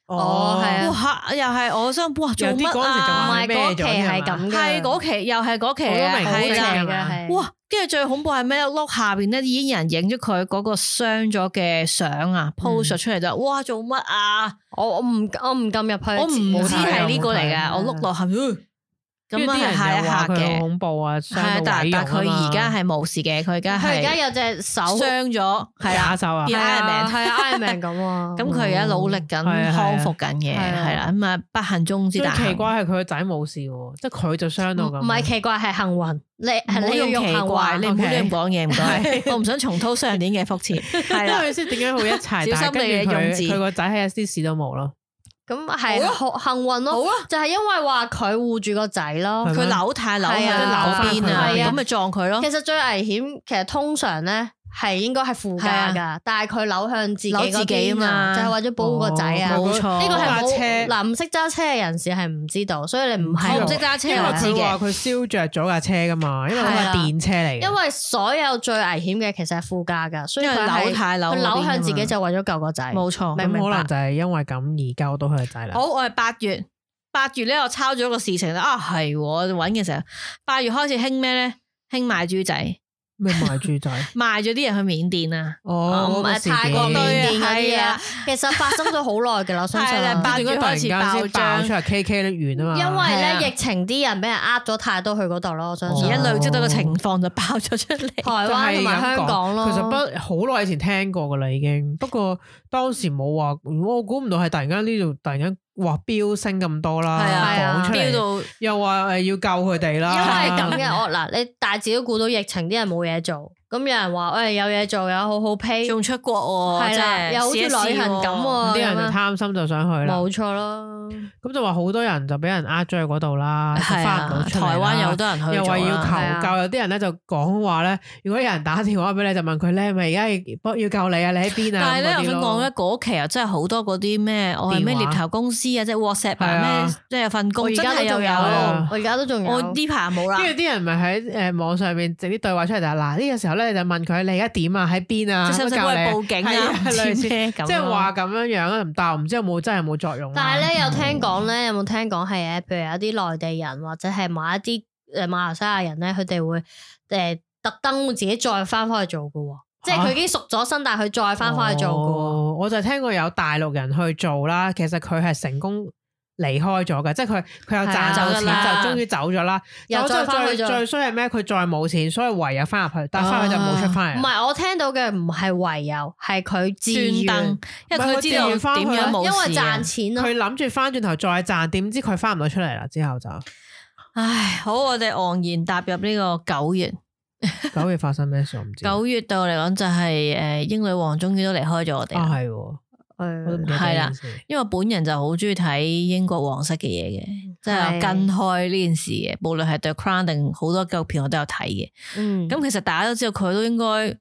Speaker 3: 哦係啊
Speaker 4: 哇又係我心諗哇做
Speaker 2: 有啲
Speaker 4: 乜
Speaker 2: 嗰陣時就
Speaker 3: 唔
Speaker 2: 話
Speaker 4: 啊？
Speaker 3: 係嗰期係咁嘅，
Speaker 4: 係嗰期又係嗰期
Speaker 2: 我
Speaker 4: 啊，
Speaker 2: 都明
Speaker 4: 係
Speaker 2: 好
Speaker 4: 啦
Speaker 2: 正。
Speaker 3: 嘅，係啊
Speaker 4: 哇！跟住最恐怖係咩？碌下邊咧已經有人影咗佢嗰個傷咗嘅相啊，post 咗出嚟就哇做乜啊？
Speaker 3: 我我唔我唔撳入去，
Speaker 4: 我唔知係呢個
Speaker 2: 冇
Speaker 4: 嚟
Speaker 2: 睇
Speaker 4: 嘅，
Speaker 2: 啊
Speaker 4: 我碌落去，呃
Speaker 2: 跟
Speaker 4: 咁
Speaker 2: 住
Speaker 4: 啊
Speaker 2: 啲
Speaker 4: 係
Speaker 2: 人
Speaker 4: 下一
Speaker 2: 又話
Speaker 4: 下
Speaker 2: 佢好
Speaker 4: 嘅，
Speaker 2: 恐怖啊，傷
Speaker 4: 係啊
Speaker 2: 到
Speaker 4: 但
Speaker 2: 毀
Speaker 4: 但
Speaker 2: 容啊
Speaker 4: 佢
Speaker 2: 嘛
Speaker 4: 而家係冇事嘅，佢而家
Speaker 3: 佢而家
Speaker 4: 係
Speaker 3: 有隻手
Speaker 4: 傷咗，係
Speaker 2: 假
Speaker 4: 啦，
Speaker 2: 手啊，
Speaker 4: 變
Speaker 3: 係
Speaker 4: Iron
Speaker 3: 啊
Speaker 4: Man
Speaker 3: 係啊 Iron Man 咁
Speaker 4: [LAUGHS]
Speaker 3: 啊，
Speaker 4: 咁佢而家努力緊
Speaker 2: 係啊係啊
Speaker 4: 康復緊嘅，
Speaker 3: 係啊
Speaker 4: 係啦，咁啊不幸中之
Speaker 2: 最
Speaker 4: 大幸
Speaker 2: 奇怪係佢個仔冇事喎，即係佢就傷到咁。
Speaker 3: 唔係奇怪係幸運，你
Speaker 4: 唔好
Speaker 3: 你要
Speaker 4: 用
Speaker 3: 用
Speaker 4: 奇
Speaker 3: 幸
Speaker 4: 怪，
Speaker 3: 運
Speaker 4: 你唔好
Speaker 2: OK
Speaker 4: 亂講嘢，唔 [LAUGHS] 該，我唔想重蹈上年嘅覆轍，係
Speaker 2: 因
Speaker 4: 啦，
Speaker 2: 為先點解會一齊，
Speaker 4: 小心
Speaker 2: 但係跟住
Speaker 4: 你嘅用
Speaker 2: 佢
Speaker 4: 字
Speaker 2: 佢個仔係一啲事都冇咯。
Speaker 3: 咁係好幸運
Speaker 4: 好
Speaker 3: 咯，
Speaker 4: 啊。
Speaker 3: 就係因為話佢護住個仔咯
Speaker 2: 係。
Speaker 4: 佢
Speaker 2: 咩
Speaker 4: 扭太扭去
Speaker 3: 係
Speaker 2: 啊
Speaker 4: 扭邊啊，
Speaker 2: 係啊
Speaker 4: 咁咪撞佢咯
Speaker 3: 其。實最危險，其實通常咧係應該係副駕
Speaker 4: 係啊
Speaker 3: 㗎，但係佢扭向自己
Speaker 4: 扭自
Speaker 3: 嗰
Speaker 4: 己啊
Speaker 3: 邊
Speaker 4: 嘛
Speaker 3: 啊，就係為咗保護個仔啊。
Speaker 4: 哦冇錯
Speaker 3: 呢個係
Speaker 2: 架
Speaker 3: 冇
Speaker 2: 車，
Speaker 3: 嗱唔識揸車嘅人士係唔知道，所以你唔係
Speaker 4: 我
Speaker 2: 我
Speaker 4: 唔
Speaker 2: 唔
Speaker 4: 識
Speaker 2: 識
Speaker 4: 揸車，
Speaker 2: 因為
Speaker 4: 我知
Speaker 2: 佢話
Speaker 4: 嘅。
Speaker 2: 佢燒着咗架車噶嘛，因為佢
Speaker 3: 係
Speaker 2: 係
Speaker 3: 啦
Speaker 2: 電車嚟嘅。
Speaker 3: 因為所有最危險嘅其實係副駕㗎，所以
Speaker 4: 因
Speaker 3: 佢
Speaker 4: 為
Speaker 3: 係
Speaker 4: 扭太扭嗰
Speaker 3: 佢
Speaker 4: 邊啊嘛
Speaker 3: 扭向自己就為咗救個仔。
Speaker 4: 冇錯，
Speaker 3: 明唔明
Speaker 2: 咁可
Speaker 3: 白哦
Speaker 2: 能就係因為咁而救到佢個仔啦。
Speaker 4: 好，我係八月，八月咧我抄咗個事情啦。啊，係喎我揾嘅時候，八月開始興咩咧？興賣豬仔，
Speaker 2: 咩賣豬仔？
Speaker 4: 賣咗啲人去緬甸啊。
Speaker 2: 哦，嗰
Speaker 3: 唔
Speaker 2: 個
Speaker 3: 係
Speaker 2: 事
Speaker 3: 泰國
Speaker 2: 件
Speaker 3: 緬甸嗰
Speaker 4: 係
Speaker 3: 啲
Speaker 4: 啊
Speaker 3: 啊，其實發生咗好耐㗎啦，我相
Speaker 4: 係啊
Speaker 3: 信
Speaker 4: 啦。八
Speaker 2: 點
Speaker 4: 月
Speaker 2: 解突然
Speaker 4: 開始
Speaker 2: 間
Speaker 4: 爆
Speaker 2: 先爆
Speaker 4: 漲
Speaker 2: 出，嚟 K K 完啊嘛？
Speaker 3: 因
Speaker 4: 係啊
Speaker 3: 為咧疫情啲人俾人呃咗太多去嗰度咯，我相
Speaker 4: 而
Speaker 3: 信
Speaker 4: 家
Speaker 2: 哦
Speaker 4: 累積到個情況就爆咗出 [LAUGHS]
Speaker 3: 台
Speaker 4: 嚟。
Speaker 3: 灣同埋香港咯。
Speaker 2: 其實不好耐以前聽過噶啦，已經。不過當時冇話，我估唔到係突然間呢度突然間哇飆升咁多啦，
Speaker 4: 係
Speaker 3: 啊
Speaker 2: 哦講出
Speaker 4: 飆
Speaker 2: 嚟
Speaker 4: 到
Speaker 2: 又話誒要救佢哋
Speaker 3: 因
Speaker 2: 啦，
Speaker 4: 啊
Speaker 3: 為咁
Speaker 2: [LAUGHS]
Speaker 3: 嘅，我嗱你大自己都估到疫情啲人冇嘢做，咁有人話喂有嘢做有好好 pay，
Speaker 4: 仲出國喎，
Speaker 3: 係啦，
Speaker 4: 真係
Speaker 3: 又好似
Speaker 4: 試一試
Speaker 3: 旅行咁
Speaker 4: 喎
Speaker 3: 喎，
Speaker 2: 啲人就
Speaker 3: 咁樣
Speaker 2: 貪心就想去啦。
Speaker 3: 冇錯咯，
Speaker 2: 咁就話好多人就俾人呃咗去嗰度啦，就
Speaker 4: 係
Speaker 2: 翻唔
Speaker 4: 啊
Speaker 2: 到，出嚟啦
Speaker 4: 台灣有好多人去咗啦，
Speaker 2: 又話要
Speaker 3: 係
Speaker 2: 求
Speaker 3: 啊
Speaker 2: 救，有啲人咧就講話咧，如果有人打電話俾你，就問佢咧，咪而家要幫要救你啊，你喺邊啊？
Speaker 4: 但係咧，
Speaker 2: 咁
Speaker 4: 我
Speaker 2: 嗰啲
Speaker 4: 想
Speaker 2: 咯
Speaker 4: 講咧，嗰期啊，真係好多嗰啲咩，我係咩
Speaker 2: 電話
Speaker 4: 獵頭公司啊，即係 WhatsApp
Speaker 2: 係
Speaker 4: 啊，
Speaker 2: 啊
Speaker 4: 咩即係有份
Speaker 3: 我
Speaker 4: 工，
Speaker 3: 而
Speaker 4: 真
Speaker 3: 家
Speaker 4: 係
Speaker 3: 都
Speaker 4: 又
Speaker 3: 仲有，
Speaker 2: 啊
Speaker 3: 我
Speaker 4: 有。
Speaker 3: 而家都仲有，
Speaker 4: 我呢排冇啦
Speaker 2: 跟，住啲人咪喺誒呃網上面整啲對話出嚟，就係嗱呢個時候咧就問佢你而家點啊，喺邊啊，
Speaker 4: 即係使唔
Speaker 2: 乜
Speaker 4: 使
Speaker 2: 教
Speaker 4: 幫
Speaker 2: 你
Speaker 4: 佢報警
Speaker 2: 係
Speaker 4: 啊？ [LAUGHS] 唔
Speaker 2: 類
Speaker 4: 知
Speaker 2: 似
Speaker 4: 咩咁咯，
Speaker 2: 即係話咁樣樣啦，但我唔知有冇真係有冇作用啦。啊
Speaker 3: 但係咧，有聽講咧，有冇聽講係呃誒？譬如有啲內地人或者係某一啲誒馬來西亞人咧，佢哋會誒、呃特登會自己再翻返去做嘅喎，即係佢已經熟咗身，但係佢再翻返去做嘅喎。
Speaker 2: 哦我就聽過有大陸人去做啦，其實佢係成功離開咗嘅，即係佢佢有
Speaker 3: 係啊
Speaker 2: 賺到
Speaker 4: 走
Speaker 2: 錢
Speaker 4: 咗啦
Speaker 2: 就終於走咗啦。
Speaker 3: 又
Speaker 2: 走
Speaker 3: 再
Speaker 2: 咗
Speaker 3: 返去
Speaker 2: 最
Speaker 3: 咗
Speaker 2: 最衰係咩？佢再冇錢，所以唯有翻入去，但係翻去就冇出翻
Speaker 3: 唔
Speaker 2: 嚟啦。
Speaker 3: 係我聽到嘅唔係唯有，係佢自
Speaker 4: 專
Speaker 3: 願
Speaker 4: 登，，因為佢知道
Speaker 2: 唔係佢調翻
Speaker 4: 點
Speaker 2: 佢
Speaker 4: 樣
Speaker 2: 啦
Speaker 4: 冇
Speaker 3: 因為
Speaker 4: 事啊
Speaker 3: 賺錢咯。
Speaker 2: 佢諗住翻轉頭再賺，點知佢翻唔到出嚟啦。之後
Speaker 3: [LAUGHS]
Speaker 2: 就
Speaker 4: 唉，好，我哋昂然踏入呢個九月。
Speaker 2: 九月發生咩事我唔知。
Speaker 4: 呃九月對我嚟講就係誒英女王終於都離開咗我哋
Speaker 2: 啊
Speaker 4: 啦，
Speaker 2: 係喎，我都唔記得咗
Speaker 4: 係啦
Speaker 2: 呢件事
Speaker 4: 因為本人就好中意睇英國皇室嘅嘢嘅，即係
Speaker 3: 係
Speaker 4: 跟開呢件事嘅，無論係 The Crown 定好多紀錄片我都有睇嘅。
Speaker 3: 嗯，
Speaker 4: 咁其實大家都知道佢都應該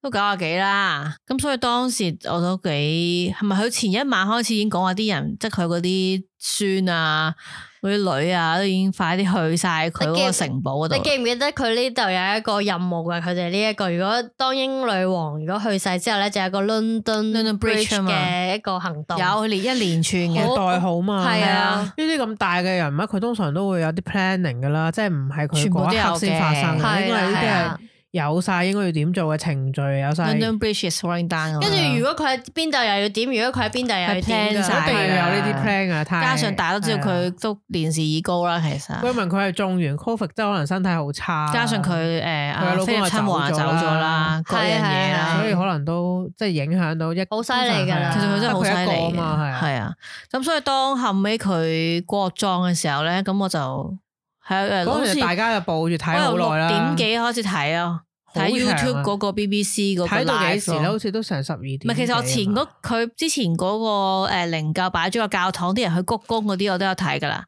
Speaker 4: 都九啊幾啦，咁所以當時我都幾係咪佢前一晚開始已經講話啲人，即係佢嗰啲孫啊、嗰啲女啊，都已經快啲去晒佢嗰
Speaker 3: 你記
Speaker 4: 個城堡嗰
Speaker 3: 你
Speaker 4: 度。
Speaker 3: 記唔記得佢呢度有一個任務啊嘅？佢哋呢一個，如果當英女王如果去世之後咧，就有一個 London
Speaker 4: London Bridge
Speaker 3: Bridge
Speaker 4: 啊嘛
Speaker 3: 嘅一個行動。
Speaker 4: 有連一連串嘅，
Speaker 3: 好
Speaker 2: 年代好嘛，
Speaker 3: 係啊，
Speaker 2: 呢啲咁大嘅人物，佢通常都會有啲 planning 噶啦，即係唔係佢
Speaker 4: 全部都
Speaker 2: 嗰
Speaker 4: 有
Speaker 2: 一刻先發生
Speaker 3: 係啊
Speaker 2: 嘅，應該係呢
Speaker 3: 係
Speaker 2: 啲
Speaker 3: 啊
Speaker 2: 係有晒應該要點做嘅程序，有晒
Speaker 4: London Bridge is falling down 咁樣。
Speaker 3: 跟住如果佢喺邊度又要點，如果佢喺邊度又要
Speaker 4: 係
Speaker 3: 點
Speaker 4: plan
Speaker 3: 㗎
Speaker 4: 晒
Speaker 2: 一定要有呢啲 plan 啊，太
Speaker 4: 加上大家都知道
Speaker 2: 係
Speaker 4: 佢
Speaker 2: 啊
Speaker 4: 都年事已高啦，其實。
Speaker 2: Raymond 佢係中完 Covid 之後可能身體好差，啊
Speaker 4: 加上佢誒
Speaker 2: 佢
Speaker 4: 阿
Speaker 2: 老公
Speaker 4: 菲臘
Speaker 2: 又
Speaker 4: 親王
Speaker 2: 走
Speaker 4: 走
Speaker 2: 咗啦
Speaker 4: 咗啦，嗰樣嘢啦，
Speaker 2: 啊所以可能都即係影響到一
Speaker 3: 好犀利㗎啦
Speaker 4: 其實佢真係好犀利
Speaker 2: 啊得佢一
Speaker 4: 嘅
Speaker 2: 個啊嘛，係啊
Speaker 4: 係啊。咁所以當後尾佢國葬嘅時候咧，咁我就係誒，好
Speaker 2: 嗰陣
Speaker 4: 似
Speaker 2: 時大家就抱住睇
Speaker 4: 我由
Speaker 2: 好耐
Speaker 4: 六
Speaker 2: 啦，
Speaker 4: 點幾開始睇啊，
Speaker 2: 好長啊
Speaker 4: 睇 YouTube 嗰個 BBC 嗰個
Speaker 2: 睇到幾
Speaker 4: live
Speaker 2: 時咧？
Speaker 4: 咯
Speaker 2: 好似都成十二點幾啊
Speaker 4: 唔
Speaker 2: 嘛。
Speaker 4: 係，其實我前嗰佢之前嗰個誒靈柩擺咗個教堂，啲人去鞠躬嗰啲，我都有睇噶啦。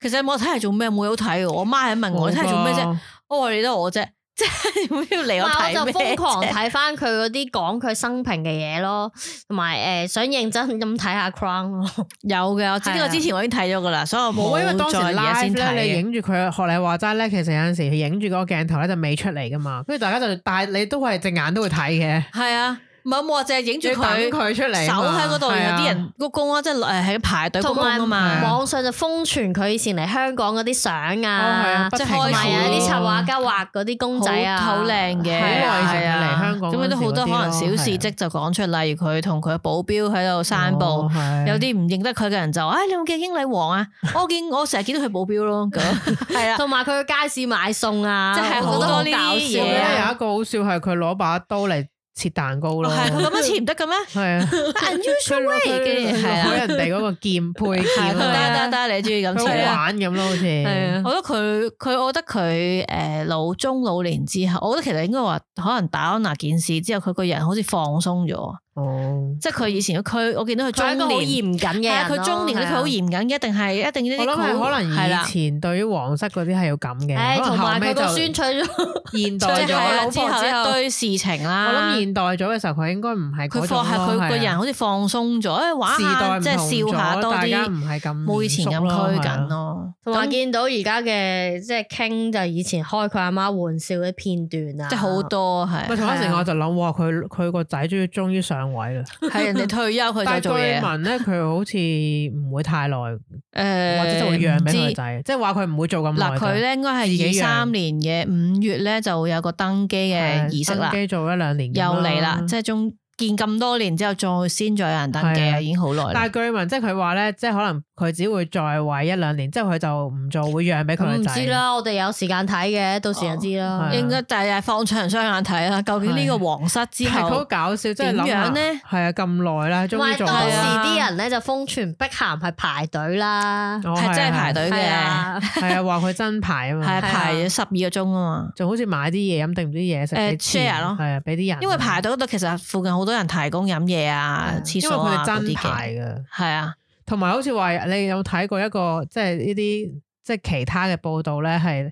Speaker 4: 其實我睇嚟做咩？冇嘢好睇喎。我媽喺問
Speaker 2: 冇
Speaker 4: 我：你睇嚟做咩
Speaker 2: 㗎
Speaker 4: 啫？我話你得我啫， [LAUGHS] 即係點解要
Speaker 3: 唔
Speaker 4: 嚟我
Speaker 3: 係
Speaker 4: 睇
Speaker 3: 我就
Speaker 4: 咩
Speaker 3: 瘋狂
Speaker 4: 啫？
Speaker 3: 睇翻佢嗰啲講佢生平嘅嘢咯，同埋誒想認真咁睇下 Crown 咯。
Speaker 4: 有嘅，我知呢
Speaker 3: 係
Speaker 4: 個
Speaker 3: 啊
Speaker 4: 之前我已經睇咗噶啦，所以我
Speaker 2: 冇啊，因為當
Speaker 4: 當
Speaker 2: 時
Speaker 4: 時嘢先
Speaker 2: live
Speaker 4: 睇
Speaker 2: 咧，你
Speaker 4: 嘅。
Speaker 2: 影住佢學你話齋咧，其實有陣時佢影住嗰個鏡頭咧就未出嚟噶嘛，跟住大家就但係你都係隻眼都會睇嘅，
Speaker 4: 係啊，唔係我就係影住
Speaker 2: 你等
Speaker 4: 佢
Speaker 2: 佢出嚟
Speaker 4: 手
Speaker 2: 啊嘛，
Speaker 4: 喺嗰度，然後
Speaker 2: 係
Speaker 4: 啲
Speaker 2: 啊
Speaker 4: 人鞠躬啊，即係誒喺排隊鞠
Speaker 3: 同
Speaker 4: 躬啊
Speaker 3: 埋
Speaker 4: 嘛。
Speaker 3: 網上就瘋傳佢以前嚟香港嗰啲相
Speaker 2: 哦係
Speaker 3: 啊
Speaker 2: 啊，不
Speaker 3: 即係
Speaker 2: 停
Speaker 3: 同埋
Speaker 2: 咁
Speaker 3: 啊
Speaker 2: 樣
Speaker 3: 啲插畫家畫嗰啲公仔啊，
Speaker 4: 好好靚嘅，
Speaker 3: 係啊
Speaker 2: 好耐以
Speaker 4: 係
Speaker 2: 前
Speaker 4: 啊
Speaker 2: 嚟香港
Speaker 4: 咁佢都好多可能
Speaker 2: 嗰陣
Speaker 4: 小
Speaker 2: 時嗰啲咯啊
Speaker 4: 事蹟就講出，例如佢同佢保鏢喺度散步，
Speaker 2: 哦係
Speaker 4: 有啲唔認得佢嘅人就，唉、你有冇見英女王
Speaker 2: [LAUGHS]
Speaker 4: 啊？我見我成日見到佢保鏢咯，咁係啊，
Speaker 3: 同埋佢去街市買餸啊，
Speaker 4: 即係
Speaker 3: 我
Speaker 4: 好
Speaker 3: 覺得
Speaker 4: 多
Speaker 3: 好
Speaker 4: 呢啲
Speaker 3: 搞
Speaker 2: 我
Speaker 3: 笑
Speaker 2: 記
Speaker 4: 嘢
Speaker 2: 得
Speaker 4: 啊
Speaker 2: 有一個好笑係佢攞把刀嚟切蛋糕咯，
Speaker 4: [LAUGHS] 哦係啊佢咁樣切唔得嘅咩？
Speaker 2: [LAUGHS] 係啊，佢
Speaker 4: unusual
Speaker 2: 攞
Speaker 4: way
Speaker 2: 佢
Speaker 4: 嘅係啊
Speaker 2: 攞人哋嗰個劍配劍
Speaker 4: 得
Speaker 2: 啊
Speaker 4: 得得，你中意咁
Speaker 2: 佢好
Speaker 4: 切啊？
Speaker 2: 玩咁咯，好似
Speaker 3: 係啊
Speaker 4: 我覺得佢佢，我覺得佢誒、呃老中老年之後，我覺得其實應該話，可能打安娜件事之後，佢個人好似放鬆咗，
Speaker 2: 哦。
Speaker 4: 即係佢以前佢，我見到佢
Speaker 3: 佢係一個
Speaker 4: 中
Speaker 3: 好
Speaker 4: 年，
Speaker 3: 嚴謹
Speaker 4: 係
Speaker 3: 嘅
Speaker 4: 啊，
Speaker 3: 人咯
Speaker 4: 佢中年咧，佢好。嚴謹，一定係一定呢
Speaker 2: 我
Speaker 4: 啲
Speaker 2: 諗係
Speaker 4: 好
Speaker 2: 可
Speaker 4: 係啦
Speaker 2: 能以前對於皇室嗰啲係要咁嘅，
Speaker 3: 唉，
Speaker 2: 可
Speaker 3: 同
Speaker 2: 能後
Speaker 3: 埋
Speaker 2: 尾
Speaker 3: 佢
Speaker 2: 就
Speaker 3: 個孫娶咗，
Speaker 4: [LAUGHS]
Speaker 2: 現
Speaker 4: 即
Speaker 2: 代
Speaker 4: 係
Speaker 2: 咗
Speaker 4: 係
Speaker 2: 老
Speaker 4: 啊
Speaker 2: 婆
Speaker 4: 之
Speaker 2: 之後
Speaker 4: 後一堆事情啦。
Speaker 2: 我諗現代咗嘅時候，佢應該唔係嗰
Speaker 4: 佢放
Speaker 2: 種
Speaker 4: 係
Speaker 2: 咯
Speaker 4: 佢個
Speaker 2: 係
Speaker 4: 人
Speaker 2: 啊
Speaker 4: 好似放鬆咗，誒玩
Speaker 2: 時代
Speaker 4: 下
Speaker 2: 唔
Speaker 4: 即係
Speaker 2: 同
Speaker 4: 笑下
Speaker 2: 咗
Speaker 4: 多
Speaker 2: 大家唔
Speaker 4: 啲，
Speaker 2: 係咁
Speaker 4: 冇以前咁拘謹
Speaker 2: 咯。啊
Speaker 4: 咯。
Speaker 3: 同埋見到而家嘅即係傾就以前開佢阿媽玩笑嘅片段啊，
Speaker 4: 即係好多係
Speaker 2: 咪同一時間
Speaker 4: 係
Speaker 2: 我
Speaker 4: 啊
Speaker 2: 就諗，哇！佢佢個仔終於終於上位啦。
Speaker 4: 係人哋退休佢
Speaker 2: 但
Speaker 4: 就
Speaker 2: 據
Speaker 4: 做嘢，
Speaker 2: 聞咧，佢好似唔會太耐，或
Speaker 4: 誒
Speaker 2: 者就會讓俾
Speaker 4: 唔知
Speaker 2: 佢個仔，即係話佢唔會做咁耐
Speaker 4: 嗱
Speaker 2: 就。
Speaker 4: 佢咧應該
Speaker 2: 自
Speaker 4: 係二
Speaker 2: 己養
Speaker 4: 三年嘅五月咧就會有個登基嘅儀式啦
Speaker 2: 登，基做一兩年咁啊
Speaker 4: 又
Speaker 2: 啦
Speaker 4: 嚟啦，即係中見咁多年之後再先再有人登記
Speaker 2: 係
Speaker 4: 啊，
Speaker 2: 啊
Speaker 4: 已經好耐啦
Speaker 2: 但。係據聞，即係佢話咧，即係可能佢只會在位一兩年，之後佢就唔做，會讓俾佢
Speaker 3: 咁
Speaker 2: 個
Speaker 3: 唔
Speaker 2: 仔。
Speaker 3: 知啦，我哋有時間睇嘅，到時就知
Speaker 2: 哦
Speaker 3: 啦
Speaker 2: 係。
Speaker 4: 應該但係放長雙眼睇啦，究竟呢個皇室之
Speaker 2: 係佢好
Speaker 4: 後
Speaker 2: 搞笑，即係諗
Speaker 4: 點
Speaker 2: 下
Speaker 4: 樣呢
Speaker 2: 係啊，咁耐啦，
Speaker 3: 同
Speaker 2: 終
Speaker 3: 埋
Speaker 2: 於做
Speaker 3: 當
Speaker 2: 到
Speaker 3: 時
Speaker 2: 啦。
Speaker 3: 啲人咧就瘋傳碧咸係排隊啦，
Speaker 2: 哦
Speaker 4: 係真係排隊
Speaker 3: 係
Speaker 4: 嘅，
Speaker 3: 啊，
Speaker 2: 係啊，話佢真排啊嘛，
Speaker 4: 係
Speaker 3: 啊
Speaker 4: 排咗十二個鐘啊嘛。
Speaker 2: 仲好似買啲嘢飲定唔知嘢食俾
Speaker 4: 誒 share
Speaker 2: 錢
Speaker 4: 咯
Speaker 2: 係啊，俾啲人，
Speaker 4: 因為排到嗰度其實附近好多人提供飲嘢啊、廁
Speaker 2: 因為
Speaker 4: 所
Speaker 2: 佢哋
Speaker 4: 啊嗰
Speaker 2: 真
Speaker 4: 啲
Speaker 2: 排
Speaker 4: 嘅，
Speaker 2: 嘅，
Speaker 4: 係啊，
Speaker 2: 同埋好似話你有睇過一個即係呢啲即係其他嘅報道咧，係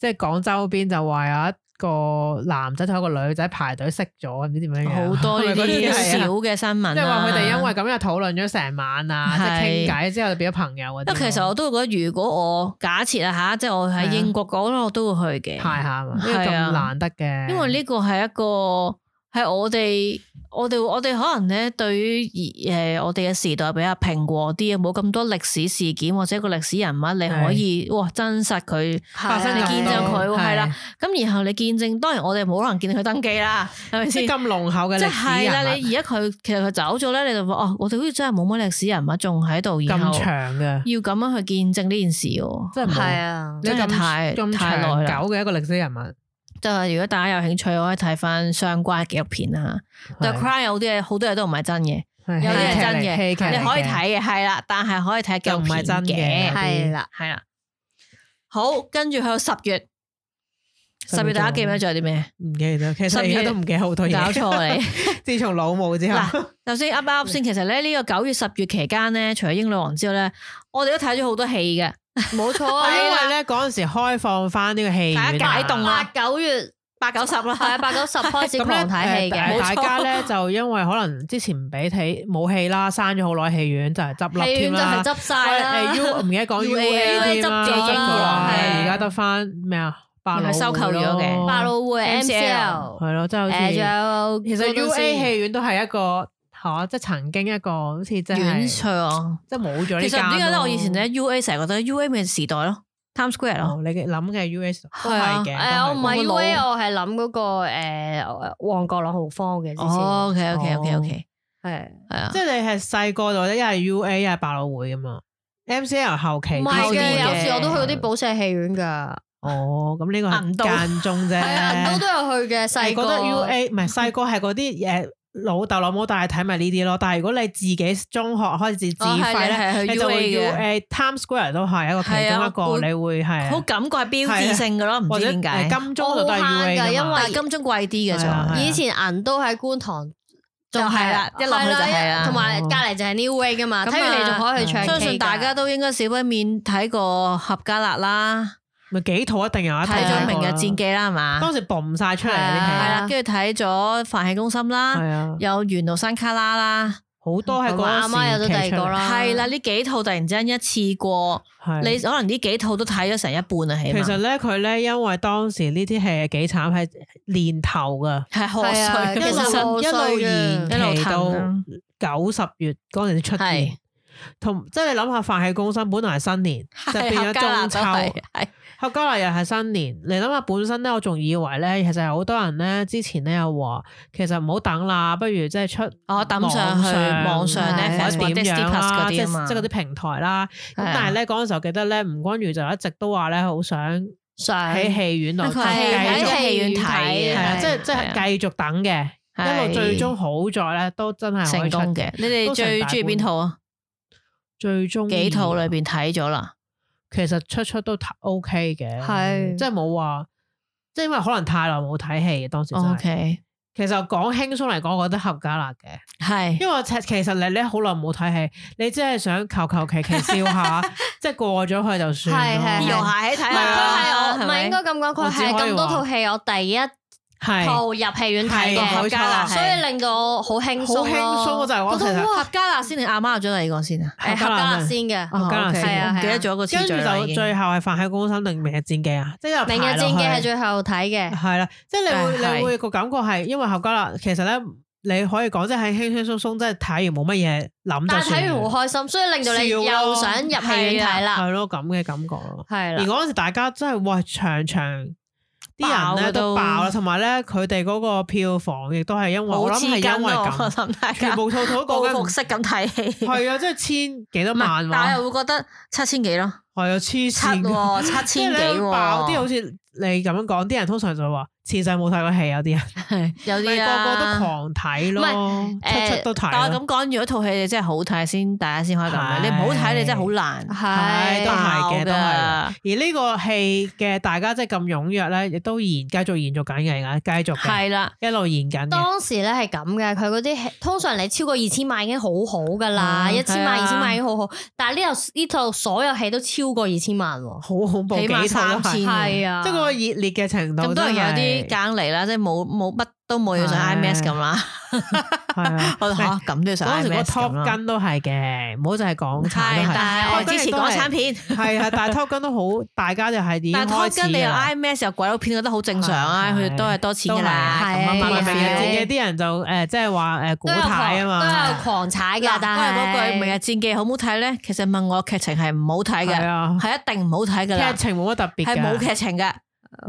Speaker 2: 即係廣州邊就話有一個男仔同一個女仔排隊識咗，唔知點樣樣
Speaker 4: 好多呢
Speaker 2: 係咪嗰
Speaker 4: 啲
Speaker 2: 係啊
Speaker 4: 小嘅新聞啊
Speaker 2: 即係話佢哋因為咁又討論咗成晚
Speaker 4: [LAUGHS]
Speaker 2: 啊，即
Speaker 4: 係
Speaker 2: 係傾偈之後就變咗朋友嗰啲咯。
Speaker 4: 不過其實我都覺得，如果我假設啊吓，即係我喺
Speaker 2: 係啊
Speaker 4: 英國嗰度，我都會去嘅，
Speaker 2: 排下嘛，因為
Speaker 4: 係啊
Speaker 2: 咁難得嘅。
Speaker 4: 因為呢個係一個係我哋我哋我哋可能咧對於誒我哋嘅時代比較平和啲，冇咁多歷史事件或者一個歷史人物，你可以哇真實佢
Speaker 2: 發生
Speaker 4: 啊你
Speaker 2: 咁
Speaker 4: 見
Speaker 2: 多
Speaker 4: 證佢喎係啦
Speaker 2: 係。
Speaker 4: 咁然後你見證，當然我哋冇可能見佢登基啦，係咪
Speaker 2: 即
Speaker 4: 先
Speaker 2: 係？咁濃厚嘅
Speaker 4: 即
Speaker 2: 歷史
Speaker 4: 係啦，
Speaker 2: 人物
Speaker 4: 你而家佢其實佢走咗咧，你就話哦，我哋好似真係冇乜歷史人物仲喺度，然後
Speaker 2: 咁長嘅，
Speaker 4: 要咁樣去見證呢件事喎。
Speaker 2: 真係冇
Speaker 3: 係啊，
Speaker 2: 即係
Speaker 4: 真係
Speaker 2: 咁
Speaker 4: 太
Speaker 2: 咁
Speaker 4: 太
Speaker 2: 長
Speaker 4: 耐啦
Speaker 2: 久嘅一個歷史人物。
Speaker 4: 即係如果大家有興趣，可以睇翻相關嘅紀錄片啦。但係 Crown 有啲嘢好多嘢都唔係真嘅，
Speaker 2: [LAUGHS] 係
Speaker 4: 有啲
Speaker 2: 戲
Speaker 4: 係
Speaker 2: 劇
Speaker 4: 真
Speaker 2: 嚟戲劇
Speaker 4: 嘅，你可以
Speaker 2: 嚟嘅
Speaker 4: 睇嘅係啦，但係可以睇紀
Speaker 2: 就
Speaker 4: 錄
Speaker 2: 唔係真
Speaker 4: 片
Speaker 2: 嘅
Speaker 4: 嘅，
Speaker 3: 係啦，
Speaker 4: 係啦。好，跟住去到十月，十月大家記唔記得仲有啲咩？
Speaker 2: 唔記得，其實
Speaker 4: 十
Speaker 2: 而
Speaker 4: 月
Speaker 2: 家都唔記得好多
Speaker 4: 搞
Speaker 2: 嘢。 [LAUGHS]
Speaker 4: 錯你。
Speaker 2: 自從老母之後，
Speaker 4: 嗱，頭先噏一噏先，其實咧呢個九月、十月期間咧，除咗英女王之後咧，我哋都睇咗好多戲嘅，
Speaker 3: 冇錯
Speaker 2: 我
Speaker 3: 啊，
Speaker 2: 因為
Speaker 3: 為
Speaker 2: 咧嗰陣時開放翻呢個戲
Speaker 4: 大
Speaker 2: 院
Speaker 4: 家解
Speaker 2: 啊
Speaker 4: 凍啦
Speaker 3: 八九月
Speaker 4: 八九十啦，[LAUGHS]
Speaker 3: 係啊八九十開始
Speaker 2: 咁咧
Speaker 3: 狂睇
Speaker 2: 誒
Speaker 3: 戲嘅，
Speaker 2: 大大家咧就因為可能之前唔俾睇冇戲啦，刪咗好耐戲院就係執笠
Speaker 3: 戲
Speaker 2: 添
Speaker 3: 院就
Speaker 2: 啦
Speaker 3: 係。執晒
Speaker 2: 喂誒
Speaker 3: 啦，
Speaker 2: U 唔記得講 U
Speaker 3: UA
Speaker 2: A 添啦，
Speaker 3: 執
Speaker 2: 咗
Speaker 3: 咗
Speaker 2: 啦
Speaker 3: 啦，
Speaker 2: 係
Speaker 3: 係
Speaker 2: 而家得翻咩啊？百老
Speaker 4: 原來收購咗嘅
Speaker 2: 咯
Speaker 3: 百老匯
Speaker 4: MCL
Speaker 3: MCL，
Speaker 2: 係咯，即係
Speaker 3: 誒
Speaker 2: 好似
Speaker 3: 仲
Speaker 2: 其
Speaker 3: 有
Speaker 2: 實 U A
Speaker 3: 戲
Speaker 2: 戲院都係一個嚇，即係曾經一個好似即
Speaker 4: 遠
Speaker 2: 係
Speaker 4: 趣啊！
Speaker 2: 即係冇咗呢
Speaker 4: 其實唔知點解咧，
Speaker 2: 間
Speaker 4: 我以前咧 U A 成日覺得 U A 咪時代咯，Times Square
Speaker 2: 咯
Speaker 4: 咯，
Speaker 2: 哦你嘅諗嘅 U A 都
Speaker 4: 係
Speaker 2: 係
Speaker 4: 啊
Speaker 2: 嘅，
Speaker 3: 誒我唔係
Speaker 4: 我
Speaker 3: U
Speaker 4: 個
Speaker 3: A，
Speaker 4: 腦
Speaker 3: 我係諗嗰個誒旺角朗豪坊嘅之前，
Speaker 4: 哦，OK OK OK OK，
Speaker 3: 係
Speaker 4: 係啊
Speaker 2: 即，係你係細個就一係 U A 一係百老匯咁嘛。M C L 後期
Speaker 3: 唔
Speaker 4: 係
Speaker 3: 係
Speaker 4: 嘅
Speaker 3: 嘅，有
Speaker 4: 時
Speaker 3: 時我都去嗰啲寶石戲院㗎，
Speaker 2: 哦，咁呢個
Speaker 4: 銀
Speaker 2: 係
Speaker 4: 都
Speaker 2: 間中
Speaker 4: [LAUGHS]
Speaker 2: 啫。
Speaker 3: 係啊，都都有去嘅，
Speaker 2: 係
Speaker 3: 細
Speaker 2: 覺
Speaker 3: 個
Speaker 2: 得 U A 唔係細個係嗰啲誒老豆老母帶你睇埋呢啲咯。但係如果你自己中學開始自
Speaker 4: 哦
Speaker 2: 費咧，
Speaker 4: 係係係
Speaker 2: 你就會
Speaker 4: UA 嘅
Speaker 2: U A Times Square 都係一個其
Speaker 4: 係
Speaker 2: 中
Speaker 4: 啊
Speaker 2: 一個，
Speaker 4: 會
Speaker 2: 你會係啊
Speaker 4: 好感覺係標誌性嘅咯，唔
Speaker 2: 或
Speaker 4: 知
Speaker 2: 者
Speaker 4: 點解
Speaker 2: 誒。金鐘就都係 U A
Speaker 3: 都好慳㗎因為
Speaker 4: 但係啊金鐘貴
Speaker 3: Dạ,
Speaker 4: 啲嘅
Speaker 2: 係啊係啊
Speaker 4: 咋，
Speaker 3: 以前銀都喺觀塘，
Speaker 4: 就係
Speaker 3: à.
Speaker 4: 啦一落去就係啦
Speaker 3: 同埋隔離就係 New Way 噶嘛，
Speaker 4: 咁啊
Speaker 3: 睇完你仲可以去唱 K 㗎
Speaker 4: 相信大家都應該少不免睇過《合家辣》啦，
Speaker 2: 咪幾套一定有一套
Speaker 4: 啊睇咗
Speaker 2: 過
Speaker 4: 《明日
Speaker 2: 啦
Speaker 4: 戰記》啦，係嘛？
Speaker 2: 當時嘣晒出嚟
Speaker 3: 係啊
Speaker 4: 啊係
Speaker 2: 嗰
Speaker 4: 啦，跟住睇咗《飯氣攻心》
Speaker 2: 啲戲，
Speaker 4: 啦，
Speaker 2: 係啊，
Speaker 4: 有《緣路山旮旯》啦，
Speaker 2: 好多係嗰
Speaker 3: 同埋阿媽
Speaker 2: 媽
Speaker 3: 有咗第二個
Speaker 2: 個
Speaker 3: 啦啊
Speaker 4: 係啦，呢幾套突然之間一次過，你
Speaker 2: 係。
Speaker 4: 可能呢幾套都睇咗成一半啊，起
Speaker 2: 其實
Speaker 4: 碼
Speaker 2: 咧，佢咧因為當時呢啲戲係幾慘，係年頭噶，
Speaker 4: 係賀
Speaker 3: 係啊
Speaker 4: 歲
Speaker 2: 一
Speaker 4: 嘅
Speaker 3: 其
Speaker 4: 本身
Speaker 3: 實
Speaker 2: 路
Speaker 3: 冇
Speaker 2: 一路
Speaker 3: 衰
Speaker 4: 嘅
Speaker 2: 延期
Speaker 4: 一路
Speaker 2: 到
Speaker 4: 騰
Speaker 2: 九十月嗰陣時出現
Speaker 4: 係。
Speaker 2: 同即係你諗下，飯氣攻心本來係新年，就變咗中秋。
Speaker 4: 係
Speaker 2: 客家辣又係新年，你諗下本身咧，我仲以為咧，其實有好多人咧之前咧又話，其實唔好等啦，不如即係出
Speaker 4: 我哦抌上去網上
Speaker 3: 係
Speaker 4: Netflix
Speaker 2: 或者
Speaker 4: 或者
Speaker 2: 點
Speaker 4: Disney
Speaker 2: 樣
Speaker 4: Plus 嗰
Speaker 2: 啦，即
Speaker 4: 啲啊嘛，
Speaker 2: 係即係嗰啲平台啦。咁
Speaker 4: 係啊
Speaker 2: 但係咧嗰陣時候記得咧，吳君如就一直都話咧，好想
Speaker 3: 上
Speaker 2: 喺戲院度
Speaker 4: 佢係
Speaker 2: 啊繼
Speaker 4: 喺
Speaker 2: 續，
Speaker 4: 戲院睇嘅
Speaker 2: 係啊，
Speaker 4: 係
Speaker 2: 即係即
Speaker 4: 係
Speaker 2: 係繼續等嘅，一路最終好在咧都真係可
Speaker 4: 成
Speaker 2: 以出
Speaker 4: 功嘅。你哋
Speaker 2: 都成
Speaker 4: 最
Speaker 2: 大
Speaker 4: 中意邊
Speaker 2: 半
Speaker 4: 套啊？
Speaker 2: 最終
Speaker 4: 幾套裏
Speaker 2: 邊。
Speaker 4: 边睇咗啦，
Speaker 2: 其實出出都 OK 嘅，
Speaker 3: 係
Speaker 2: 即係冇話，即係因為可能太耐冇睇戲，當時真係。
Speaker 4: O K，
Speaker 2: 其實講輕鬆嚟講，我覺得合家辣嘅，
Speaker 4: 係
Speaker 2: 因為我其其實你咧好耐冇睇戲，你真係想求求其其笑
Speaker 3: [LAUGHS]
Speaker 2: 下，即係過咗去就算咯。
Speaker 3: 係係係
Speaker 4: 用下喺睇
Speaker 3: 唔係佢係
Speaker 4: 下，
Speaker 3: 我唔係應該咁講，佢係咁多套戲我第一
Speaker 2: 係
Speaker 3: 套入戲院睇
Speaker 2: 係
Speaker 3: 嘅
Speaker 2: 冇，錯
Speaker 3: 所以令到我好輕鬆
Speaker 2: 好輕鬆，我就係我其實
Speaker 4: 合家辣先定阿媽咗第二個先啊？
Speaker 3: 誒合家辣先嘅，
Speaker 2: 合家辣哦先
Speaker 3: 係
Speaker 4: 我
Speaker 3: 啊
Speaker 4: 哦唔記得咗個次
Speaker 2: 跟
Speaker 4: 序
Speaker 2: 住
Speaker 4: 啦已
Speaker 2: 就
Speaker 4: 經
Speaker 2: 最後係飯喺公心定明日戰記啊，即係又
Speaker 3: 明日
Speaker 2: 排落
Speaker 3: 戰記
Speaker 2: 去
Speaker 3: 係最啊後睇嘅，
Speaker 2: 係啦，即係你
Speaker 4: 誒
Speaker 2: 會
Speaker 4: 係
Speaker 2: 你會個感覺係，因為合家辣其實咧，你可以講即係輕輕鬆鬆，即係睇完冇乜嘢諗
Speaker 3: 但
Speaker 2: 就
Speaker 3: 係睇
Speaker 2: 算
Speaker 3: 完好開心，所以令到你
Speaker 2: 笑咯
Speaker 3: 又想入戲院睇啦，
Speaker 2: 係咯咁嘅感覺咯。
Speaker 3: 係
Speaker 2: 而
Speaker 3: 啦，
Speaker 2: 嗰陣時大家真係哇長長啲
Speaker 4: 爆
Speaker 2: 人咧
Speaker 4: 嘅
Speaker 2: 都
Speaker 4: 都
Speaker 2: 爆啦，同埋咧佢哋嗰個票房亦都係因為
Speaker 4: 好
Speaker 2: 我諗
Speaker 4: 黐
Speaker 2: 係
Speaker 4: 筋
Speaker 2: 因為
Speaker 4: 咯，我
Speaker 2: 咁，
Speaker 4: 諗大
Speaker 2: 全
Speaker 4: 家
Speaker 2: 部套套都
Speaker 4: 報
Speaker 2: 講
Speaker 4: 復
Speaker 2: 緊
Speaker 4: 式咁睇戲，
Speaker 2: 係啊，即係千幾多
Speaker 4: 唔係
Speaker 2: 萬
Speaker 4: [LAUGHS] 但係
Speaker 2: 喎，
Speaker 4: 又會覺得七千幾咯，
Speaker 2: 係啊黐
Speaker 4: 七
Speaker 2: 線㗎，
Speaker 4: 喎
Speaker 2: [LAUGHS]
Speaker 4: 七
Speaker 2: 即係
Speaker 4: 千
Speaker 2: 你
Speaker 4: 幾
Speaker 2: 咁爆啲好
Speaker 4: 喎，
Speaker 2: 似你咁樣講，啲人通常就話前世冇睇過戲，有啲人
Speaker 4: 有
Speaker 2: 咪
Speaker 4: 啲
Speaker 2: 個個都
Speaker 4: 啊。
Speaker 2: 狂睇咯，
Speaker 3: 唔係
Speaker 2: 出出都睇
Speaker 4: 但我
Speaker 2: 咯，
Speaker 4: 咁講，如果套戲你真係好睇先，大家先可以咁樣。你唔好睇，你真係好難。
Speaker 2: 係都
Speaker 3: 係。
Speaker 2: 係嘅，
Speaker 4: 爆㗎
Speaker 2: 都係。而呢個戲嘅大家即係咁踴躍咧，亦都延繼續延續緊嘅，而家繼續嘅
Speaker 4: 係啦，
Speaker 2: 一路延緊嘅。
Speaker 3: 當時咧係咁嘅，佢嗰啲戲通常你超過二千萬已經好好噶
Speaker 2: 哦
Speaker 3: 啦，
Speaker 4: 嗯
Speaker 3: 一千萬、
Speaker 4: 係啊
Speaker 3: 二千萬已經好好，但係呢度呢套所有戲都超過二千萬喎，
Speaker 2: 好恐怖，
Speaker 4: 起碼
Speaker 2: 幾套都係
Speaker 4: 三千嗯
Speaker 3: 係啊，
Speaker 2: 即係嗰個熱烈嘅程度真係。
Speaker 4: 咁當然有啲隔離啦，即係冇冇乜都冇要上
Speaker 2: 係
Speaker 4: IMAX 咁啦。
Speaker 2: [LAUGHS] 係啊，
Speaker 4: 我嚇
Speaker 2: 係
Speaker 4: 咁都要上
Speaker 2: 嗰陣時個
Speaker 4: IMAX 咁
Speaker 2: Top
Speaker 4: 啦。
Speaker 2: Gun 都係嘅，唔好就係港產
Speaker 4: 係，
Speaker 2: 都係。
Speaker 4: 但係我
Speaker 2: Top Gun
Speaker 4: 哋支持
Speaker 2: 亦都係
Speaker 4: 港產
Speaker 2: [LAUGHS]
Speaker 4: 片，
Speaker 2: 係啊，但係 Top Gun 都好，大家就係已經
Speaker 4: 但係 Top
Speaker 2: 開
Speaker 4: Gun
Speaker 2: 始
Speaker 4: 你
Speaker 2: 㗎
Speaker 4: 又
Speaker 2: 啦
Speaker 4: IMAX 又鬼佬片，覺得好正常啊，
Speaker 2: 係
Speaker 4: 佢哋都係多錢㗎啦。
Speaker 3: 都係
Speaker 4: 咁啊
Speaker 2: 同埋
Speaker 4: 啱啱
Speaker 2: 明日戰記
Speaker 4: 嘅 feel
Speaker 2: 啲人就誒，即係話誒古
Speaker 3: 都有
Speaker 2: 太啊
Speaker 3: 狂都
Speaker 2: 嘛
Speaker 3: 有，狂踩
Speaker 4: 嗱
Speaker 3: 㗎，
Speaker 4: 都係
Speaker 3: 但
Speaker 4: 嗰句《明日
Speaker 3: 係
Speaker 4: 戰記》好唔好睇咧？其實問我劇情係唔好睇
Speaker 2: 係
Speaker 4: 嘅，
Speaker 2: 啊，
Speaker 4: 係一定唔好睇㗎啦
Speaker 2: 劇，情冇乜特別㗎，
Speaker 4: 係冇劇情嘅，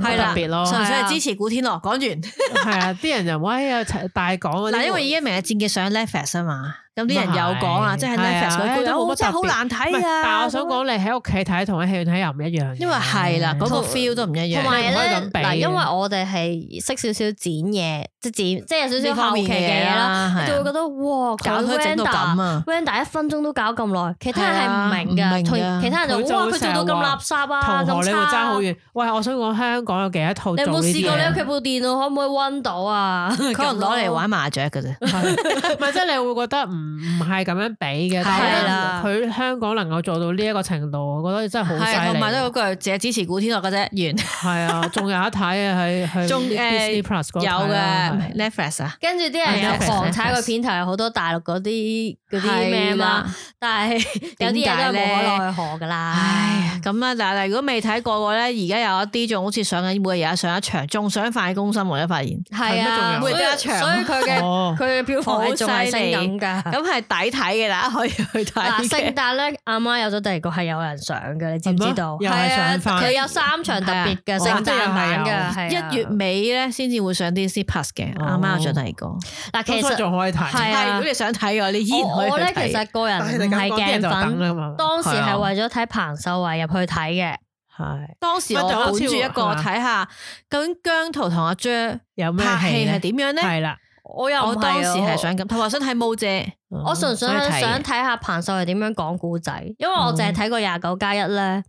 Speaker 4: 係啦
Speaker 2: 特，別咯，
Speaker 4: 純粹
Speaker 3: 係啊
Speaker 4: 係支持古天樂。講完。
Speaker 2: 係啊，啲人就話哎呀大講嗰啲
Speaker 4: 嗱，因為而家明日戰記上 Netflix 啊嘛，咁啲人有講
Speaker 2: 咁啊
Speaker 4: 啦，
Speaker 2: 係
Speaker 4: 即係
Speaker 2: 係啊
Speaker 4: Netflix 嗰
Speaker 2: 唉
Speaker 4: 句
Speaker 2: 都冇乜
Speaker 4: 真係
Speaker 2: 特
Speaker 4: 好
Speaker 2: 別
Speaker 4: 難
Speaker 2: 唔
Speaker 4: 睇
Speaker 2: 係
Speaker 4: 啊！
Speaker 2: 但係我想講，你喺屋企睇同喺戲院睇又唔一樣嘅，
Speaker 4: 因為係啦，嗰個 feel 都唔一樣。
Speaker 3: 嗯同埋
Speaker 2: 唔可以
Speaker 3: 咧
Speaker 2: 咁比
Speaker 3: 嗱，因為我哋係識少少剪嘢，即剪，即係有少少
Speaker 4: 呢方
Speaker 3: 後期
Speaker 4: 面
Speaker 3: 嘅
Speaker 4: 嘅
Speaker 3: 嘢啦，
Speaker 4: 啦係啊
Speaker 3: 你就會覺得哇，
Speaker 4: 搞到佢整到咁啊！
Speaker 3: Wanda 一分鐘都搞咁耐，其他人係唔明
Speaker 4: 係啊唔
Speaker 3: 㗎，
Speaker 4: 明㗎
Speaker 3: 同其他人
Speaker 2: 佢
Speaker 3: 就
Speaker 2: 就
Speaker 3: 哇
Speaker 2: 會
Speaker 3: 佢
Speaker 2: 成日
Speaker 3: 做到咁
Speaker 2: 話
Speaker 3: 垃圾啊，
Speaker 2: 同
Speaker 3: 咁
Speaker 2: 學你會爭
Speaker 3: 差
Speaker 2: 好。遠。喂，我想講香港有幾多套
Speaker 3: 你有
Speaker 2: 做
Speaker 3: 冇
Speaker 2: 呢
Speaker 3: 試
Speaker 2: 啲
Speaker 3: 過你
Speaker 2: 嘢
Speaker 3: 屋企部電腦可唔可以温到啊？佢
Speaker 4: 可能攞嚟玩麻雀嘅
Speaker 3: [LAUGHS]
Speaker 4: 啫，
Speaker 2: 係唔係即係你會覺得唔唔係啊咁樣比嘅，
Speaker 3: 係啦
Speaker 2: 但係佢香港能夠做到呢一個程度，我覺得真係好
Speaker 3: 啊
Speaker 2: 犀
Speaker 4: 係同埋都
Speaker 2: 利。
Speaker 4: 嗰句，淨係支持古天樂嘅啫，完。
Speaker 2: 係啊，仲有一睇啊，喺喺
Speaker 4: [LAUGHS] 仲誒
Speaker 2: Disney Plus 嗰度
Speaker 4: 有
Speaker 2: 睇
Speaker 4: 嘅
Speaker 2: 啦
Speaker 4: 唔
Speaker 2: 係
Speaker 4: 係 Netflix 啊，
Speaker 3: 跟住啲人
Speaker 4: 係啊
Speaker 3: 又狂踩
Speaker 4: Netflix
Speaker 3: 個片頭，有好多大陸嗰啲嗰啲
Speaker 4: 係
Speaker 3: 咩嘛，但係有啲嘢都係無可奈何噶啦。
Speaker 4: 唉，咁啦，但係如果未睇過嘅咧，而家有一啲仲好似上緊每日有上一場，仲想快攻心，我而家發現。
Speaker 3: 係啊，
Speaker 2: 係咩
Speaker 4: 仲有
Speaker 3: 所以
Speaker 4: 每得一場
Speaker 3: 所以佢 [LAUGHS] 嘅
Speaker 2: 哦
Speaker 3: 佢嘅票房係仲係升緊
Speaker 4: 咁
Speaker 3: 㗎。
Speaker 4: 係抵睇嘅，大家可以去
Speaker 3: 啊嗱，
Speaker 4: 睇嘅。
Speaker 3: 聖誕咧，阿媽有咗第二個係有人上嘅，你知唔知道？
Speaker 2: 係咩又係上
Speaker 3: 啊
Speaker 2: 返
Speaker 3: 佢有三場特別嘅
Speaker 2: 係啊
Speaker 3: 聖誕版
Speaker 2: 哦
Speaker 3: 㗎，係
Speaker 4: [LAUGHS]
Speaker 3: 啊
Speaker 4: 一月尾咧先至會上 Disney Plus 嘅，我阿媽有上第二個。
Speaker 3: 嗱，其
Speaker 2: 咁所以
Speaker 3: 實
Speaker 2: 仲可以
Speaker 3: 係
Speaker 2: 睇。
Speaker 3: 哦啊
Speaker 4: 係，如果你想睇嘅話，你依然可
Speaker 3: 我
Speaker 4: 以
Speaker 3: 我咧
Speaker 4: 去睇。
Speaker 3: 其實個人
Speaker 2: 但係
Speaker 3: 唔
Speaker 2: 你咁
Speaker 3: 係
Speaker 2: 講啲人
Speaker 3: 鏡
Speaker 2: 就等
Speaker 3: 粉，
Speaker 2: 啦嘛。
Speaker 3: 當時
Speaker 4: 係啊
Speaker 3: 係為咗睇彭秀慧入去睇嘅。
Speaker 4: 係當時
Speaker 2: 乜
Speaker 4: 我
Speaker 2: 就好
Speaker 4: 本
Speaker 2: 似啊
Speaker 4: 住一個
Speaker 2: 係嘛
Speaker 4: 睇下究竟姜濤同阿 J
Speaker 2: 有咩
Speaker 4: 拍戲係
Speaker 2: 咧？
Speaker 4: 點樣咧？
Speaker 2: 係啦，
Speaker 3: 我又唔
Speaker 4: 我
Speaker 3: 係
Speaker 4: 當時係
Speaker 3: 啊
Speaker 4: 想咁，同埋想睇毛姐。
Speaker 2: 哦
Speaker 3: 我純粹
Speaker 4: 想睇
Speaker 3: 想睇下彭秀慧點樣講古仔，因為我淨係睇過廿九加一咧，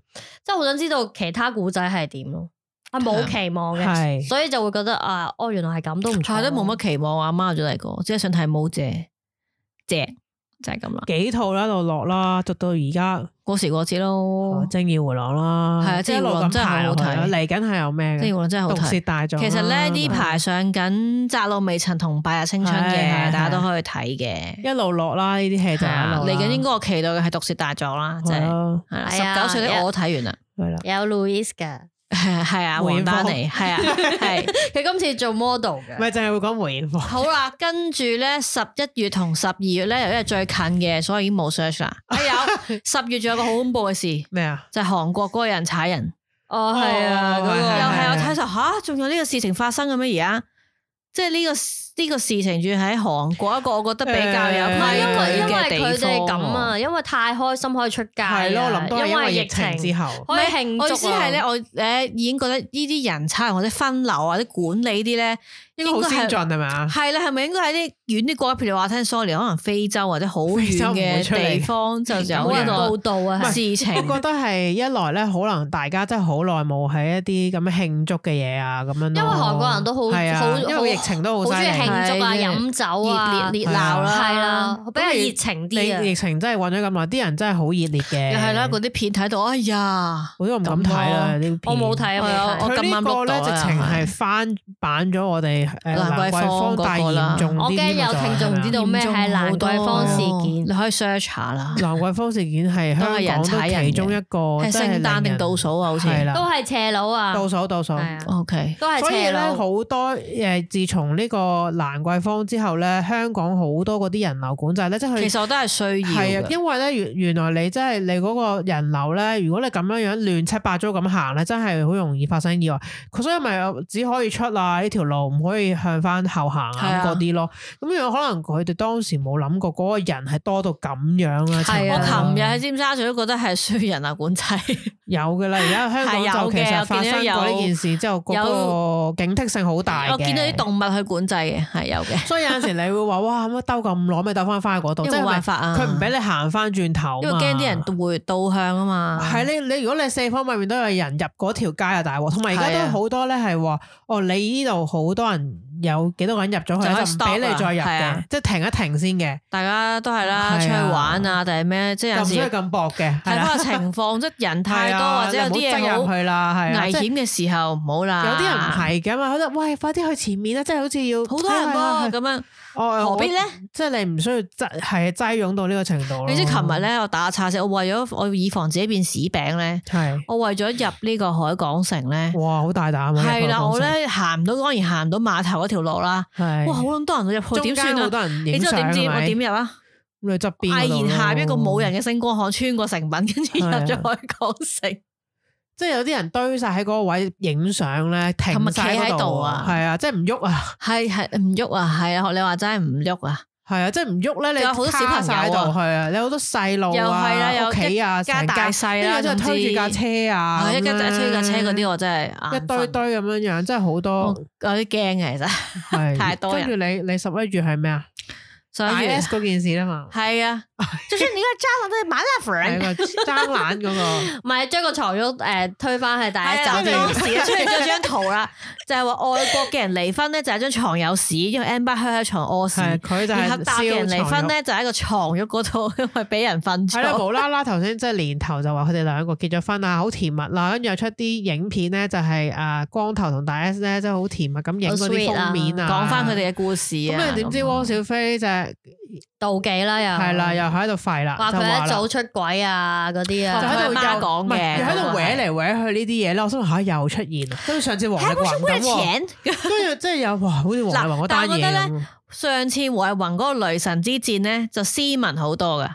Speaker 3: 即係好想知道其他古仔係點咯。啊，冇期望嘅，
Speaker 2: 係
Speaker 3: 所以就會覺得啊，哦，原來係咁都唔錯，
Speaker 4: 係都冇乜期望，我阿媽有咗第二個，只係想睇毛姐姐就係咁啦。
Speaker 2: 幾套啦，一路落啦，直到而家
Speaker 4: 過時過節咯，
Speaker 2: 《正義回廊》啦，
Speaker 4: 哦係啊
Speaker 2: 即係一路
Speaker 4: 正義回廊真
Speaker 2: 咁
Speaker 4: 係好
Speaker 2: 排落去啦
Speaker 4: 好睇
Speaker 2: 嚟緊係有咩
Speaker 4: 即係
Speaker 2: 嘅？
Speaker 4: 我真係好
Speaker 2: 毒舌
Speaker 4: 睇。
Speaker 2: 大狀啦。
Speaker 4: 其實咧呢排上緊《窄路微塵》同《白日青春》
Speaker 2: 係係
Speaker 4: 嘅，
Speaker 2: 係
Speaker 4: 大家都可以睇嘅。
Speaker 2: 一路落啦，呢啲戲就
Speaker 4: 係
Speaker 2: 一
Speaker 4: 啊
Speaker 2: 路
Speaker 4: 嚟緊應
Speaker 2: 應
Speaker 4: 該我期待嘅係《毒舌大狀》啦，即
Speaker 2: 係
Speaker 4: 係
Speaker 2: 咯，
Speaker 4: 係啦。
Speaker 3: 係啊啊
Speaker 4: 十九
Speaker 2: 哎
Speaker 4: 歲的我都睇完啦，
Speaker 2: 哦係啦。
Speaker 3: 有 Louis 嘅，
Speaker 4: 係啊，
Speaker 2: 梅
Speaker 4: 黃
Speaker 2: 艷芳
Speaker 4: 丹妮係啊係。
Speaker 3: 佢今次做 model 嘅，
Speaker 2: 咪就係會講梅艷芳。
Speaker 4: 好啦，跟住咧十一月同十二月咧，由於係最近嘅，所以已經冇
Speaker 2: [LAUGHS]
Speaker 4: search 啦。哎有十月仲有個好恐怖嘅事，
Speaker 2: 咩啊？
Speaker 4: 就係韓國嗰個人踩人，
Speaker 3: 哦係啊，
Speaker 2: 哦
Speaker 3: 嗰個
Speaker 2: 係
Speaker 4: 又
Speaker 2: 係
Speaker 4: 係我
Speaker 2: 係
Speaker 4: 睇就吓，仲有呢個事情發生嘅咩？而家即係呢個呢個事情，仲要喺韓國一個，我覺得比較有
Speaker 3: 唔
Speaker 2: 誒
Speaker 3: 係
Speaker 4: 規
Speaker 3: 因為
Speaker 4: 矩
Speaker 3: 因
Speaker 4: 啊嘅地
Speaker 3: 為佢哋
Speaker 4: 方
Speaker 3: 咁
Speaker 4: 喎。
Speaker 3: 啊，因為太開心可以出街啊，
Speaker 2: 係咯，我諗都係因為疫情之後，
Speaker 3: 可以慶祝啊
Speaker 4: 我意思係咧，我咧已經覺得呢啲人差人或者分流啊，或者管理啲咧，
Speaker 2: 應該好先進
Speaker 4: 係
Speaker 2: 係咪啊？
Speaker 4: 係啦，係咪應該喺啲遠啲國家，譬如話聽 sorry，可能非洲或者好
Speaker 2: 非
Speaker 4: 遠
Speaker 2: 洲唔會出嚟
Speaker 4: 嘅
Speaker 2: 嘅
Speaker 4: 地方就有
Speaker 3: 冇
Speaker 4: 呢
Speaker 3: 人報
Speaker 4: 個
Speaker 3: 道啊，係
Speaker 4: 事情
Speaker 2: 我。覺得係一來咧，可能大家真係好耐冇喺一啲咁嘅慶祝嘅嘢啊，咁樣咯。
Speaker 3: 因為韓國人都好
Speaker 2: 係啊
Speaker 3: 好
Speaker 2: 因為疫情都
Speaker 3: 好
Speaker 2: 好
Speaker 3: 中
Speaker 2: 犀
Speaker 3: 意慶
Speaker 2: 利。
Speaker 3: 祝啊、
Speaker 4: 係
Speaker 3: 飲酒啊、
Speaker 4: 熱烈熱鬧啦
Speaker 3: 係啦，比較熱情啲啊
Speaker 2: 你。疫情真係混咗咁耐，啲人真係好熱烈嘅。
Speaker 4: 又係啦，嗰啲片睇到，哎呀，
Speaker 2: 我都唔敢睇啦呢
Speaker 4: 咁
Speaker 2: 啲片
Speaker 3: 我冇睇
Speaker 4: 係
Speaker 3: 啊，
Speaker 4: 啊
Speaker 3: 冇睇。
Speaker 4: 我咁
Speaker 2: 佢
Speaker 4: 啱
Speaker 2: 呢個
Speaker 4: 碌
Speaker 2: 咧，
Speaker 4: 到啊
Speaker 2: 直情係翻版咗我哋誒
Speaker 4: 蘭桂
Speaker 2: 桂
Speaker 4: 坊嗰個
Speaker 2: 大
Speaker 4: 啦
Speaker 2: 嚴重
Speaker 3: 我
Speaker 2: 啲
Speaker 3: 驚
Speaker 2: 添啊
Speaker 3: 有
Speaker 2: 就係
Speaker 3: 聽眾唔知道咩係蘭桂坊事
Speaker 4: 你
Speaker 3: 件，
Speaker 4: 可以 search 下啦。
Speaker 2: 蘭桂坊事件係
Speaker 4: 都
Speaker 2: 香
Speaker 4: 係人
Speaker 2: 港
Speaker 4: 踩人
Speaker 2: 都
Speaker 4: 嘅
Speaker 2: 其中一個，
Speaker 4: 哦係
Speaker 2: 真係
Speaker 4: 聖誕
Speaker 2: 令
Speaker 4: 定
Speaker 2: 人
Speaker 4: 倒數啊？好似
Speaker 2: 係啦，
Speaker 3: 都係斜佬啊，
Speaker 2: 倒數倒數。
Speaker 3: 係啊
Speaker 4: O K，
Speaker 3: 都係
Speaker 2: 所以
Speaker 3: 斜
Speaker 2: 咧，
Speaker 3: 佬。
Speaker 2: 好多誒，自從呢個蘭桂坊之後咧，香港好多嗰啲人流管制咧，即係
Speaker 4: 其
Speaker 2: 佢
Speaker 4: 實我都係需
Speaker 2: 係
Speaker 4: 要
Speaker 2: 啊，
Speaker 4: 嘅。
Speaker 2: 因為咧原原來你真係你嗰個人流咧，如果你咁樣樣亂七八糟咁行咧，真係好容易發生意外。佢所以咪有只可以出啊呢條路，唔可以向翻後行
Speaker 4: 係
Speaker 2: 啊
Speaker 4: 啊
Speaker 2: 咁嗰啲咯。咁樣可能佢哋當時冇諗過嗰個人係多到咁樣啊。
Speaker 3: 係
Speaker 4: 我
Speaker 3: 啊
Speaker 4: 琴日喺尖沙咀都覺得係需要人流啊管制，
Speaker 2: 有嘅啦，而家香
Speaker 4: 係有
Speaker 2: 港就其
Speaker 4: 嘅我
Speaker 2: 實發
Speaker 4: 見到
Speaker 2: 生過
Speaker 4: 有
Speaker 2: 呢件事之後，嗰
Speaker 4: 有
Speaker 2: 個警惕性好大嘅。
Speaker 4: 我見到啲動物去管制嘅，係有嘅。
Speaker 2: 所以有陣時你會話哇，乜兜咁攞咪兜翻翻去嗰度，
Speaker 4: 因
Speaker 2: 即係
Speaker 4: 為冇辦
Speaker 2: 咪
Speaker 4: 法啊，
Speaker 2: 佢唔俾你行翻轉頭
Speaker 4: 因為
Speaker 2: 嘛
Speaker 4: 驚啲人會倒向啊嘛。
Speaker 2: 係你你如果你四方八面都有人入嗰條街啊大鑊，同埋而
Speaker 4: 係
Speaker 2: 家
Speaker 4: 啊
Speaker 2: 都好多咧係話哦，你呢度好多人有幾多個人入咗
Speaker 4: 就可以
Speaker 2: 去，就唔
Speaker 4: stop
Speaker 2: 俾你再入
Speaker 4: 啦係啊
Speaker 2: 嘅，即係停一停先嘅，
Speaker 4: 大家都係啦，
Speaker 2: 係啊
Speaker 4: 出去玩啊，定係咩？即係
Speaker 2: 就
Speaker 4: 有
Speaker 2: 唔需
Speaker 4: 時
Speaker 2: 要咁薄嘅，
Speaker 4: 睇
Speaker 2: 係啦
Speaker 4: 翻個情況，即係人太
Speaker 2: 係
Speaker 4: 多
Speaker 2: 啊
Speaker 4: 或者有啲
Speaker 2: 你唔好擠
Speaker 4: 嘢
Speaker 2: 入
Speaker 4: 好
Speaker 2: 去啦，係啊
Speaker 4: 危
Speaker 2: 即係
Speaker 4: 險嘅時候唔好啦。
Speaker 2: 有啲人唔係嘅嘛，覺得喂快啲去前面啦，即係好似要
Speaker 4: 好多人
Speaker 2: 係啊
Speaker 4: 喎，
Speaker 2: 係啊
Speaker 4: 咁樣
Speaker 2: 哦
Speaker 4: 何必咧？？
Speaker 2: 我即係你唔需要擠係擠擁到呢個程度咯
Speaker 4: 你知琴日咧，我打叉食，我為咗我以防自己變屎餅咧，
Speaker 2: 係。
Speaker 4: 我為咗入呢個海港城咧，
Speaker 2: 哇，好大膽啊！
Speaker 4: 係啦，
Speaker 2: 呢個
Speaker 4: 我咧行唔到，當然行唔到碼頭嗰條路啦。
Speaker 2: 係
Speaker 4: 哇，好撚多人入去，
Speaker 2: 中
Speaker 4: 點
Speaker 2: 間
Speaker 4: 算
Speaker 2: 好
Speaker 4: 啊？
Speaker 2: 多人
Speaker 4: 你
Speaker 2: 影
Speaker 4: 知我
Speaker 2: 相
Speaker 4: 點知
Speaker 2: 係
Speaker 4: 我
Speaker 2: 咪
Speaker 4: 點入啊？
Speaker 2: 你側邊嗰度
Speaker 4: 毅然下邊一個冇人
Speaker 2: 咯，
Speaker 4: 嘅星光巷，穿過成品，跟住入咗
Speaker 2: 係啊
Speaker 4: 海港城。
Speaker 2: 即係有啲人堆晒喺嗰啊個位影相咧，停
Speaker 4: 同埋企
Speaker 2: 晒
Speaker 4: 喺
Speaker 2: 嗰
Speaker 4: 度啊
Speaker 2: 係啊，即係唔喐啊，
Speaker 4: 係係唔喐啊，係啊，學你話齋唔喐啊，
Speaker 2: 系啊，即系唔喐咧，你
Speaker 3: 仲有好多小朋友啊
Speaker 2: 卡晒喺度，系啊，你好多細路
Speaker 4: 又係啦
Speaker 2: 啊，
Speaker 4: 有
Speaker 2: 屋企啊，
Speaker 4: 一家
Speaker 2: 成
Speaker 4: 大細啦
Speaker 2: 跟住真係
Speaker 4: 總之
Speaker 2: 推住架車啊，
Speaker 4: 啊一家
Speaker 2: 咁樣
Speaker 4: 推架車嗰啲我真係
Speaker 2: 一堆堆咁樣樣，真係好多
Speaker 4: 我有啲驚嘅其實，
Speaker 2: 係
Speaker 4: 哦太多人
Speaker 2: 跟住你你十一月係咩啊？大
Speaker 4: 所以
Speaker 2: S 嗰件事啦嘛，
Speaker 4: 係啊，
Speaker 3: 就算你個渣男都係麻辣粉
Speaker 2: 係
Speaker 3: 儿，
Speaker 2: 個爭攬嗰
Speaker 4: [LAUGHS]
Speaker 2: 個，
Speaker 3: 唔係將個床褥诶推翻去大
Speaker 4: 係
Speaker 3: 家
Speaker 4: 啊，
Speaker 3: 酒店 [LAUGHS]
Speaker 4: 當時出現咗張圖啦， [LAUGHS] 就係話外國嘅人離婚咧就係張床有屎，因為 Amber Heard 喺床屙屎，
Speaker 2: 係佢就係
Speaker 4: 然後大陸人離婚
Speaker 2: 燒床
Speaker 4: 咧就喺個床褥嗰度，因為俾人瞓
Speaker 2: 係啦，
Speaker 4: 咗。
Speaker 2: 無啦啦頭先即係年頭就話佢哋兩個結咗婚啊，好甜蜜啦，跟住又出啲影片咧，就係啊光頭同大 S 咧，真係好甜蜜咁影嗰啲
Speaker 3: 好 sweet 啊
Speaker 2: 封面啊，
Speaker 4: 講翻佢。哋嘅故事啊，
Speaker 2: 咁你點知汪小菲就係
Speaker 3: 妒忌啦又
Speaker 2: 係啦，又喺度吠啦，
Speaker 3: 話
Speaker 2: 就話
Speaker 3: 佢
Speaker 2: 啦
Speaker 3: 一早出軌啊嗰啲
Speaker 2: 就
Speaker 4: 就
Speaker 3: 啊，
Speaker 4: 喺
Speaker 2: 喺
Speaker 4: 度
Speaker 2: 度
Speaker 4: 媽
Speaker 2: 又
Speaker 4: 講
Speaker 2: 唔係
Speaker 4: 嘅
Speaker 2: 又喺
Speaker 4: 嗰
Speaker 2: 度
Speaker 4: 個
Speaker 2: 搿嚟搿去呢啲嘢咧，我心諗嚇又出現啦，跟住上次黃
Speaker 4: 係
Speaker 2: 力
Speaker 4: 冇
Speaker 2: 宏咁喎，
Speaker 4: 錢。
Speaker 2: 跟住即係有哇，好似黃力宏嗰單嘢
Speaker 4: 嗱但係我覺
Speaker 2: 咁。
Speaker 4: 上次胡藝宏嗰個雷神之戰咧，就斯文好多噶，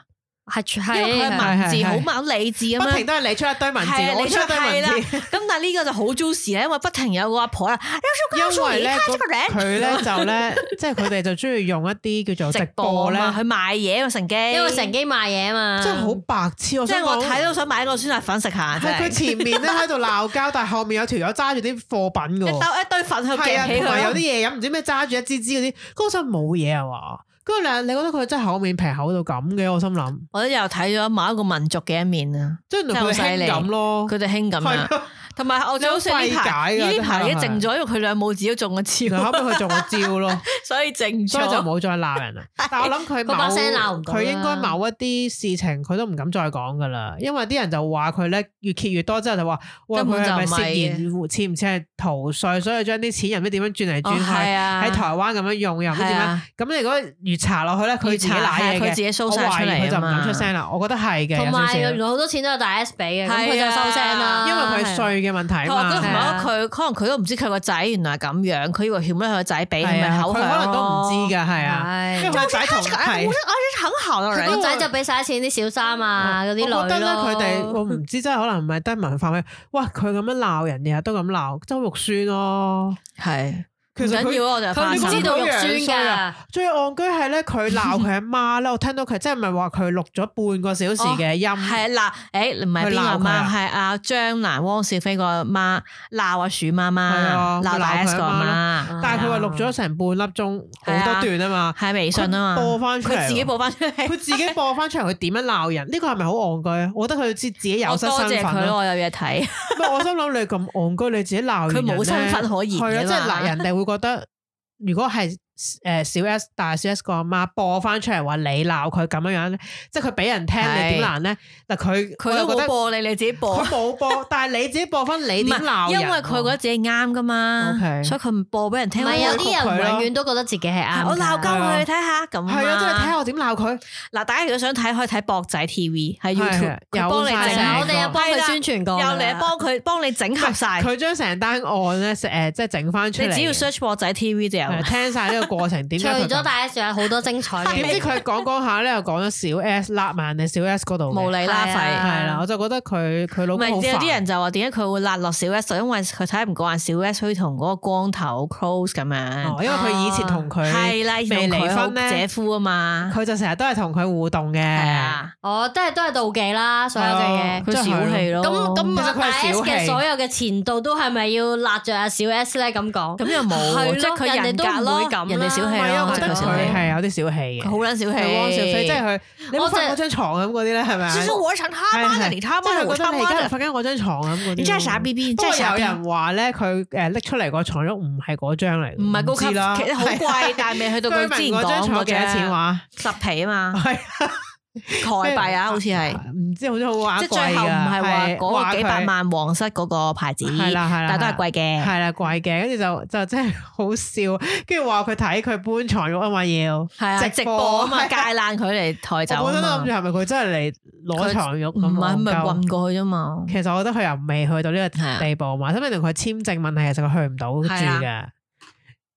Speaker 3: 係係
Speaker 4: 因為佢係文字好猛，好理智咁
Speaker 2: 不
Speaker 4: 樣
Speaker 2: 停。都係你出一堆文字，
Speaker 4: 係啊
Speaker 2: 我
Speaker 4: 你
Speaker 2: 出一堆
Speaker 4: 係
Speaker 2: 文
Speaker 4: 啦
Speaker 2: 字，
Speaker 4: 咁但係呢個就好 juicy 啊啦，因為不停有個阿婆啦，啊
Speaker 2: 因為咧
Speaker 4: 我出嚟
Speaker 2: 嗰佢咧就咧， [LAUGHS] 即係佢哋就中意用一啲叫做
Speaker 4: 直
Speaker 2: 直
Speaker 4: 播
Speaker 2: 播咧，
Speaker 4: 啦，去賣嘢啊嘛，乘機。
Speaker 3: 因為乘機賣嘢嘛，
Speaker 2: 即係好白痴。我
Speaker 4: 即
Speaker 2: 想
Speaker 4: 係我
Speaker 2: 講
Speaker 4: 睇到想買個酸辣粉食下，真
Speaker 2: 係佢
Speaker 4: 係
Speaker 2: 前面咧喺度鬧交，
Speaker 4: [LAUGHS]
Speaker 2: 但係後面有條友揸住啲貨品
Speaker 4: 一
Speaker 2: 嘅喎。
Speaker 4: 兜一堆粉去
Speaker 2: 係啊，
Speaker 4: 夾起
Speaker 2: 同埋有啲
Speaker 4: 佢。
Speaker 2: 嘢飲，唔知咩揸住一支支嗰啲，嗰陣冇嘢啊嘛。跟住你，你覺得佢真係厚面皮厚到咁嘅？我心諗，
Speaker 4: 我又睇咗某一個民族嘅一面啊，
Speaker 2: 即係原來
Speaker 4: 真係好
Speaker 2: 佢
Speaker 4: 犀利
Speaker 2: 興咁咯。
Speaker 4: 佢哋興咁
Speaker 2: 係
Speaker 4: 樣。
Speaker 2: 啊，
Speaker 4: 同埋我最好笑呢排，
Speaker 2: 你好費解㗎
Speaker 4: 呢
Speaker 2: 真係
Speaker 4: 排已經靜咗，因為佢兩母子都中咗
Speaker 2: 然後後
Speaker 4: 招，
Speaker 2: 尾佢做個招咯，
Speaker 4: 哦所以靜
Speaker 2: 所以就
Speaker 4: 咗。
Speaker 2: 冇再鬧人啦。但我諗佢某
Speaker 3: 佢把聲鬧唔到啦
Speaker 2: 佢應該某一啲事情佢都唔敢再講噶啦，因為啲人就話佢咧越揭越多之後就話，哇
Speaker 4: 根本
Speaker 2: 佢係咪
Speaker 4: 就唔
Speaker 2: 涉
Speaker 4: 係
Speaker 2: 嫌似唔似係逃稅，所以將啲錢又唔知點樣轉嚟轉去
Speaker 4: 係啊，
Speaker 2: 喺台灣咁樣用又唔知點
Speaker 4: 係
Speaker 2: 樣。
Speaker 4: 啊
Speaker 2: 咁你如果越查落去咧，佢自
Speaker 4: 越
Speaker 2: 己
Speaker 4: 查
Speaker 2: 賴嘢
Speaker 4: 係佢
Speaker 2: 嘅，
Speaker 4: 自己 show
Speaker 2: 我
Speaker 4: 晒
Speaker 2: 懷
Speaker 4: 出嚟
Speaker 2: 疑佢就唔
Speaker 4: 啊嘛
Speaker 2: 敢出聲啦。我覺得係嘅，有
Speaker 3: 同
Speaker 2: 啊少
Speaker 3: 埋
Speaker 2: 少
Speaker 3: 原來好多錢都係大 S 俾嘅，
Speaker 4: 係
Speaker 3: 咁
Speaker 4: 啊
Speaker 3: 佢就收聲啦，
Speaker 2: 因為佢係稅嘅問題啊
Speaker 4: 我覺
Speaker 2: 嘛
Speaker 4: 得同
Speaker 3: 係
Speaker 4: 埋
Speaker 3: 啊
Speaker 4: 佢可能佢都唔知佢個仔原來係咁樣，佢以為欠咗佢個仔俾，
Speaker 2: 係
Speaker 4: 咪
Speaker 2: 啊，
Speaker 4: 口
Speaker 2: 佢
Speaker 4: 響
Speaker 2: 可能都唔知
Speaker 4: 㗎。
Speaker 2: 㗎，係啊，因為
Speaker 3: 係
Speaker 2: 佢仔同係
Speaker 4: 我。是很好的
Speaker 3: 個
Speaker 4: 啊人，
Speaker 3: 仔就俾晒錢啲小三啊，嗰啲
Speaker 2: 我
Speaker 3: 女咯
Speaker 2: 覺得咧，佢哋我唔知，真係可能唔係得文化咩？哇！佢咁樣鬧人，日日都咁鬧，周肉酸咯。
Speaker 4: 係
Speaker 2: 其
Speaker 4: 唔
Speaker 2: 實
Speaker 4: 緊
Speaker 2: 佢
Speaker 4: 要啊，我哋
Speaker 2: 佢
Speaker 4: 翻
Speaker 2: 你
Speaker 3: 唔
Speaker 4: 手
Speaker 3: 知道肉酸
Speaker 2: 佢樣衰
Speaker 3: 㗎
Speaker 2: 啊。最戇居係咧，佢鬧佢阿媽咧，我聽到佢真係唔係話佢錄咗半個小時嘅音，
Speaker 4: 哦係啊嗱，誒唔係邊
Speaker 2: 佢鬧
Speaker 4: 個
Speaker 2: 佢
Speaker 4: 媽，
Speaker 2: 啊
Speaker 4: 係阿張蘭汪小菲個媽鬧阿鼠媽媽，
Speaker 2: 啊
Speaker 4: 鬧大
Speaker 2: 佢鬧佢
Speaker 4: S 個媽
Speaker 2: 阿，但係佢話錄咗成半粒鐘，好多段啊嘛。
Speaker 4: 係微信啊嘛，
Speaker 2: 佢播返出嚟
Speaker 4: 佢自己
Speaker 2: 喎
Speaker 4: 播翻出嚟，
Speaker 2: 佢自己播翻出嚟，佢點樣鬧人？呢個係咪好戇居啊？我覺得佢知自己有
Speaker 4: 我
Speaker 2: 失
Speaker 4: 多
Speaker 2: 身
Speaker 4: 謝
Speaker 2: 份啊
Speaker 4: 佢咯，
Speaker 2: 咯。
Speaker 4: 我有嘢睇，
Speaker 2: 唔係我心諗你咁戇居，你自己鬧完
Speaker 4: 佢
Speaker 2: 人呢
Speaker 4: 冇身份可言
Speaker 2: 係啊，
Speaker 4: 㗎
Speaker 2: 即係
Speaker 4: 嘛
Speaker 2: 嗱，人哋會覺得如果係誒小 S 大小 S 個阿媽播翻出嚟話你鬧佢咁樣樣咧，即係佢俾人聽，
Speaker 4: 係
Speaker 2: 你點難咧？嗱，佢
Speaker 4: 佢都
Speaker 2: 我又覺
Speaker 4: 冇
Speaker 2: 得
Speaker 4: 播你，你自己播
Speaker 2: 佢。冇播，但係你自己播翻你
Speaker 4: 唔
Speaker 2: 點鬧
Speaker 4: 係，
Speaker 2: 人
Speaker 4: 因
Speaker 2: 喎？
Speaker 4: 為佢覺啊得自己啱噶嘛
Speaker 2: OK
Speaker 4: 所以佢唔播俾人
Speaker 3: 唔
Speaker 4: 聽。
Speaker 3: 係有
Speaker 4: 我
Speaker 3: 啲人
Speaker 2: 佢啊咯
Speaker 3: 永遠都覺得自己係啱
Speaker 4: 係
Speaker 3: 㗎，
Speaker 4: 我鬧鳩佢，你睇下咁嘛
Speaker 2: 啊係啊，即係你睇下我點鬧佢。
Speaker 4: 嗱，大家如果想睇，可以睇博仔 TV 喺
Speaker 2: 係
Speaker 4: YouTube，
Speaker 2: 有
Speaker 4: 佢幫你
Speaker 2: 晒
Speaker 4: 整
Speaker 3: 係啊
Speaker 2: 成
Speaker 4: 合，
Speaker 3: 我哋有幫
Speaker 4: 係啦
Speaker 3: 佢宣傳過㗎，
Speaker 4: 又嚟幫佢幫你整合晒。
Speaker 2: 佢將成單案咧，誒，即係整翻出嚟。
Speaker 4: 你只要 search 博仔 TV 就有。
Speaker 2: 係聽晒呢個過程，點
Speaker 3: 除
Speaker 2: 解佢
Speaker 3: 咗
Speaker 2: 咁
Speaker 3: 大 S，仲有好多精彩嘅
Speaker 2: 點
Speaker 3: 嘢。
Speaker 2: 知佢講講下咧，又講咗小 S 揦埋人哋小 S 嗰度嘅，
Speaker 4: 無厘啦
Speaker 3: 係
Speaker 4: 廢
Speaker 3: 啊。
Speaker 2: 係啦，我就覺得佢佢老
Speaker 4: 唔
Speaker 2: 公
Speaker 4: 係
Speaker 2: 好
Speaker 4: 有啲人
Speaker 2: 煩。
Speaker 4: 就話點解佢會辣落小 S，就因為佢睇唔慣小 S 佢同嗰個光頭 close 咁
Speaker 2: 哦
Speaker 4: 樣。
Speaker 2: 因為佢以前同佢
Speaker 4: 係啊啦，
Speaker 2: 未離婚
Speaker 4: 咧，姐
Speaker 2: 咧，
Speaker 4: 夫啊嘛，
Speaker 2: 佢就成日都係同佢互動嘅。
Speaker 4: 係啊，
Speaker 3: 哦，都係都係妒忌啦，所有嘅嘢。
Speaker 4: 佢
Speaker 2: 真係
Speaker 4: 小氣咯。
Speaker 3: 咁咁
Speaker 2: 哦其實
Speaker 3: 啊，
Speaker 2: 佢係
Speaker 3: 大 S
Speaker 2: 小氣
Speaker 3: 嘅所有嘅前度都係咪要辣着阿小 S 咧？咁講
Speaker 4: 咁又冇喎，
Speaker 3: 係
Speaker 4: 即係
Speaker 3: 咯
Speaker 4: 佢人
Speaker 3: 人哋都
Speaker 4: 格
Speaker 3: 唔
Speaker 4: 咯
Speaker 3: 會咁啦
Speaker 4: 人哋小
Speaker 2: 唔
Speaker 4: 氣
Speaker 2: 係啊，
Speaker 4: 咯，
Speaker 2: 我
Speaker 4: 即
Speaker 2: 覺
Speaker 4: 係
Speaker 2: 得
Speaker 4: 佢小
Speaker 2: 佢
Speaker 4: 氣，
Speaker 2: 係有啲小氣嘅，
Speaker 4: 佢好撚小氣，
Speaker 2: 係汪小菲，即係佢你冇
Speaker 3: 我
Speaker 2: 瞓
Speaker 3: 就
Speaker 2: 我張床咁嗰啲咧，係咪啊？
Speaker 4: 其實我想他媽
Speaker 2: 係
Speaker 4: 的，
Speaker 2: 係
Speaker 4: 你他
Speaker 2: 即
Speaker 4: 媽
Speaker 2: 係
Speaker 4: 的，我
Speaker 2: 佢覺得
Speaker 4: 他
Speaker 2: 你而
Speaker 4: 媽
Speaker 2: 家就
Speaker 4: 的，
Speaker 2: 瞓緊我張床咁嗰啲。
Speaker 4: 你真係傻逼逼，
Speaker 2: 嗯不
Speaker 4: 真
Speaker 2: 過
Speaker 4: 係傻
Speaker 2: 有
Speaker 4: 逼。
Speaker 2: 人話咧，佢誒拎出嚟個床褥唔係嗰張嚟，
Speaker 4: 唔係高級，
Speaker 2: 知啦。啊
Speaker 4: 其實好貴，但係未去到佢
Speaker 2: 居
Speaker 4: 之前
Speaker 2: 民嗰張
Speaker 4: 講
Speaker 2: 床
Speaker 4: 嗰
Speaker 2: 幾多錢
Speaker 4: 啫，
Speaker 2: 話？
Speaker 4: 十皮啊嘛，
Speaker 2: 係
Speaker 4: 台幣啊，好似係，
Speaker 2: 唔知好似好啊玩
Speaker 4: 即係最後唔係話嗰個幾百萬皇室嗰個牌子，
Speaker 2: 係啦係啦
Speaker 4: 但係都係
Speaker 2: 係
Speaker 4: 貴
Speaker 2: 啊
Speaker 4: 嘅，嗯
Speaker 2: 啦，貴嘅，跟住就就真係好笑，跟住話佢睇佢搬床褥啊嘛要，
Speaker 4: 係啊，直播啊嘛，戒爛佢嚟抬走
Speaker 2: 我本
Speaker 4: 啊
Speaker 2: 身都諗
Speaker 4: 嘛
Speaker 2: 住，係咪佢真係嚟攞床褥
Speaker 4: 唔
Speaker 2: 咁啊
Speaker 4: 係咪
Speaker 2: 戇鳩
Speaker 4: 運過去啫嘛，
Speaker 2: 其實我覺得佢又未去到呢
Speaker 4: 係啊
Speaker 2: 個地步嘛，咁明同佢簽證問題，其實佢去唔到住
Speaker 4: 係啊
Speaker 2: 嘅。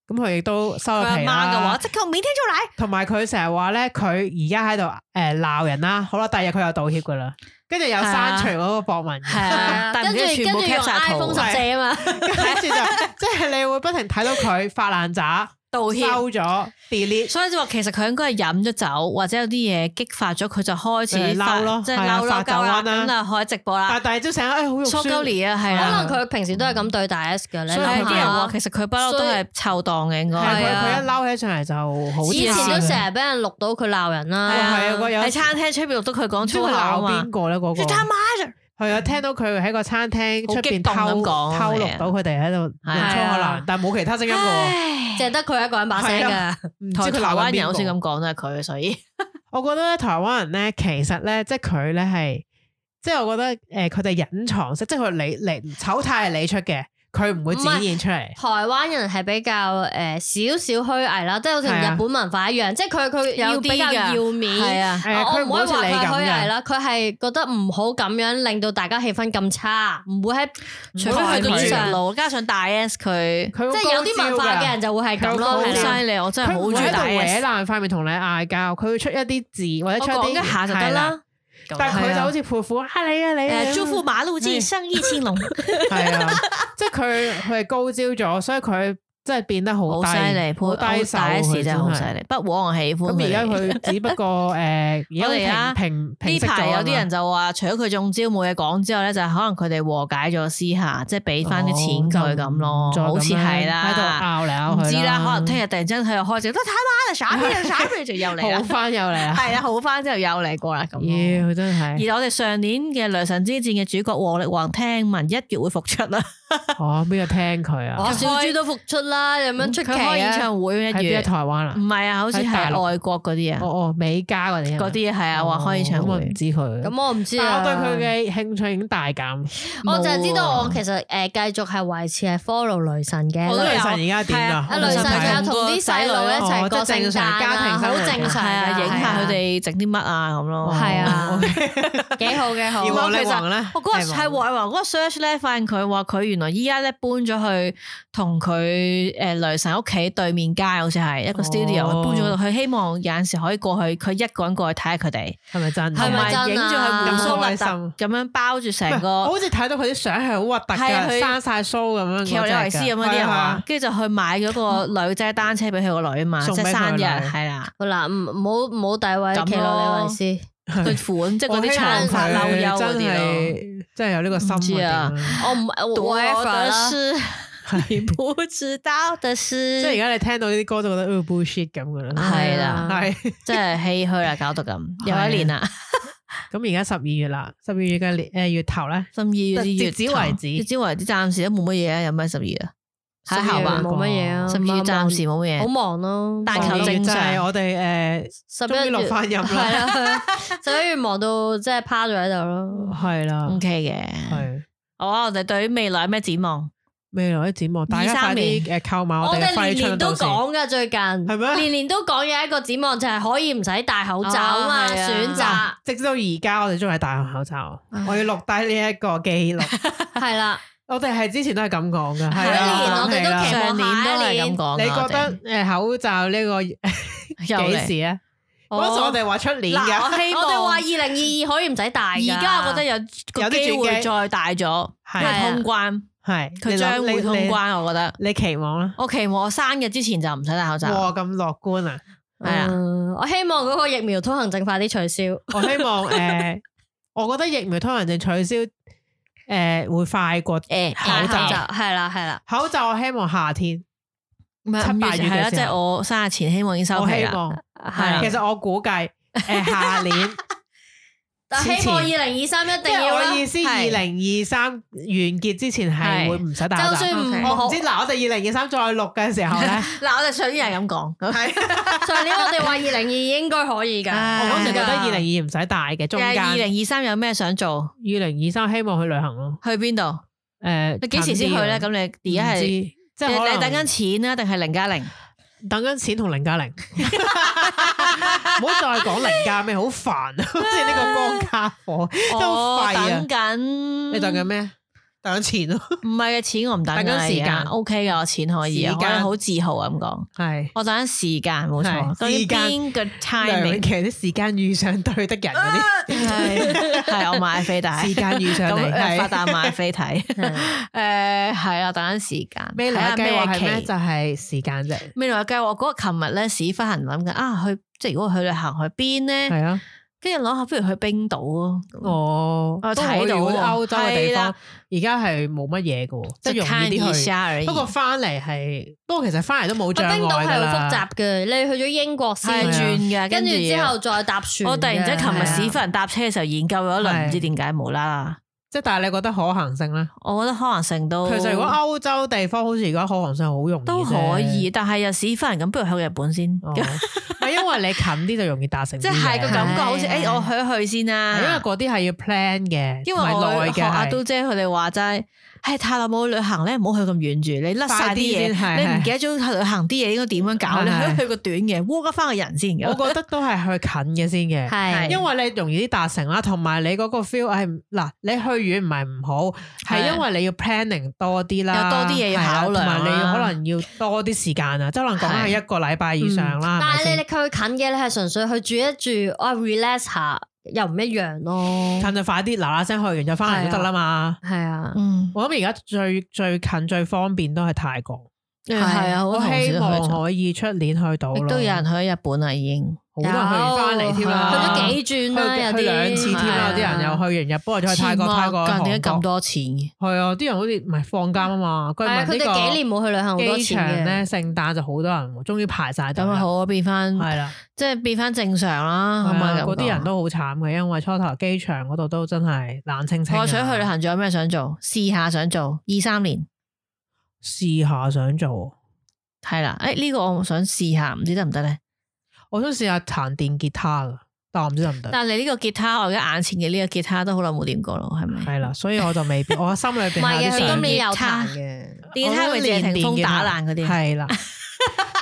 Speaker 2: 咁佢亦都收咗
Speaker 4: 佢阿
Speaker 2: 皮
Speaker 4: 媽嘅話，
Speaker 2: 啦，
Speaker 4: 即刻明天就嚟。
Speaker 2: 同埋佢成日話咧，佢而家喺度誒鬧人啦，好啦，第二日佢又道歉噶啦，跟住又刪除嗰個博文嘅，
Speaker 4: 係
Speaker 2: [LAUGHS]
Speaker 4: 啊，但唔
Speaker 3: 跟住
Speaker 4: 知全
Speaker 3: 跟
Speaker 4: 部
Speaker 3: 住
Speaker 2: 啊
Speaker 4: cap
Speaker 3: 用
Speaker 4: 晒圖
Speaker 3: iPhone 十。四啊嘛，
Speaker 2: 跟住就即係你會不停睇到佢發爛渣，
Speaker 4: 道歉。
Speaker 2: 收咗 delete，
Speaker 4: 所以就話其實佢應該係飲咗酒，或者有啲嘢激發咗佢就開始
Speaker 2: 誒
Speaker 4: 發
Speaker 2: 嬲咯
Speaker 4: 即係
Speaker 2: 係啊
Speaker 4: 嬲
Speaker 2: 發
Speaker 4: 嬲
Speaker 2: 酒
Speaker 4: 夠啦，
Speaker 2: 瘟啦
Speaker 4: 咁啊開直播啦
Speaker 2: 但。但係都成日哎好肉
Speaker 4: 粗
Speaker 2: 酸，
Speaker 4: 鳩
Speaker 2: 係
Speaker 4: 嚟啊，係
Speaker 3: 可
Speaker 4: 啊
Speaker 3: 能。佢平時都係咁對大 S
Speaker 2: 啊
Speaker 3: 嘅，你
Speaker 4: 所以
Speaker 3: 諗
Speaker 4: 係啲人
Speaker 3: 下
Speaker 4: 話其實佢不嬲都
Speaker 3: 所以
Speaker 4: 係臭檔嘅應該。
Speaker 2: 佢
Speaker 3: 係啊
Speaker 2: 佢一嬲起上嚟就好黐線。
Speaker 3: 以前都
Speaker 2: 係
Speaker 3: 成日俾人錄到佢鬧人啦，
Speaker 2: 啊係啊，個有
Speaker 4: 喺餐廳出邊錄到佢講
Speaker 2: 唔知
Speaker 4: 粗
Speaker 2: 佢
Speaker 4: 口啊
Speaker 2: 鬧
Speaker 4: 嘛
Speaker 2: 邊。個咧嗰個？
Speaker 4: 你他媽的
Speaker 2: 係啊，聽到佢喺個餐廳出
Speaker 4: 好激
Speaker 2: 邊
Speaker 4: 動咁
Speaker 2: 偷
Speaker 4: 講
Speaker 2: 偷
Speaker 4: 係啊
Speaker 2: 錄到佢哋喺度
Speaker 4: 係
Speaker 2: 用
Speaker 4: 啊
Speaker 2: 粗口鬧人，但係冇其他聲音嘅喎，
Speaker 4: 唉
Speaker 3: 淨係得佢一個人把聲
Speaker 2: 係
Speaker 3: 㗎
Speaker 2: 啊。唔知
Speaker 4: 台
Speaker 2: 佢
Speaker 4: 台
Speaker 2: 鬧緊
Speaker 4: 灣人
Speaker 2: 邊
Speaker 4: 好似
Speaker 2: 個
Speaker 4: 咁講都係佢，所以
Speaker 2: 我覺得咧，台灣人咧，其實咧，即係佢咧係，即係我覺得誒，佢哋隱藏式，即係佢你你醜態係你出嘅，佢唔會展現出嚟。
Speaker 3: 台灣人係比較誒少少虛偽啦，即係好似
Speaker 2: 係啊
Speaker 3: 日本文化一樣，即係佢佢要
Speaker 4: 有啲
Speaker 3: 比較
Speaker 4: 㗎
Speaker 3: 要
Speaker 4: 係
Speaker 3: 面。
Speaker 4: 啊。
Speaker 2: 誒，
Speaker 3: 我
Speaker 2: 佢
Speaker 3: 我
Speaker 2: 唔
Speaker 3: 唔可
Speaker 2: 會
Speaker 3: 以
Speaker 2: 好
Speaker 3: 話
Speaker 2: 似你
Speaker 3: 佢係虛偽
Speaker 2: 咁嘅。
Speaker 3: 啦，佢係覺得唔好咁樣令到大家氣氛咁差，唔會喺
Speaker 4: 除
Speaker 2: 非
Speaker 4: 非
Speaker 3: 台
Speaker 4: 去到
Speaker 3: 面
Speaker 2: 佢
Speaker 4: 絕
Speaker 3: 上，
Speaker 4: 路，加上大 S 佢
Speaker 2: 佢
Speaker 3: 即係有啲文化嘅人就會係咁
Speaker 2: 佢
Speaker 3: 咯，
Speaker 2: 好
Speaker 4: 好
Speaker 2: 高
Speaker 3: 係
Speaker 2: 招
Speaker 3: 啦
Speaker 2: 㗎
Speaker 4: 犀利，我真係
Speaker 2: 佢
Speaker 4: 好
Speaker 2: 唔
Speaker 4: 中
Speaker 2: 會
Speaker 4: 意
Speaker 2: 喺
Speaker 4: 大啊
Speaker 2: 度搲
Speaker 4: S。
Speaker 2: 爛塊面同你嗌交，佢會出一啲字或者
Speaker 4: 我
Speaker 2: 出
Speaker 4: 講
Speaker 2: 一啲
Speaker 4: 一下就得
Speaker 2: 係
Speaker 4: 啦。。
Speaker 2: 但係
Speaker 4: 係
Speaker 2: 佢
Speaker 4: 啊
Speaker 2: 就好似潑婦啊你啊你啊，
Speaker 4: 誒，祝福馬路
Speaker 2: 嗯
Speaker 4: 之生意興隆，
Speaker 2: 係啊，即係佢佢係高招咗，所以佢真係變得好
Speaker 4: 好
Speaker 2: 低
Speaker 4: 犀利，
Speaker 2: 好低手啊
Speaker 4: 大 S
Speaker 2: 佢
Speaker 4: 真係好犀利。不枉我喜歡
Speaker 2: 咁而家佢只不過誒，
Speaker 4: 我哋
Speaker 2: 而家
Speaker 4: 啊
Speaker 2: 平平平
Speaker 4: 呢
Speaker 2: 息
Speaker 4: 排
Speaker 2: 咗
Speaker 4: 有
Speaker 2: 啊
Speaker 4: 啲
Speaker 2: 嘛
Speaker 4: 人就話，除咗佢中招冇嘢講之後咧，就係可能佢哋和解咗私下，即係俾翻啲錢佢咁咯，
Speaker 2: 哦就唔
Speaker 4: 好似係
Speaker 2: 喺度
Speaker 4: 啦。
Speaker 2: 拗嚟拗
Speaker 4: 唔
Speaker 2: 去啦
Speaker 4: 知啦，可能聽日突然之間佢又開始，都睇媽啦，耍咩耍咩，就又嚟
Speaker 2: 好
Speaker 4: 啦，
Speaker 2: 翻又嚟啊！
Speaker 4: 係啦，好翻之後又嚟過啦咁咯。
Speaker 2: 妖真係，
Speaker 4: 而我哋上年嘅《雷神之戰》嘅主角王力宏，聽聞一月會復出
Speaker 2: [LAUGHS]
Speaker 4: 啦，
Speaker 2: 我哦邊個聽佢
Speaker 3: 我
Speaker 2: 啊？
Speaker 3: 小豬都復出啦，有
Speaker 2: 嗯
Speaker 3: 樣出
Speaker 4: 佢
Speaker 3: 奇
Speaker 4: 開演
Speaker 3: 啊！
Speaker 4: 唱會
Speaker 2: 喺
Speaker 4: 一
Speaker 2: 邊
Speaker 4: 月
Speaker 2: 啊？，台灣啊
Speaker 4: 唔？係啊，好似
Speaker 2: 喺大
Speaker 4: 係
Speaker 2: 陸
Speaker 4: 外國嗰啲
Speaker 2: 哦
Speaker 4: 啊，
Speaker 2: 哦，美加嗰啲啊
Speaker 4: 嗰啲係啊，話開演唱
Speaker 2: 哦咁我
Speaker 4: 會
Speaker 2: 唔。知佢。
Speaker 3: 咁我唔知
Speaker 2: 但
Speaker 3: 啊，
Speaker 2: 我對佢嘅興趣已經大減。
Speaker 3: 我就係知道我
Speaker 4: 冇啊
Speaker 3: 其實誒繼續係維持係 follow 雷神嘅，
Speaker 4: 我都有
Speaker 2: 啊雷神而家點啊？
Speaker 3: 啊
Speaker 4: 我
Speaker 3: 雷神
Speaker 4: 想睇
Speaker 3: 就同啲細路一
Speaker 2: 哦
Speaker 3: 齊過聖誕啊，好正
Speaker 4: 係
Speaker 3: 常
Speaker 4: 啊，
Speaker 3: 㗎
Speaker 4: 影下佢。哋整啲乜啊咁咯。
Speaker 2: 哦
Speaker 3: 係啊，幾好嘅好。
Speaker 4: 而
Speaker 2: 而
Speaker 4: 我
Speaker 2: 王
Speaker 4: 其
Speaker 2: 力
Speaker 4: 實
Speaker 2: 宏咧，
Speaker 4: 哦我嗰個係華華嗰個 search 咧，發現佢話佢原來依家咧搬咗去同佢誒雷神屋企對面街，好似係一個 studio，
Speaker 2: 哦
Speaker 4: 搬咗嗰度。佢希望有陣時可以過去，佢一個人過去睇下佢哋，
Speaker 2: 係咪真㗎？
Speaker 3: 係
Speaker 4: 同
Speaker 3: 咪
Speaker 4: 埋
Speaker 3: 真啊
Speaker 4: 影咗佢
Speaker 2: 咁
Speaker 4: 胡鬚
Speaker 2: 開
Speaker 4: 立
Speaker 2: 心？
Speaker 4: 突咁樣包住成
Speaker 2: 我
Speaker 4: [LAUGHS] 個
Speaker 2: 好似睇到佢啲相係好核突
Speaker 4: 係啊
Speaker 2: 㗎，
Speaker 4: 佢
Speaker 2: 生晒須咁樣嗰隻
Speaker 4: 喬
Speaker 2: 㗎。
Speaker 4: 里維斯咁嗰啲人
Speaker 2: 係
Speaker 4: 話
Speaker 2: 啊，
Speaker 4: 跟住就去買嗰 [LAUGHS] 個女仔單車俾佢個女啊嘛，即
Speaker 2: 送俾
Speaker 4: 係
Speaker 2: 佢
Speaker 4: 生日 [LAUGHS]
Speaker 2: 個女
Speaker 4: 係啦，
Speaker 3: 好啦，唔唔好唔好詆毀奇洛李維斯，
Speaker 4: 個款即係嗰啲長髮
Speaker 2: 我
Speaker 4: 嬲
Speaker 2: 希
Speaker 4: 憂
Speaker 2: 望佢
Speaker 4: 嗰
Speaker 2: 真
Speaker 4: 啲咯。
Speaker 2: 係真係有呢個心
Speaker 4: 唔知啊
Speaker 2: 啊！點啊
Speaker 3: 我哦唔我 whatever 啦，啊
Speaker 4: [LAUGHS] 你不知道的事，
Speaker 2: 即係而家你聽到呢啲歌就覺得 oh bullshit 咁噶啦，
Speaker 4: 係啦，
Speaker 2: 係
Speaker 4: 真係唏噓啦，搞到咁又一年啊啦，
Speaker 2: 咁而家十二月啦，十二月嘅誒月頭咧，
Speaker 4: 十二月至
Speaker 2: 截
Speaker 4: 月頭
Speaker 2: 止為止
Speaker 4: 截止為止，暫時都冇乜嘢啊，有咩十二月啊？
Speaker 3: 十
Speaker 4: 喺
Speaker 3: 二
Speaker 4: 後
Speaker 3: 月
Speaker 4: 吧，
Speaker 3: 冇乜嘢啊，
Speaker 4: 十二月暫時冇
Speaker 3: 好
Speaker 4: 乜嘢，
Speaker 3: 忙咯，
Speaker 4: 但求
Speaker 2: 十二月
Speaker 4: 正
Speaker 2: 就
Speaker 4: 常
Speaker 2: 係我哋
Speaker 3: 十
Speaker 2: 誒終
Speaker 3: 一
Speaker 2: 於
Speaker 3: 月
Speaker 2: 落翻音
Speaker 3: 係
Speaker 4: 啊
Speaker 2: 啦，
Speaker 3: 啦， [LAUGHS] 十一月忙到即係趴咗喺度咯。
Speaker 2: 係啦
Speaker 4: O，K 嘅。
Speaker 2: 係
Speaker 4: 好啊，我哋對於未來有咩展望？
Speaker 2: 未來啲展望，大家
Speaker 4: 二三
Speaker 2: 快啲
Speaker 4: 年
Speaker 2: 誒購買我
Speaker 3: 我
Speaker 2: 哋嘅揮
Speaker 3: 哋年
Speaker 2: 春
Speaker 3: 年
Speaker 2: 啊
Speaker 3: 都
Speaker 2: 到時
Speaker 3: 講噶，最近係
Speaker 2: 咩
Speaker 3: 年年都講有一個展望就係可以唔使戴口罩啊嘛，
Speaker 4: 啊係啊
Speaker 3: 選擇
Speaker 2: 嗱直至到而家我哋仲係戴口罩，我要錄低呢一個記
Speaker 4: [LAUGHS]
Speaker 2: 錄。
Speaker 3: 係啦。
Speaker 2: 我哋係之前都係咁講噶，係
Speaker 3: 每
Speaker 2: 啊，
Speaker 3: 年我哋都
Speaker 2: 係啦
Speaker 3: 期望
Speaker 4: 上年都係咁講㗎，啊
Speaker 2: 你覺
Speaker 4: 我哋
Speaker 2: 得誒口罩呢個
Speaker 4: [LAUGHS] 又
Speaker 2: 幾
Speaker 4: 嚟
Speaker 2: 時啊？
Speaker 4: 我
Speaker 2: 嗰時 [LAUGHS] 我哋話出年
Speaker 4: 嗱
Speaker 2: 㗎。
Speaker 4: 我希
Speaker 3: [LAUGHS] 我哋
Speaker 4: 望
Speaker 3: 話二零二二可以唔使戴㗎，
Speaker 4: 而家我覺得有個
Speaker 2: 有啲轉
Speaker 4: 機會
Speaker 2: 機
Speaker 4: 再大咗，
Speaker 2: 係
Speaker 4: 因為
Speaker 2: 啊
Speaker 4: 通關，
Speaker 2: 係
Speaker 4: 佢將會通，關，我覺得。
Speaker 2: 你你你期望啦？
Speaker 4: 我期望我生日之前就唔使戴口罩。
Speaker 2: 哇，咁樂觀啊！
Speaker 4: 係啊
Speaker 3: 嗯我希望嗰個疫苗通行證快啲取消。
Speaker 2: 我希
Speaker 4: [LAUGHS]
Speaker 2: 望誒，呃我覺得疫苗通行證取消誒會快過
Speaker 4: 誒
Speaker 2: 口罩
Speaker 3: 係啦係啦，
Speaker 2: 口罩。我希望夏天，
Speaker 4: 唔係
Speaker 2: 七
Speaker 4: 五
Speaker 2: 八月嘅
Speaker 4: 係啦，啊即
Speaker 2: 時候
Speaker 4: 係我生日前希望已經收
Speaker 2: 我
Speaker 4: 皮
Speaker 2: 希
Speaker 4: 啦。
Speaker 2: 望
Speaker 4: 係啊
Speaker 2: 其實我估
Speaker 4: [LAUGHS]
Speaker 2: 計誒下年，
Speaker 3: 但
Speaker 2: 之前
Speaker 3: 希望二零二三一
Speaker 2: 即
Speaker 3: 定
Speaker 2: 係
Speaker 3: 要啦
Speaker 2: 我。意思，二
Speaker 4: 係
Speaker 2: 零二三完結之前
Speaker 4: 係
Speaker 2: 係會唔使戴口
Speaker 3: 啊就
Speaker 2: 罩
Speaker 3: 算。唔
Speaker 4: OK
Speaker 2: 我
Speaker 3: 好
Speaker 2: 唔知，嗱，我哋二零二三再錄嘅時候
Speaker 4: [LAUGHS]
Speaker 2: 咧，
Speaker 4: 嗱，我哋上年係咁講，係
Speaker 3: 上年我哋話二零二應該可以㗎。
Speaker 2: 我
Speaker 4: 唉
Speaker 2: 嗰時覺得
Speaker 4: 係啊
Speaker 2: 二零二唔使戴嘅，中間
Speaker 4: 二
Speaker 2: 二
Speaker 4: 零二三有咩想做？
Speaker 2: 零二三希望去旅行咯。
Speaker 4: 去邊度？
Speaker 2: 誒，
Speaker 4: 你幾時先去咧？咁你而家係你
Speaker 2: 啊即係可能
Speaker 4: 你等緊錢啊，定係零加零？
Speaker 2: 等緊錢同零加
Speaker 4: [LAUGHS]
Speaker 2: 零， [LAUGHS] 唔好再講零加咩，好煩
Speaker 4: [LAUGHS] 哦
Speaker 2: 啊！好似呢個光家火真係好
Speaker 4: 我
Speaker 2: 廢啊！
Speaker 4: 等緊，
Speaker 2: 你等緊咩？等錢咯，
Speaker 4: 唔係嘅錢我唔等啊
Speaker 2: 等緊
Speaker 4: 緊
Speaker 2: 時間
Speaker 4: O K 噶，我錢可以啊，
Speaker 2: 時
Speaker 4: 我
Speaker 2: 間
Speaker 4: 係好自豪啊咁講，
Speaker 2: 係
Speaker 4: 我等緊時間冇錯，
Speaker 2: 係
Speaker 4: 究竟
Speaker 2: 時間
Speaker 4: 邊個
Speaker 2: 梁
Speaker 4: timing
Speaker 2: 其啲時間遇上對的人嗰
Speaker 4: 啊係係我買飛
Speaker 2: 啲，[LAUGHS]
Speaker 4: 帶，
Speaker 2: 時間遇上
Speaker 4: 咁
Speaker 2: 你
Speaker 4: 誒發
Speaker 2: 係
Speaker 4: 達買飛睇， [LAUGHS] 誒係啦，等緊時間，
Speaker 2: 咩嚟
Speaker 4: 睇
Speaker 2: 嘅
Speaker 4: 下
Speaker 2: 計劃係咩？
Speaker 4: 啊期
Speaker 2: 就係時間啫，
Speaker 4: 未來嘅計劃，我嗰個琴日咧屎忽痕諗緊啊，去即係如果去旅行去邊咧，
Speaker 2: 係啊，
Speaker 4: 跟住諗下不如去冰島啊，
Speaker 2: 哦，
Speaker 4: 我
Speaker 2: 都
Speaker 4: 睇到
Speaker 2: 可以喎
Speaker 4: 喎
Speaker 2: 歐洲嘅地
Speaker 4: 係
Speaker 2: 方
Speaker 4: 啦，
Speaker 2: 而家係冇乜嘢嘅喎，即係
Speaker 4: 就
Speaker 2: 容
Speaker 4: 看
Speaker 2: 易
Speaker 4: 一
Speaker 2: 啲去。
Speaker 4: 下而已。
Speaker 2: 不過翻嚟係，不過其實翻嚟都冇
Speaker 3: 冰
Speaker 2: 障礙㗎
Speaker 3: 島係好
Speaker 2: 啦
Speaker 3: 複雜嘅，你去咗英國
Speaker 4: 係
Speaker 3: 先
Speaker 2: 啊
Speaker 4: 轉嘅，
Speaker 3: 跟住之
Speaker 4: 後。
Speaker 3: 後再搭船嘅。
Speaker 4: 我突然之間琴日
Speaker 3: 係
Speaker 4: 屎
Speaker 3: 啊
Speaker 4: 忽人搭車嘅時候研究咗一輪，
Speaker 2: 係
Speaker 4: 唔知點解無啦啦，
Speaker 2: 即係但係你覺得可行性咧？
Speaker 4: 我覺得可能性都
Speaker 2: 其實如果歐洲地方好似而家可行性好啊容易啫
Speaker 4: 都可以，，但係又屎忽人咁，不如去日本先， [LAUGHS]
Speaker 2: 哦唔係因為你近啲就容易達成啲
Speaker 4: 即
Speaker 2: 嘢，
Speaker 4: 係個感覺好似
Speaker 3: 係
Speaker 4: 誒，我去一去先
Speaker 2: 係因為
Speaker 4: 啦。
Speaker 2: 嗰啲係要 plan 嘅，
Speaker 4: 因為
Speaker 2: 為
Speaker 4: 我
Speaker 2: 耐
Speaker 4: 學
Speaker 2: 嘅
Speaker 4: 阿
Speaker 2: 係
Speaker 4: 都姐佢哋話齋，係太耐冇去旅行咧，唔好去咁遠住，你甩晒
Speaker 2: 快啲
Speaker 4: 啲
Speaker 2: 先
Speaker 4: 嘢，
Speaker 2: 係
Speaker 4: 你唔
Speaker 2: 係
Speaker 4: 記得咗去旅行啲嘢應該點樣搞，
Speaker 2: 係
Speaker 4: 你
Speaker 2: 係
Speaker 4: 去去個短嘅，窩翻個人先嘅。
Speaker 2: 我覺得都係去近嘅先嘅。
Speaker 3: 係
Speaker 2: 因為你容易啲達成啦，同埋你嗰個 feel 係嗱，你去遠唔係唔好，係因為你要 planning 多啲啦，
Speaker 4: 有多啲嘢要考量
Speaker 2: 係啦同埋你
Speaker 4: 啦
Speaker 2: 要可能要多啲時間啊，即係可能講緊係一個禮拜以上啦。係
Speaker 3: 嗯但
Speaker 2: 咪
Speaker 3: 係
Speaker 2: 先
Speaker 3: 你你佢近嘅，你係純粹去住一住，我 relax 下又唔一樣咯。
Speaker 2: 近就快啲，嗱嗱聲去完就翻嚟就得啦嘛。
Speaker 3: 係啊，
Speaker 4: 嗯，
Speaker 2: 我諗而家最最近最方便都係泰國，
Speaker 4: 誒係啊，
Speaker 2: 我
Speaker 4: 好
Speaker 2: 希望可以出年去到
Speaker 4: 亦
Speaker 2: 咯。
Speaker 4: 都有人去日本啦，已經。
Speaker 2: 好多人去翻嚟添啦，
Speaker 3: 有去咗幾轉啦，有
Speaker 2: 去
Speaker 3: 啲
Speaker 2: 去兩次添啦，
Speaker 4: 係啊
Speaker 2: 有啲人又去完日本，又去泰國，
Speaker 4: 千萬
Speaker 2: 泰國
Speaker 4: 間點解咁
Speaker 2: 韓國，
Speaker 4: 多錢啊嘅？
Speaker 2: 係啊，啲人好似唔係放監啊嘛，據
Speaker 3: 係
Speaker 2: 聞
Speaker 3: 啊，佢哋幾年
Speaker 2: 呢
Speaker 3: 冇去旅行好
Speaker 2: 個
Speaker 3: 多
Speaker 2: 機場
Speaker 3: 錢嘅。
Speaker 2: 咧，聖誕就好多人喎，終於排晒隊
Speaker 4: 咁
Speaker 2: 啦
Speaker 4: 啊好啊，變翻
Speaker 2: 係啦，
Speaker 4: 即係變翻正常啦，可唔
Speaker 2: 係
Speaker 4: 可
Speaker 2: 啊
Speaker 4: 以咁
Speaker 2: 嗰啲人
Speaker 4: 講
Speaker 2: 都好慘嘅，因為初頭機場嗰度都真係冷清清啊。
Speaker 4: 我想去旅行，仲有咩想做？試下想做，二三年
Speaker 2: 試下想做，
Speaker 4: 係啦。誒呢個我想試下，唔知得唔得咧？
Speaker 2: 我想試下彈電吉他噶，但我唔知得唔得。
Speaker 4: 但係你呢個吉他，我而家眼前嘅呢個吉他都好耐冇掂過咯，係咪？
Speaker 2: 係啦，所以我就
Speaker 3: [LAUGHS]
Speaker 2: 未必，我心裏
Speaker 3: 唔
Speaker 4: 啊
Speaker 2: 邊
Speaker 3: 係嘅，
Speaker 2: 有啲
Speaker 3: 佢
Speaker 2: 想
Speaker 3: 今年
Speaker 4: 有
Speaker 3: 有
Speaker 4: 彈
Speaker 3: 彈嘅。
Speaker 4: 電吉他咪謝霆鋒打爛嗰啲，
Speaker 3: [LAUGHS]
Speaker 2: 係啦。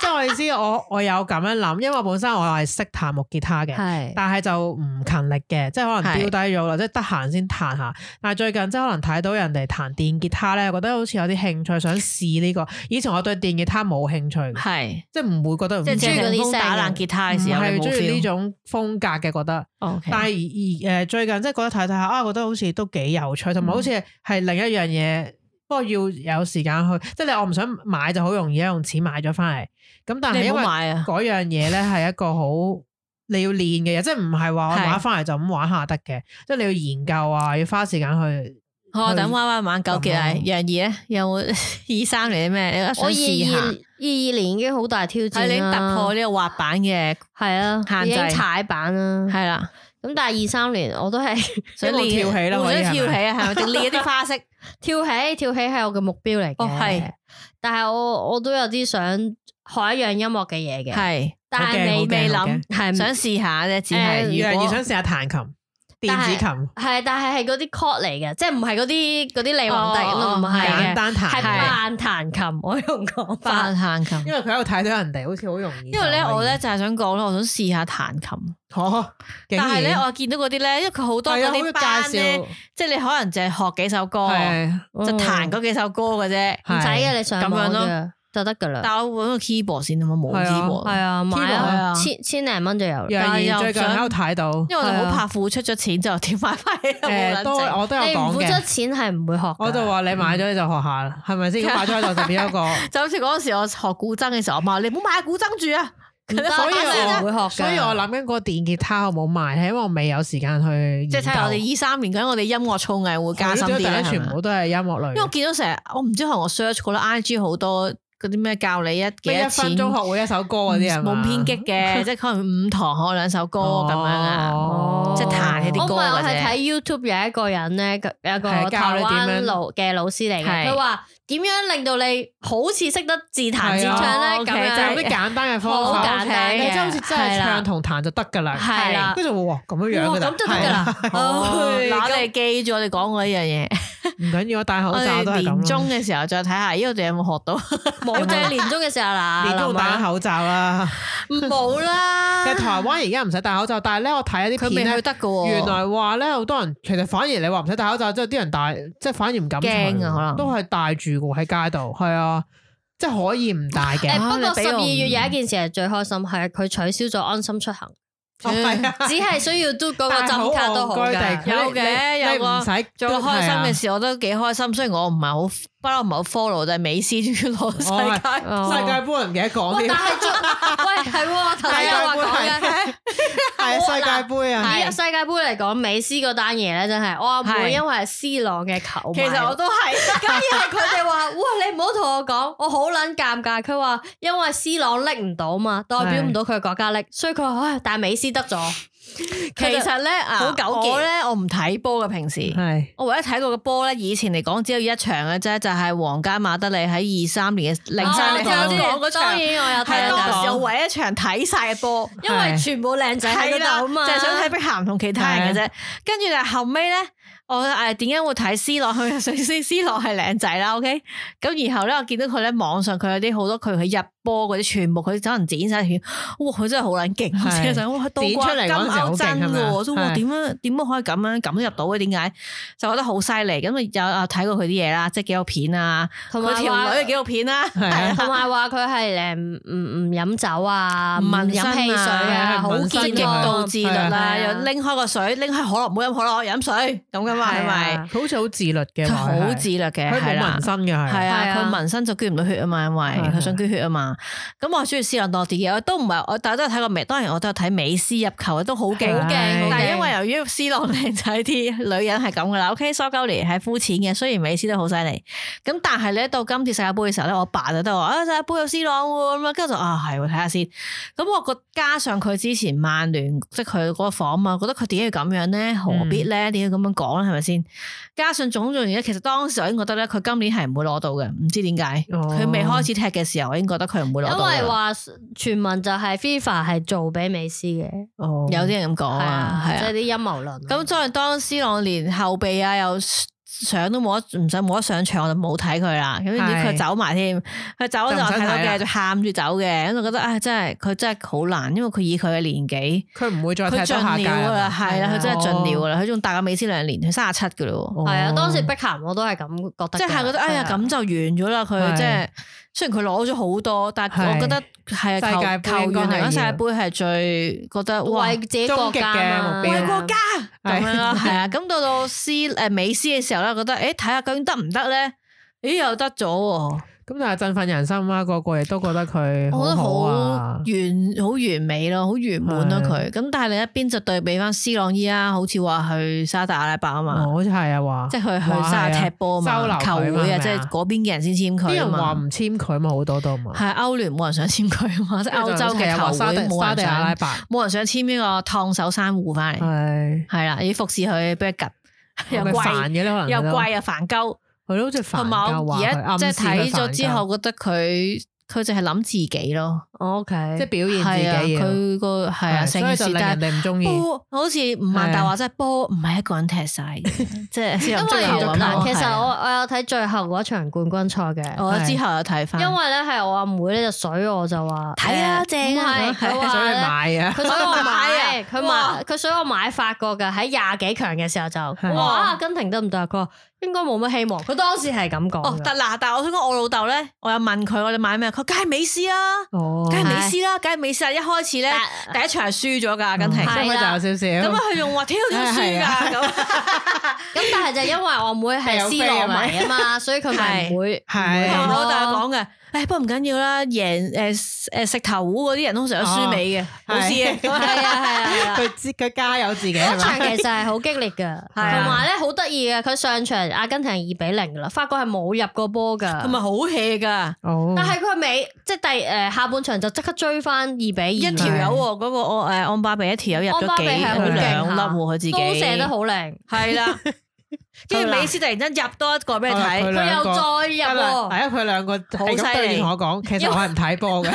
Speaker 2: 即係我意思，我我有咁樣諗，因為我本身我係識彈木吉他嘅，
Speaker 3: 係
Speaker 2: 但係就唔勤力嘅，即係可能
Speaker 4: 係
Speaker 2: 丟低咗啦，即係得閒先彈下。但係最近即係可能睇到人哋彈電吉他咧，覺得好似有啲興趣，想試呢、個。以前我對電吉他冇興趣嘅，
Speaker 4: 係
Speaker 2: 即係唔會覺得唔
Speaker 4: 即係
Speaker 2: 中
Speaker 4: 謝
Speaker 2: 意
Speaker 3: 嗰
Speaker 4: 霆
Speaker 3: 啲
Speaker 4: 鋒打
Speaker 3: 聲
Speaker 4: 爛吉他嘅時候，你
Speaker 2: 係
Speaker 4: 冇
Speaker 2: 中意呢
Speaker 4: feel。哦
Speaker 2: 種風格嘅覺得。
Speaker 4: O K，
Speaker 2: 但係而而誒最近即係覺得睇睇下啊，覺得好似都幾有趣，
Speaker 4: 嗯
Speaker 2: 同埋好似係另一樣嘢，不過要有時間去，即係你我唔想買就好容易用錢買咗翻嚟，咁但係
Speaker 4: 你
Speaker 2: 因
Speaker 4: 唔好
Speaker 2: 為
Speaker 4: 買啊！
Speaker 2: 嗰樣嘢咧係一個好你要練嘅嘢，即係唔係話我
Speaker 4: 係
Speaker 2: 買翻嚟就咁玩下得嘅，即係你要研究啊，要花時間去。
Speaker 4: 好，我等玩玩玩糾結啊！
Speaker 2: 咁咯
Speaker 4: 楊怡咧有冇 [LAUGHS] 二三年啲咩？我
Speaker 3: 我二
Speaker 4: 想
Speaker 3: 二
Speaker 4: 試下
Speaker 3: 二啊二，年已經好大挑戰
Speaker 4: 係你已經突破
Speaker 3: 呢？
Speaker 4: 呢個滑板嘅，
Speaker 3: 係啊，
Speaker 4: 限
Speaker 3: 已
Speaker 4: 制
Speaker 3: 經踩板啦。
Speaker 4: 係啦。
Speaker 3: 咁但係二三年我都係 [LAUGHS]
Speaker 4: 想
Speaker 2: 一路
Speaker 4: 練
Speaker 2: 跳起啦
Speaker 4: 我
Speaker 2: 可
Speaker 4: 想
Speaker 2: 以
Speaker 4: 跳
Speaker 2: 係咪
Speaker 4: 起啊，係咪？定練一啲花式？
Speaker 3: 跳起，跳起係我嘅目標嚟嘅。
Speaker 4: 哦係，
Speaker 3: 但係我我都有啲想學一樣音樂嘅嘢嘅，
Speaker 4: 係
Speaker 3: 但
Speaker 2: 好
Speaker 3: 係
Speaker 2: 驚好
Speaker 3: 未
Speaker 2: 驚
Speaker 3: 未
Speaker 2: 好
Speaker 3: 諗
Speaker 2: 驚，
Speaker 3: 係
Speaker 4: 想試下啫，只係
Speaker 3: 誒
Speaker 2: 楊怡
Speaker 4: 如
Speaker 2: 想
Speaker 4: 果
Speaker 2: 試下彈琴、電子琴，
Speaker 3: 係，但係係嗰啲 chord 嚟嘅，即係唔係嗰啲嗰啲李皇帝咁
Speaker 4: 哦
Speaker 3: 啊
Speaker 4: 哦
Speaker 3: 唔係
Speaker 2: 簡
Speaker 3: 嘅，
Speaker 2: 單
Speaker 3: 係
Speaker 2: 彈，
Speaker 3: 扮彈琴，我用講法
Speaker 4: 扮。彈琴
Speaker 2: 因。為佢喺度睇到人哋好似好容易。
Speaker 4: 因為咧，我咧，就係想講咧，我想試下彈琴，
Speaker 2: 哦，竟
Speaker 4: 但係咧，
Speaker 2: 然
Speaker 4: 我見到嗰啲咧，因為佢好多
Speaker 2: 係
Speaker 4: 嗰
Speaker 2: 啊，好
Speaker 4: 啲班
Speaker 2: 介
Speaker 4: 咧
Speaker 2: 紹，。
Speaker 4: 即係你可能就係學幾首歌，
Speaker 2: 係啊哦
Speaker 4: 就彈嗰幾首歌嘅啫。
Speaker 3: 唔使
Speaker 2: 係
Speaker 3: 嘅，你上網
Speaker 4: 咁樣
Speaker 3: 嘅就得噶啦。
Speaker 4: 但我搵個 keyboard 先啊嘛，冇
Speaker 2: 係啊
Speaker 3: 係
Speaker 4: keyboard，
Speaker 3: 啊，買
Speaker 2: 係
Speaker 3: 啊
Speaker 4: 啊
Speaker 3: 千千零蚊就有啦。
Speaker 2: 楊
Speaker 4: 哦但係又
Speaker 2: 怡最近
Speaker 4: 想
Speaker 2: 喺度睇到，
Speaker 4: 因為我就
Speaker 3: 係
Speaker 4: 好
Speaker 3: 啊
Speaker 4: 怕付出咗錢就點買翻嚟都冇撚
Speaker 2: 誒都啊
Speaker 4: 整
Speaker 2: 我都有
Speaker 3: 你唔
Speaker 2: 講
Speaker 3: 付出
Speaker 2: 嘅，
Speaker 3: 錢係唔會學㗎。
Speaker 2: 我就話你買咗你就學下啦，係咪先？
Speaker 4: [LAUGHS]
Speaker 2: 咁買咗喺度就變咗一個。
Speaker 4: 就好似嗰陣時我學古箏嘅時候，我媽話你唔好買古箏住啊，
Speaker 3: 唔得
Speaker 2: 所以
Speaker 3: 我
Speaker 2: 我
Speaker 3: 唔會學㗎
Speaker 2: 所以我諗緊個電吉他好冇賣，係因為我未有時間去研究。
Speaker 4: 即係睇下我哋二三年嗰陣，我哋音樂造詣會加深
Speaker 2: 係咯
Speaker 4: 啲啦
Speaker 2: 大家
Speaker 4: 係咪
Speaker 2: 全部都係音樂類
Speaker 4: 因為我
Speaker 2: 嘅，
Speaker 4: 見到成日，我唔知可能我 search 過啦，IG 好多嗰啲咩教你一幾
Speaker 2: 咩
Speaker 4: 多
Speaker 2: 一分
Speaker 4: 錢，
Speaker 2: 鐘學會一首歌嗰啲係嘛
Speaker 4: 嗯冇偏激
Speaker 2: [LAUGHS]
Speaker 4: 嘅，即係可能五堂學兩首歌咁樣啊。
Speaker 2: 哦
Speaker 4: 即係彈一啲
Speaker 3: 我唔
Speaker 4: 歌
Speaker 3: 係，我
Speaker 4: 嘅啫
Speaker 3: 係睇 YouTube 有一個人咧，佢有一個
Speaker 2: 係教
Speaker 3: 台
Speaker 2: 你點樣
Speaker 3: 灣老嘅老師
Speaker 4: 係
Speaker 3: 嚟嘅，佢話點樣令到你好似識得自彈自唱
Speaker 4: 係啊
Speaker 3: 咧咁
Speaker 4: ，OK，
Speaker 2: 就
Speaker 3: 樣
Speaker 2: 有。啲簡單嘅方
Speaker 3: 好
Speaker 2: 法，
Speaker 3: 簡單
Speaker 2: 你
Speaker 3: 嘅
Speaker 2: 即係好似真係唱同彈就得㗎啦。
Speaker 3: 係啦
Speaker 2: 跟住我話哇咁樣樣
Speaker 3: 哇
Speaker 2: 㗎啦，
Speaker 3: 咁就得㗎啦
Speaker 2: 係啊
Speaker 4: [LAUGHS] 哦
Speaker 3: 哎
Speaker 4: 嗱，我哋記住我哋講過呢樣嘢，
Speaker 2: 唔緊要，我戴口
Speaker 4: 我
Speaker 2: 罩
Speaker 4: 哋
Speaker 2: 都係
Speaker 4: 年
Speaker 2: 咁啊
Speaker 4: 中
Speaker 2: 啦。
Speaker 4: 嘅時候再睇下，咦，我哋有冇學
Speaker 2: [LAUGHS]
Speaker 4: 到？
Speaker 3: 冇就
Speaker 4: [LAUGHS]
Speaker 3: 係年中嘅時候啦，
Speaker 2: 年中戴
Speaker 3: 林啊
Speaker 2: 口罩啦，
Speaker 3: 冇啦
Speaker 2: 其實。台灣而家唔使戴口罩，但係咧我睇一啲
Speaker 3: 佢未
Speaker 2: 片
Speaker 3: 去
Speaker 2: 咧，
Speaker 3: 得噶喎，
Speaker 2: 原來話咧好多人其實反而你話唔使戴口罩之後，啲人戴即係反而唔敢除
Speaker 4: 驚啊可能
Speaker 2: 都係戴住喎喺街度，係啊，即係可以唔戴
Speaker 3: 誒
Speaker 2: 嘅。
Speaker 3: 不
Speaker 4: 啊
Speaker 3: 過
Speaker 4: 你俾
Speaker 3: 十
Speaker 4: 我
Speaker 3: 二月有一件事係最開心，係佢取消咗安心出行，
Speaker 2: 哦 [LAUGHS] 係啊
Speaker 3: 只係需要嘟嗰個
Speaker 2: 但係好
Speaker 3: 針卡都好
Speaker 2: 戇居
Speaker 3: 㗎
Speaker 2: 地。
Speaker 4: 有嘅
Speaker 2: 你你
Speaker 4: 有個
Speaker 2: 唔使啊
Speaker 4: 做個開心嘅
Speaker 2: 事。
Speaker 4: 事，我都幾開心。雖然我唔係好，不嬲唔係好 follow，但係美斯終於攞世
Speaker 2: 我係
Speaker 4: 界
Speaker 3: 哦
Speaker 2: 世界盃唔記得講
Speaker 3: 喂，
Speaker 2: 添，
Speaker 3: 但係
Speaker 4: [LAUGHS]
Speaker 3: 最喂係喎，我頭先有話講
Speaker 2: 世界
Speaker 3: 嘅。
Speaker 2: [LAUGHS] 係世界盃啊！
Speaker 3: 以世界盃嚟講，美斯嗰單嘢咧真係，我阿
Speaker 4: 係
Speaker 3: 妹因為係 C 朗嘅球
Speaker 4: [LAUGHS]
Speaker 3: 迷，
Speaker 4: 其實我都係，
Speaker 3: 咁而係佢哋話：哇，你唔好同我講，我好撚尷尬。佢話因為 C 朗拎唔到嘛，代表唔到佢嘅國家拎，所以佢話唉，但係美斯得 [LAUGHS] 咗。
Speaker 4: 其
Speaker 3: 哦
Speaker 4: 實咧啊
Speaker 3: 好糾結
Speaker 4: 我咧我唔睇波嘅平時。
Speaker 2: 係
Speaker 4: 我唯一睇過嘅波咧，以前嚟講只有一場嘅啫，就係皇家馬德里喺二三年嘅零三
Speaker 2: 哦
Speaker 4: 年
Speaker 2: 我
Speaker 4: 香
Speaker 2: 知
Speaker 4: 港嗰
Speaker 3: 當
Speaker 4: 場，
Speaker 3: 然我有睇
Speaker 4: 係
Speaker 2: 香
Speaker 4: 當
Speaker 2: 港
Speaker 4: 時
Speaker 3: 到，
Speaker 4: 我唯一一場睇晒嘅
Speaker 2: [LAUGHS]
Speaker 4: 波。
Speaker 3: 因為全部靚仔喺嗰
Speaker 4: 啦，
Speaker 3: 度啊嘛，
Speaker 4: 就係想睇碧咸同其他人嘅
Speaker 2: 啊
Speaker 4: 啫。跟住但係後尾咧，我誒點解會睇 C 朗？佢首先 C 朗係靚仔啦，OK。咁然後咧，我見到佢咧網上佢有啲好多佢佢入波嗰啲，全部佢可能剪晒片。哇！佢真係好撚勁，
Speaker 2: 係
Speaker 4: 我真係想哇，倒
Speaker 2: 剪出
Speaker 4: 掛
Speaker 2: 嚟
Speaker 4: 金
Speaker 2: 嗰陣時好
Speaker 4: 鈎
Speaker 2: 勁
Speaker 4: 真
Speaker 2: 係咪
Speaker 4: 嘅
Speaker 2: 啊
Speaker 4: 喎，都哇
Speaker 2: 係
Speaker 4: 點樣點樣可以咁樣咁入到嘅？點解？就覺得好犀利。咁啊有啊睇過佢啲嘢啦，即係紀錄片啊，
Speaker 3: 同
Speaker 4: 佢
Speaker 3: 埋
Speaker 4: 條
Speaker 3: 話
Speaker 4: 女嘅紀錄片啦，
Speaker 2: 係啊
Speaker 3: 同埋話佢係誒唔唔唔飲酒啊，唔
Speaker 4: 紋
Speaker 3: 飲
Speaker 4: 身啊
Speaker 3: 汽水
Speaker 2: 係
Speaker 3: 啊，
Speaker 2: 啊
Speaker 3: 好
Speaker 2: 紋身
Speaker 3: 健
Speaker 4: 極
Speaker 2: 啊
Speaker 3: 康
Speaker 4: 度自律啦，
Speaker 3: 係啊
Speaker 4: 又拎開個水，拎開可樂，唔好飲可樂，飲水咁噶嘛，係咪？
Speaker 2: 佢好似好自律嘅
Speaker 4: 佢
Speaker 2: 話，
Speaker 4: 好自律嘅，
Speaker 2: 啊佢
Speaker 4: 係
Speaker 2: 冇
Speaker 4: 啦
Speaker 2: 紋。身嘅
Speaker 4: 係
Speaker 2: 係，
Speaker 3: 係
Speaker 4: 啊，
Speaker 3: 啊
Speaker 4: 佢紋身就捐唔到血啊嘛，因為
Speaker 2: 係
Speaker 4: 佢想捐血啊嘛。咁我中意斯朗多啲嘅，我都唔係我，但係都有睇過美，當然我都有睇美斯入球，都好勁。
Speaker 3: 好勁，
Speaker 2: 係
Speaker 4: 但
Speaker 3: 係
Speaker 4: 係因為由於斯朗靚仔啲，女人係咁噶啦。OK，蘇 [LAUGHS] 鳩尼係膚淺嘅，雖然美斯都好犀利。咁但係咧，到今次世界盃嘅時候咧，我爸就都話啊世界盃有斯朗喎咁啊，跟住就啊係喎，睇下先。咁我個加上佢之前曼聯即係佢嗰個訪問，覺得佢點解要咁樣咧？何必咧？
Speaker 2: 嗯
Speaker 4: 點解咁樣講咧？係咪先？加上種種原因，其實當時我已經覺得咧，佢今年係唔會攞到嘅，唔知點解。
Speaker 2: 哦
Speaker 4: 佢未開始踢嘅時候，我已經覺得佢唔會攞到
Speaker 3: 因
Speaker 4: 嘅。
Speaker 3: 為話傳聞就係 FIFA 係做俾美斯嘅，
Speaker 2: 哦
Speaker 4: 有啲人咁講
Speaker 3: 係
Speaker 4: 啊，係
Speaker 3: 啊，
Speaker 4: 啊
Speaker 3: 即係。啲陰謀論。
Speaker 4: 咁再當斯朗連後備啊又上都冇得唔使冇得上場，我就冇睇佢啦。咁點知佢
Speaker 2: 係
Speaker 4: 走埋添，佢走嗰陣我睇到嘅，就喊住走嘅，咁就覺得唉、真係佢真係好難，因為佢以佢嘅年紀，
Speaker 2: 佢唔會再踢
Speaker 4: 佢
Speaker 2: 到
Speaker 4: 盡
Speaker 2: 下屆
Speaker 4: 了噶啦，
Speaker 2: 嘛
Speaker 4: 係啦，佢真係啊盡了
Speaker 2: 哦
Speaker 4: 噶啦，佢仲大過美斯兩年，佢三十七噶咯喎，
Speaker 3: 係啊，
Speaker 2: 哦
Speaker 3: 當時碧咸我都係咁覺得㗎，
Speaker 4: 即係覺得哎呀咁就完咗啦，佢
Speaker 2: 啊係
Speaker 4: 即係。雖然佢攞咗好多，但係
Speaker 2: 係
Speaker 4: 我覺得
Speaker 2: 世
Speaker 4: 係啊
Speaker 2: 界盃
Speaker 4: 球球
Speaker 2: 應
Speaker 4: 員嚟
Speaker 2: 該係
Speaker 4: 講，
Speaker 2: 要
Speaker 4: 世界盃係最覺得哇
Speaker 3: 為自己國家嘛
Speaker 2: 終極嘅目標
Speaker 4: 為國家
Speaker 2: 係
Speaker 4: 咁樣啦， [LAUGHS] 係啊。咁到到斯誒美斯嘅時候咧，覺得誒睇下究竟得唔得咧？咦，又得咗喎！
Speaker 2: 咁但係振奮人心啦，個個亦都覺得佢
Speaker 4: 我覺得好
Speaker 2: 好
Speaker 4: 完
Speaker 2: 啊，
Speaker 4: 好完美咯，好圓滿咯
Speaker 2: 係
Speaker 4: 佢。咁但係另一邊就對比翻斯朗依家，好似話去沙特阿拉伯啊
Speaker 2: 哦
Speaker 4: 嘛，
Speaker 2: 好似係啊話，
Speaker 4: 即係佢去沙特踢波啊嘛，
Speaker 2: 話係啊收
Speaker 4: 球
Speaker 2: 留佢嘛
Speaker 4: 會啊，
Speaker 2: 係咪啊
Speaker 4: 即係嗰邊嘅人先簽
Speaker 2: 啲
Speaker 4: 佢啊
Speaker 2: 人話
Speaker 4: 嘛。
Speaker 2: 唔簽佢嘛，好多都嘛，
Speaker 4: 係歐聯冇人想簽佢啊嘛，即係歐洲嘅
Speaker 2: 話
Speaker 4: 球
Speaker 2: 沙
Speaker 4: 會
Speaker 2: 地
Speaker 4: 冇
Speaker 2: 沙
Speaker 4: 人
Speaker 2: 地阿拉
Speaker 4: 想
Speaker 2: 伯
Speaker 4: 冇人想簽呢個燙手山芋翻嚟，
Speaker 2: 係哦
Speaker 4: 係啦，要服侍佢俾佢
Speaker 2: 又
Speaker 4: 吉，又
Speaker 2: 煩
Speaker 4: 貴
Speaker 2: 嘅咧，可能
Speaker 4: 又
Speaker 2: 都
Speaker 4: 貴又煩鳩。
Speaker 2: 係咯，好似煩
Speaker 4: 同埋
Speaker 2: 交
Speaker 4: 我
Speaker 2: 啊話佢
Speaker 4: 而家即係睇咗之，
Speaker 2: 暗示佢煩交
Speaker 4: 後，覺得佢佢就係諗自己咯，
Speaker 3: O K，
Speaker 2: 即係表現
Speaker 4: 係啊，
Speaker 2: 自己嘢，
Speaker 4: 佢個係啊，成
Speaker 2: 所以
Speaker 4: 件
Speaker 2: 就
Speaker 4: 事
Speaker 2: 令人
Speaker 4: 但係
Speaker 2: 哋唔中意。
Speaker 4: 波好似吳萬達話真係波唔係一個人踢晒嘅，即係
Speaker 3: 因
Speaker 4: 先入足
Speaker 3: 為
Speaker 4: 球咁
Speaker 3: 嗱，
Speaker 4: 咯。
Speaker 3: 其
Speaker 4: 係
Speaker 3: 實
Speaker 4: 啊哦
Speaker 3: 我我有睇最後嗰場冠軍賽嘅。
Speaker 4: 我
Speaker 2: 係
Speaker 4: 之後有睇翻，
Speaker 3: 因為咧係我阿妹咧就水我就話
Speaker 4: 睇啊
Speaker 3: 誒
Speaker 4: 正啊
Speaker 3: 唔
Speaker 4: 係
Speaker 3: 係佢
Speaker 2: 想
Speaker 3: 話
Speaker 2: 去
Speaker 3: 咧
Speaker 2: 買啊！
Speaker 3: 佢想我買，
Speaker 4: 我買啊
Speaker 3: [LAUGHS] 佢買佢想我買法國嘅喺廿幾強嘅時候就，
Speaker 2: 係
Speaker 3: 我話啊阿根廷得唔得啊？佢話應該冇乜希望。佢當時係咁
Speaker 4: 哦
Speaker 3: 講，
Speaker 4: 但
Speaker 3: 㗎。
Speaker 4: 嗱，但係我想講我老豆咧，我有問佢我哋買咩，佢梗係美斯啦，
Speaker 2: 哦，
Speaker 4: 梗係
Speaker 3: 係
Speaker 4: 美斯啦，梗係美斯啦。一開始咧
Speaker 3: 但
Speaker 4: 第一場係輸咗㗎，阿根廷
Speaker 2: 所以
Speaker 3: 嗯係
Speaker 2: 佢
Speaker 3: 啦
Speaker 2: 就有少
Speaker 4: 咁
Speaker 2: 少
Speaker 4: 啊，。佢仲話挑點輸㗎咁。
Speaker 3: 咁但係就因為我妹係
Speaker 2: 有
Speaker 3: C
Speaker 2: 飛啊
Speaker 3: 朗迷啊嘛，所以佢咪唔會
Speaker 2: 係
Speaker 4: 同
Speaker 3: 係
Speaker 4: 我大講嘅，唉，不過唔緊要啦，贏誒誒食頭糊嗰啲人通常有輸尾嘅，冇事嘅。
Speaker 3: 係啊係啊
Speaker 2: [LAUGHS]
Speaker 3: 係啊。
Speaker 2: 佢知佢加油自己係
Speaker 3: 嗰場
Speaker 2: 咪？
Speaker 3: 其實係好激烈㗎，同
Speaker 4: 啊
Speaker 3: 埋咧好得意嘅，佢上場阿根廷二比零㗎啦，法國係冇入過波㗎，
Speaker 4: 同埋好 hea 噶，
Speaker 2: 哦
Speaker 3: 但係佢尾即係第誒下半場就即刻追翻二比二，
Speaker 4: 一條友喎，嗰個哦我誒安巴比一條友入
Speaker 3: 安巴
Speaker 4: 咗
Speaker 3: 比
Speaker 4: 幾
Speaker 3: 係
Speaker 2: 好
Speaker 4: 佢
Speaker 2: 勁
Speaker 4: 兩粒
Speaker 3: 下
Speaker 4: 喎，佢自己
Speaker 3: 都射得好靚，
Speaker 4: 係
Speaker 3: [LAUGHS]
Speaker 4: 啦。跟住美斯突然間入多一個俾你
Speaker 2: 佢
Speaker 4: 睇，
Speaker 3: 佢
Speaker 2: 兩
Speaker 3: 又
Speaker 2: 個
Speaker 3: 再入
Speaker 2: 係
Speaker 3: 喎，
Speaker 2: 啊，佢兩個係
Speaker 4: 好
Speaker 2: 咁
Speaker 4: 犀利
Speaker 2: 對住我
Speaker 4: [LAUGHS]
Speaker 2: 講，其實我係唔睇波嘅，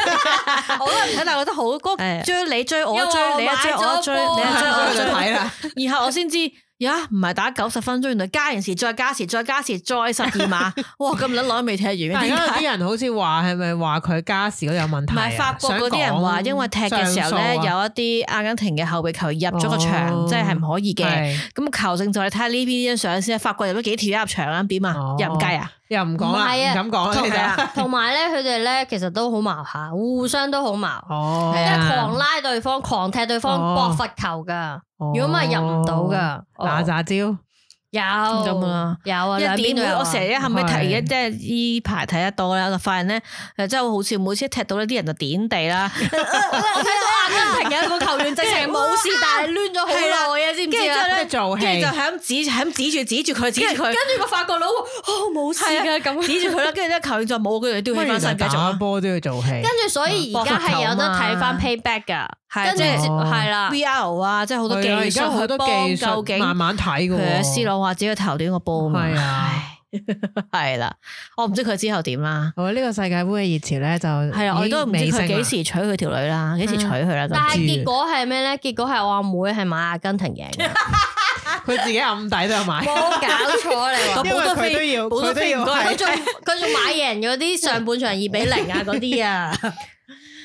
Speaker 4: 我都唔睇，但係覺得好嗰
Speaker 3: 係
Speaker 4: 追你追我
Speaker 3: 因為
Speaker 4: 追
Speaker 3: 我
Speaker 4: 你一追
Speaker 3: 買咗
Speaker 4: 我一追
Speaker 3: 波
Speaker 4: 你
Speaker 2: 所
Speaker 4: 一
Speaker 2: 以
Speaker 4: 追我
Speaker 2: 我 [LAUGHS]
Speaker 4: 一
Speaker 2: 就睇啦。
Speaker 4: 追，然後我先知呀，唔係打九十分鐘，原來加完時再加時再加時再十二 [LAUGHS] 碼，哇！咁撚耐都未踢
Speaker 2: [LAUGHS]
Speaker 4: 完，
Speaker 2: 但
Speaker 4: 點
Speaker 2: 係而家
Speaker 4: 解
Speaker 2: 啲人好似話係咪話佢加時嗰度有問題
Speaker 4: 唔
Speaker 2: 啊？
Speaker 4: 係法國嗰啲人話，因為踢嘅時候咧，有一啲阿根廷嘅後備球員入咗個場，
Speaker 2: 哦
Speaker 4: 即係唔可以嘅。
Speaker 2: 嘅，
Speaker 4: 咁球證就係睇下呢邊呢張相先，法國入咗幾條入場啊？點啊？
Speaker 2: 哦
Speaker 4: 入唔計啊？
Speaker 2: 又唔講啦，
Speaker 3: 唔係
Speaker 2: 唔
Speaker 3: 啊
Speaker 2: 敢講啦，其
Speaker 4: 係
Speaker 2: 實
Speaker 4: 啦，
Speaker 3: 同埋咧，佢哋咧其實都好矛下，互相都好矛，
Speaker 2: 哦，
Speaker 3: 即係狂拉對方，狂踢對方，
Speaker 2: 哦
Speaker 3: 搏罰球噶。如果唔係入唔到噶，
Speaker 2: 哦，嗱
Speaker 3: 哦
Speaker 2: 咋招
Speaker 3: 有
Speaker 4: 咁啊
Speaker 3: 有啊，兩
Speaker 4: 一
Speaker 3: 邊
Speaker 4: 點
Speaker 3: 都有
Speaker 4: 會
Speaker 3: 啊。
Speaker 4: 我成日後尾睇
Speaker 2: 哦
Speaker 4: 嘅，
Speaker 2: 係
Speaker 4: 即係依排睇得多啦，我就發現咧，誒真係好笑，每次踢到呢啲人就點地啦，
Speaker 3: 我睇到阿根廷有個球員直情冇事，但係攣咗好耐啊，知唔
Speaker 4: 跟住
Speaker 3: 知
Speaker 4: 之後
Speaker 3: 啊？
Speaker 2: 即
Speaker 4: 咧，
Speaker 2: 係做戲
Speaker 4: 跟住就係咁指，係咁指住指住佢，指住佢，
Speaker 3: 跟住個法國佬話：哦，冇事
Speaker 4: 係
Speaker 3: 㗎
Speaker 4: 啊 [LAUGHS]
Speaker 3: 咁。
Speaker 4: 指住佢啦，跟住咧球員就冇，佢哋都要起翻身繼續
Speaker 2: 打
Speaker 4: 啊。
Speaker 2: 波都要做戲，
Speaker 3: 跟住所以而家係有得睇翻 payback 㗎，
Speaker 4: 係
Speaker 3: 跟住
Speaker 2: 即係
Speaker 3: 係啦。
Speaker 4: VR 啊，即係好多技
Speaker 2: 係啊而家
Speaker 4: 術
Speaker 2: 好
Speaker 4: 去
Speaker 2: 多
Speaker 4: 幫
Speaker 2: 技
Speaker 4: 究
Speaker 2: 術慢
Speaker 4: 竟。
Speaker 2: 慢睇嘅
Speaker 4: 佢
Speaker 2: 喎。
Speaker 4: 斯朗話自己頭短個波嘛，
Speaker 2: 係啊，
Speaker 4: 係啦，我唔知佢之後點啦，
Speaker 2: 我呢個世界盃嘅熱潮咧就啊
Speaker 4: 係啊啦，我亦都唔知佢幾時娶佢條女啦，幾時
Speaker 2: 嗯
Speaker 4: 娶佢啦，
Speaker 3: 但係
Speaker 4: 總之
Speaker 3: 結果係咩咧？結果係我阿妹係買阿根廷贏嘅，
Speaker 2: 佢自己暗底都有買，
Speaker 3: 冇搞錯你話
Speaker 4: 個
Speaker 2: 因為
Speaker 4: 寶刀
Speaker 2: 佢都
Speaker 4: 飛
Speaker 2: 要
Speaker 4: 寶刀
Speaker 2: 佢都
Speaker 4: 飛唔
Speaker 2: [LAUGHS] 要
Speaker 4: 該
Speaker 3: 佢仲佢仲買贏嗰啲上半場二比零啊嗰啲啊，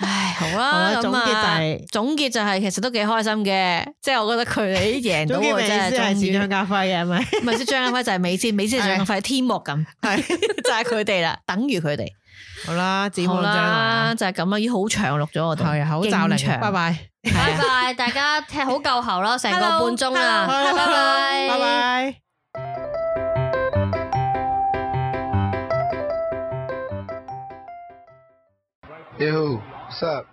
Speaker 4: 唉，好
Speaker 2: 好
Speaker 4: 啦，
Speaker 2: 啦
Speaker 4: 咁
Speaker 2: 總結就
Speaker 4: 啊
Speaker 2: 係
Speaker 4: 總結就係其實都幾開心嘅，即係我覺得佢哋贏到
Speaker 2: 總之
Speaker 4: 喎，
Speaker 2: 美
Speaker 4: 真
Speaker 2: 斯
Speaker 4: 係
Speaker 2: 係
Speaker 4: 啊終
Speaker 2: 似
Speaker 4: 於
Speaker 2: 張家輝嘅係咪？
Speaker 4: 唔係即係張家輝就係美斯，美斯就係張家輝天幕咁，
Speaker 2: 係
Speaker 4: [LAUGHS] 就係佢哋啦，等於佢哋。
Speaker 2: [LAUGHS] 好啦，展
Speaker 4: 好
Speaker 2: 望將
Speaker 4: 啦，
Speaker 2: 來，
Speaker 4: 就係咁啦，咦，好長錄咗我
Speaker 2: 啊係
Speaker 4: 哋，
Speaker 2: 啊口罩
Speaker 4: 勁
Speaker 2: 令，
Speaker 4: 長
Speaker 2: 拜拜，
Speaker 3: 拜拜，大家踢好夠喉啦，成個半鐘啦，拜
Speaker 2: Hello，hello，拜。
Speaker 3: 拜，
Speaker 2: 拜。
Speaker 1: Hey, who? What's up?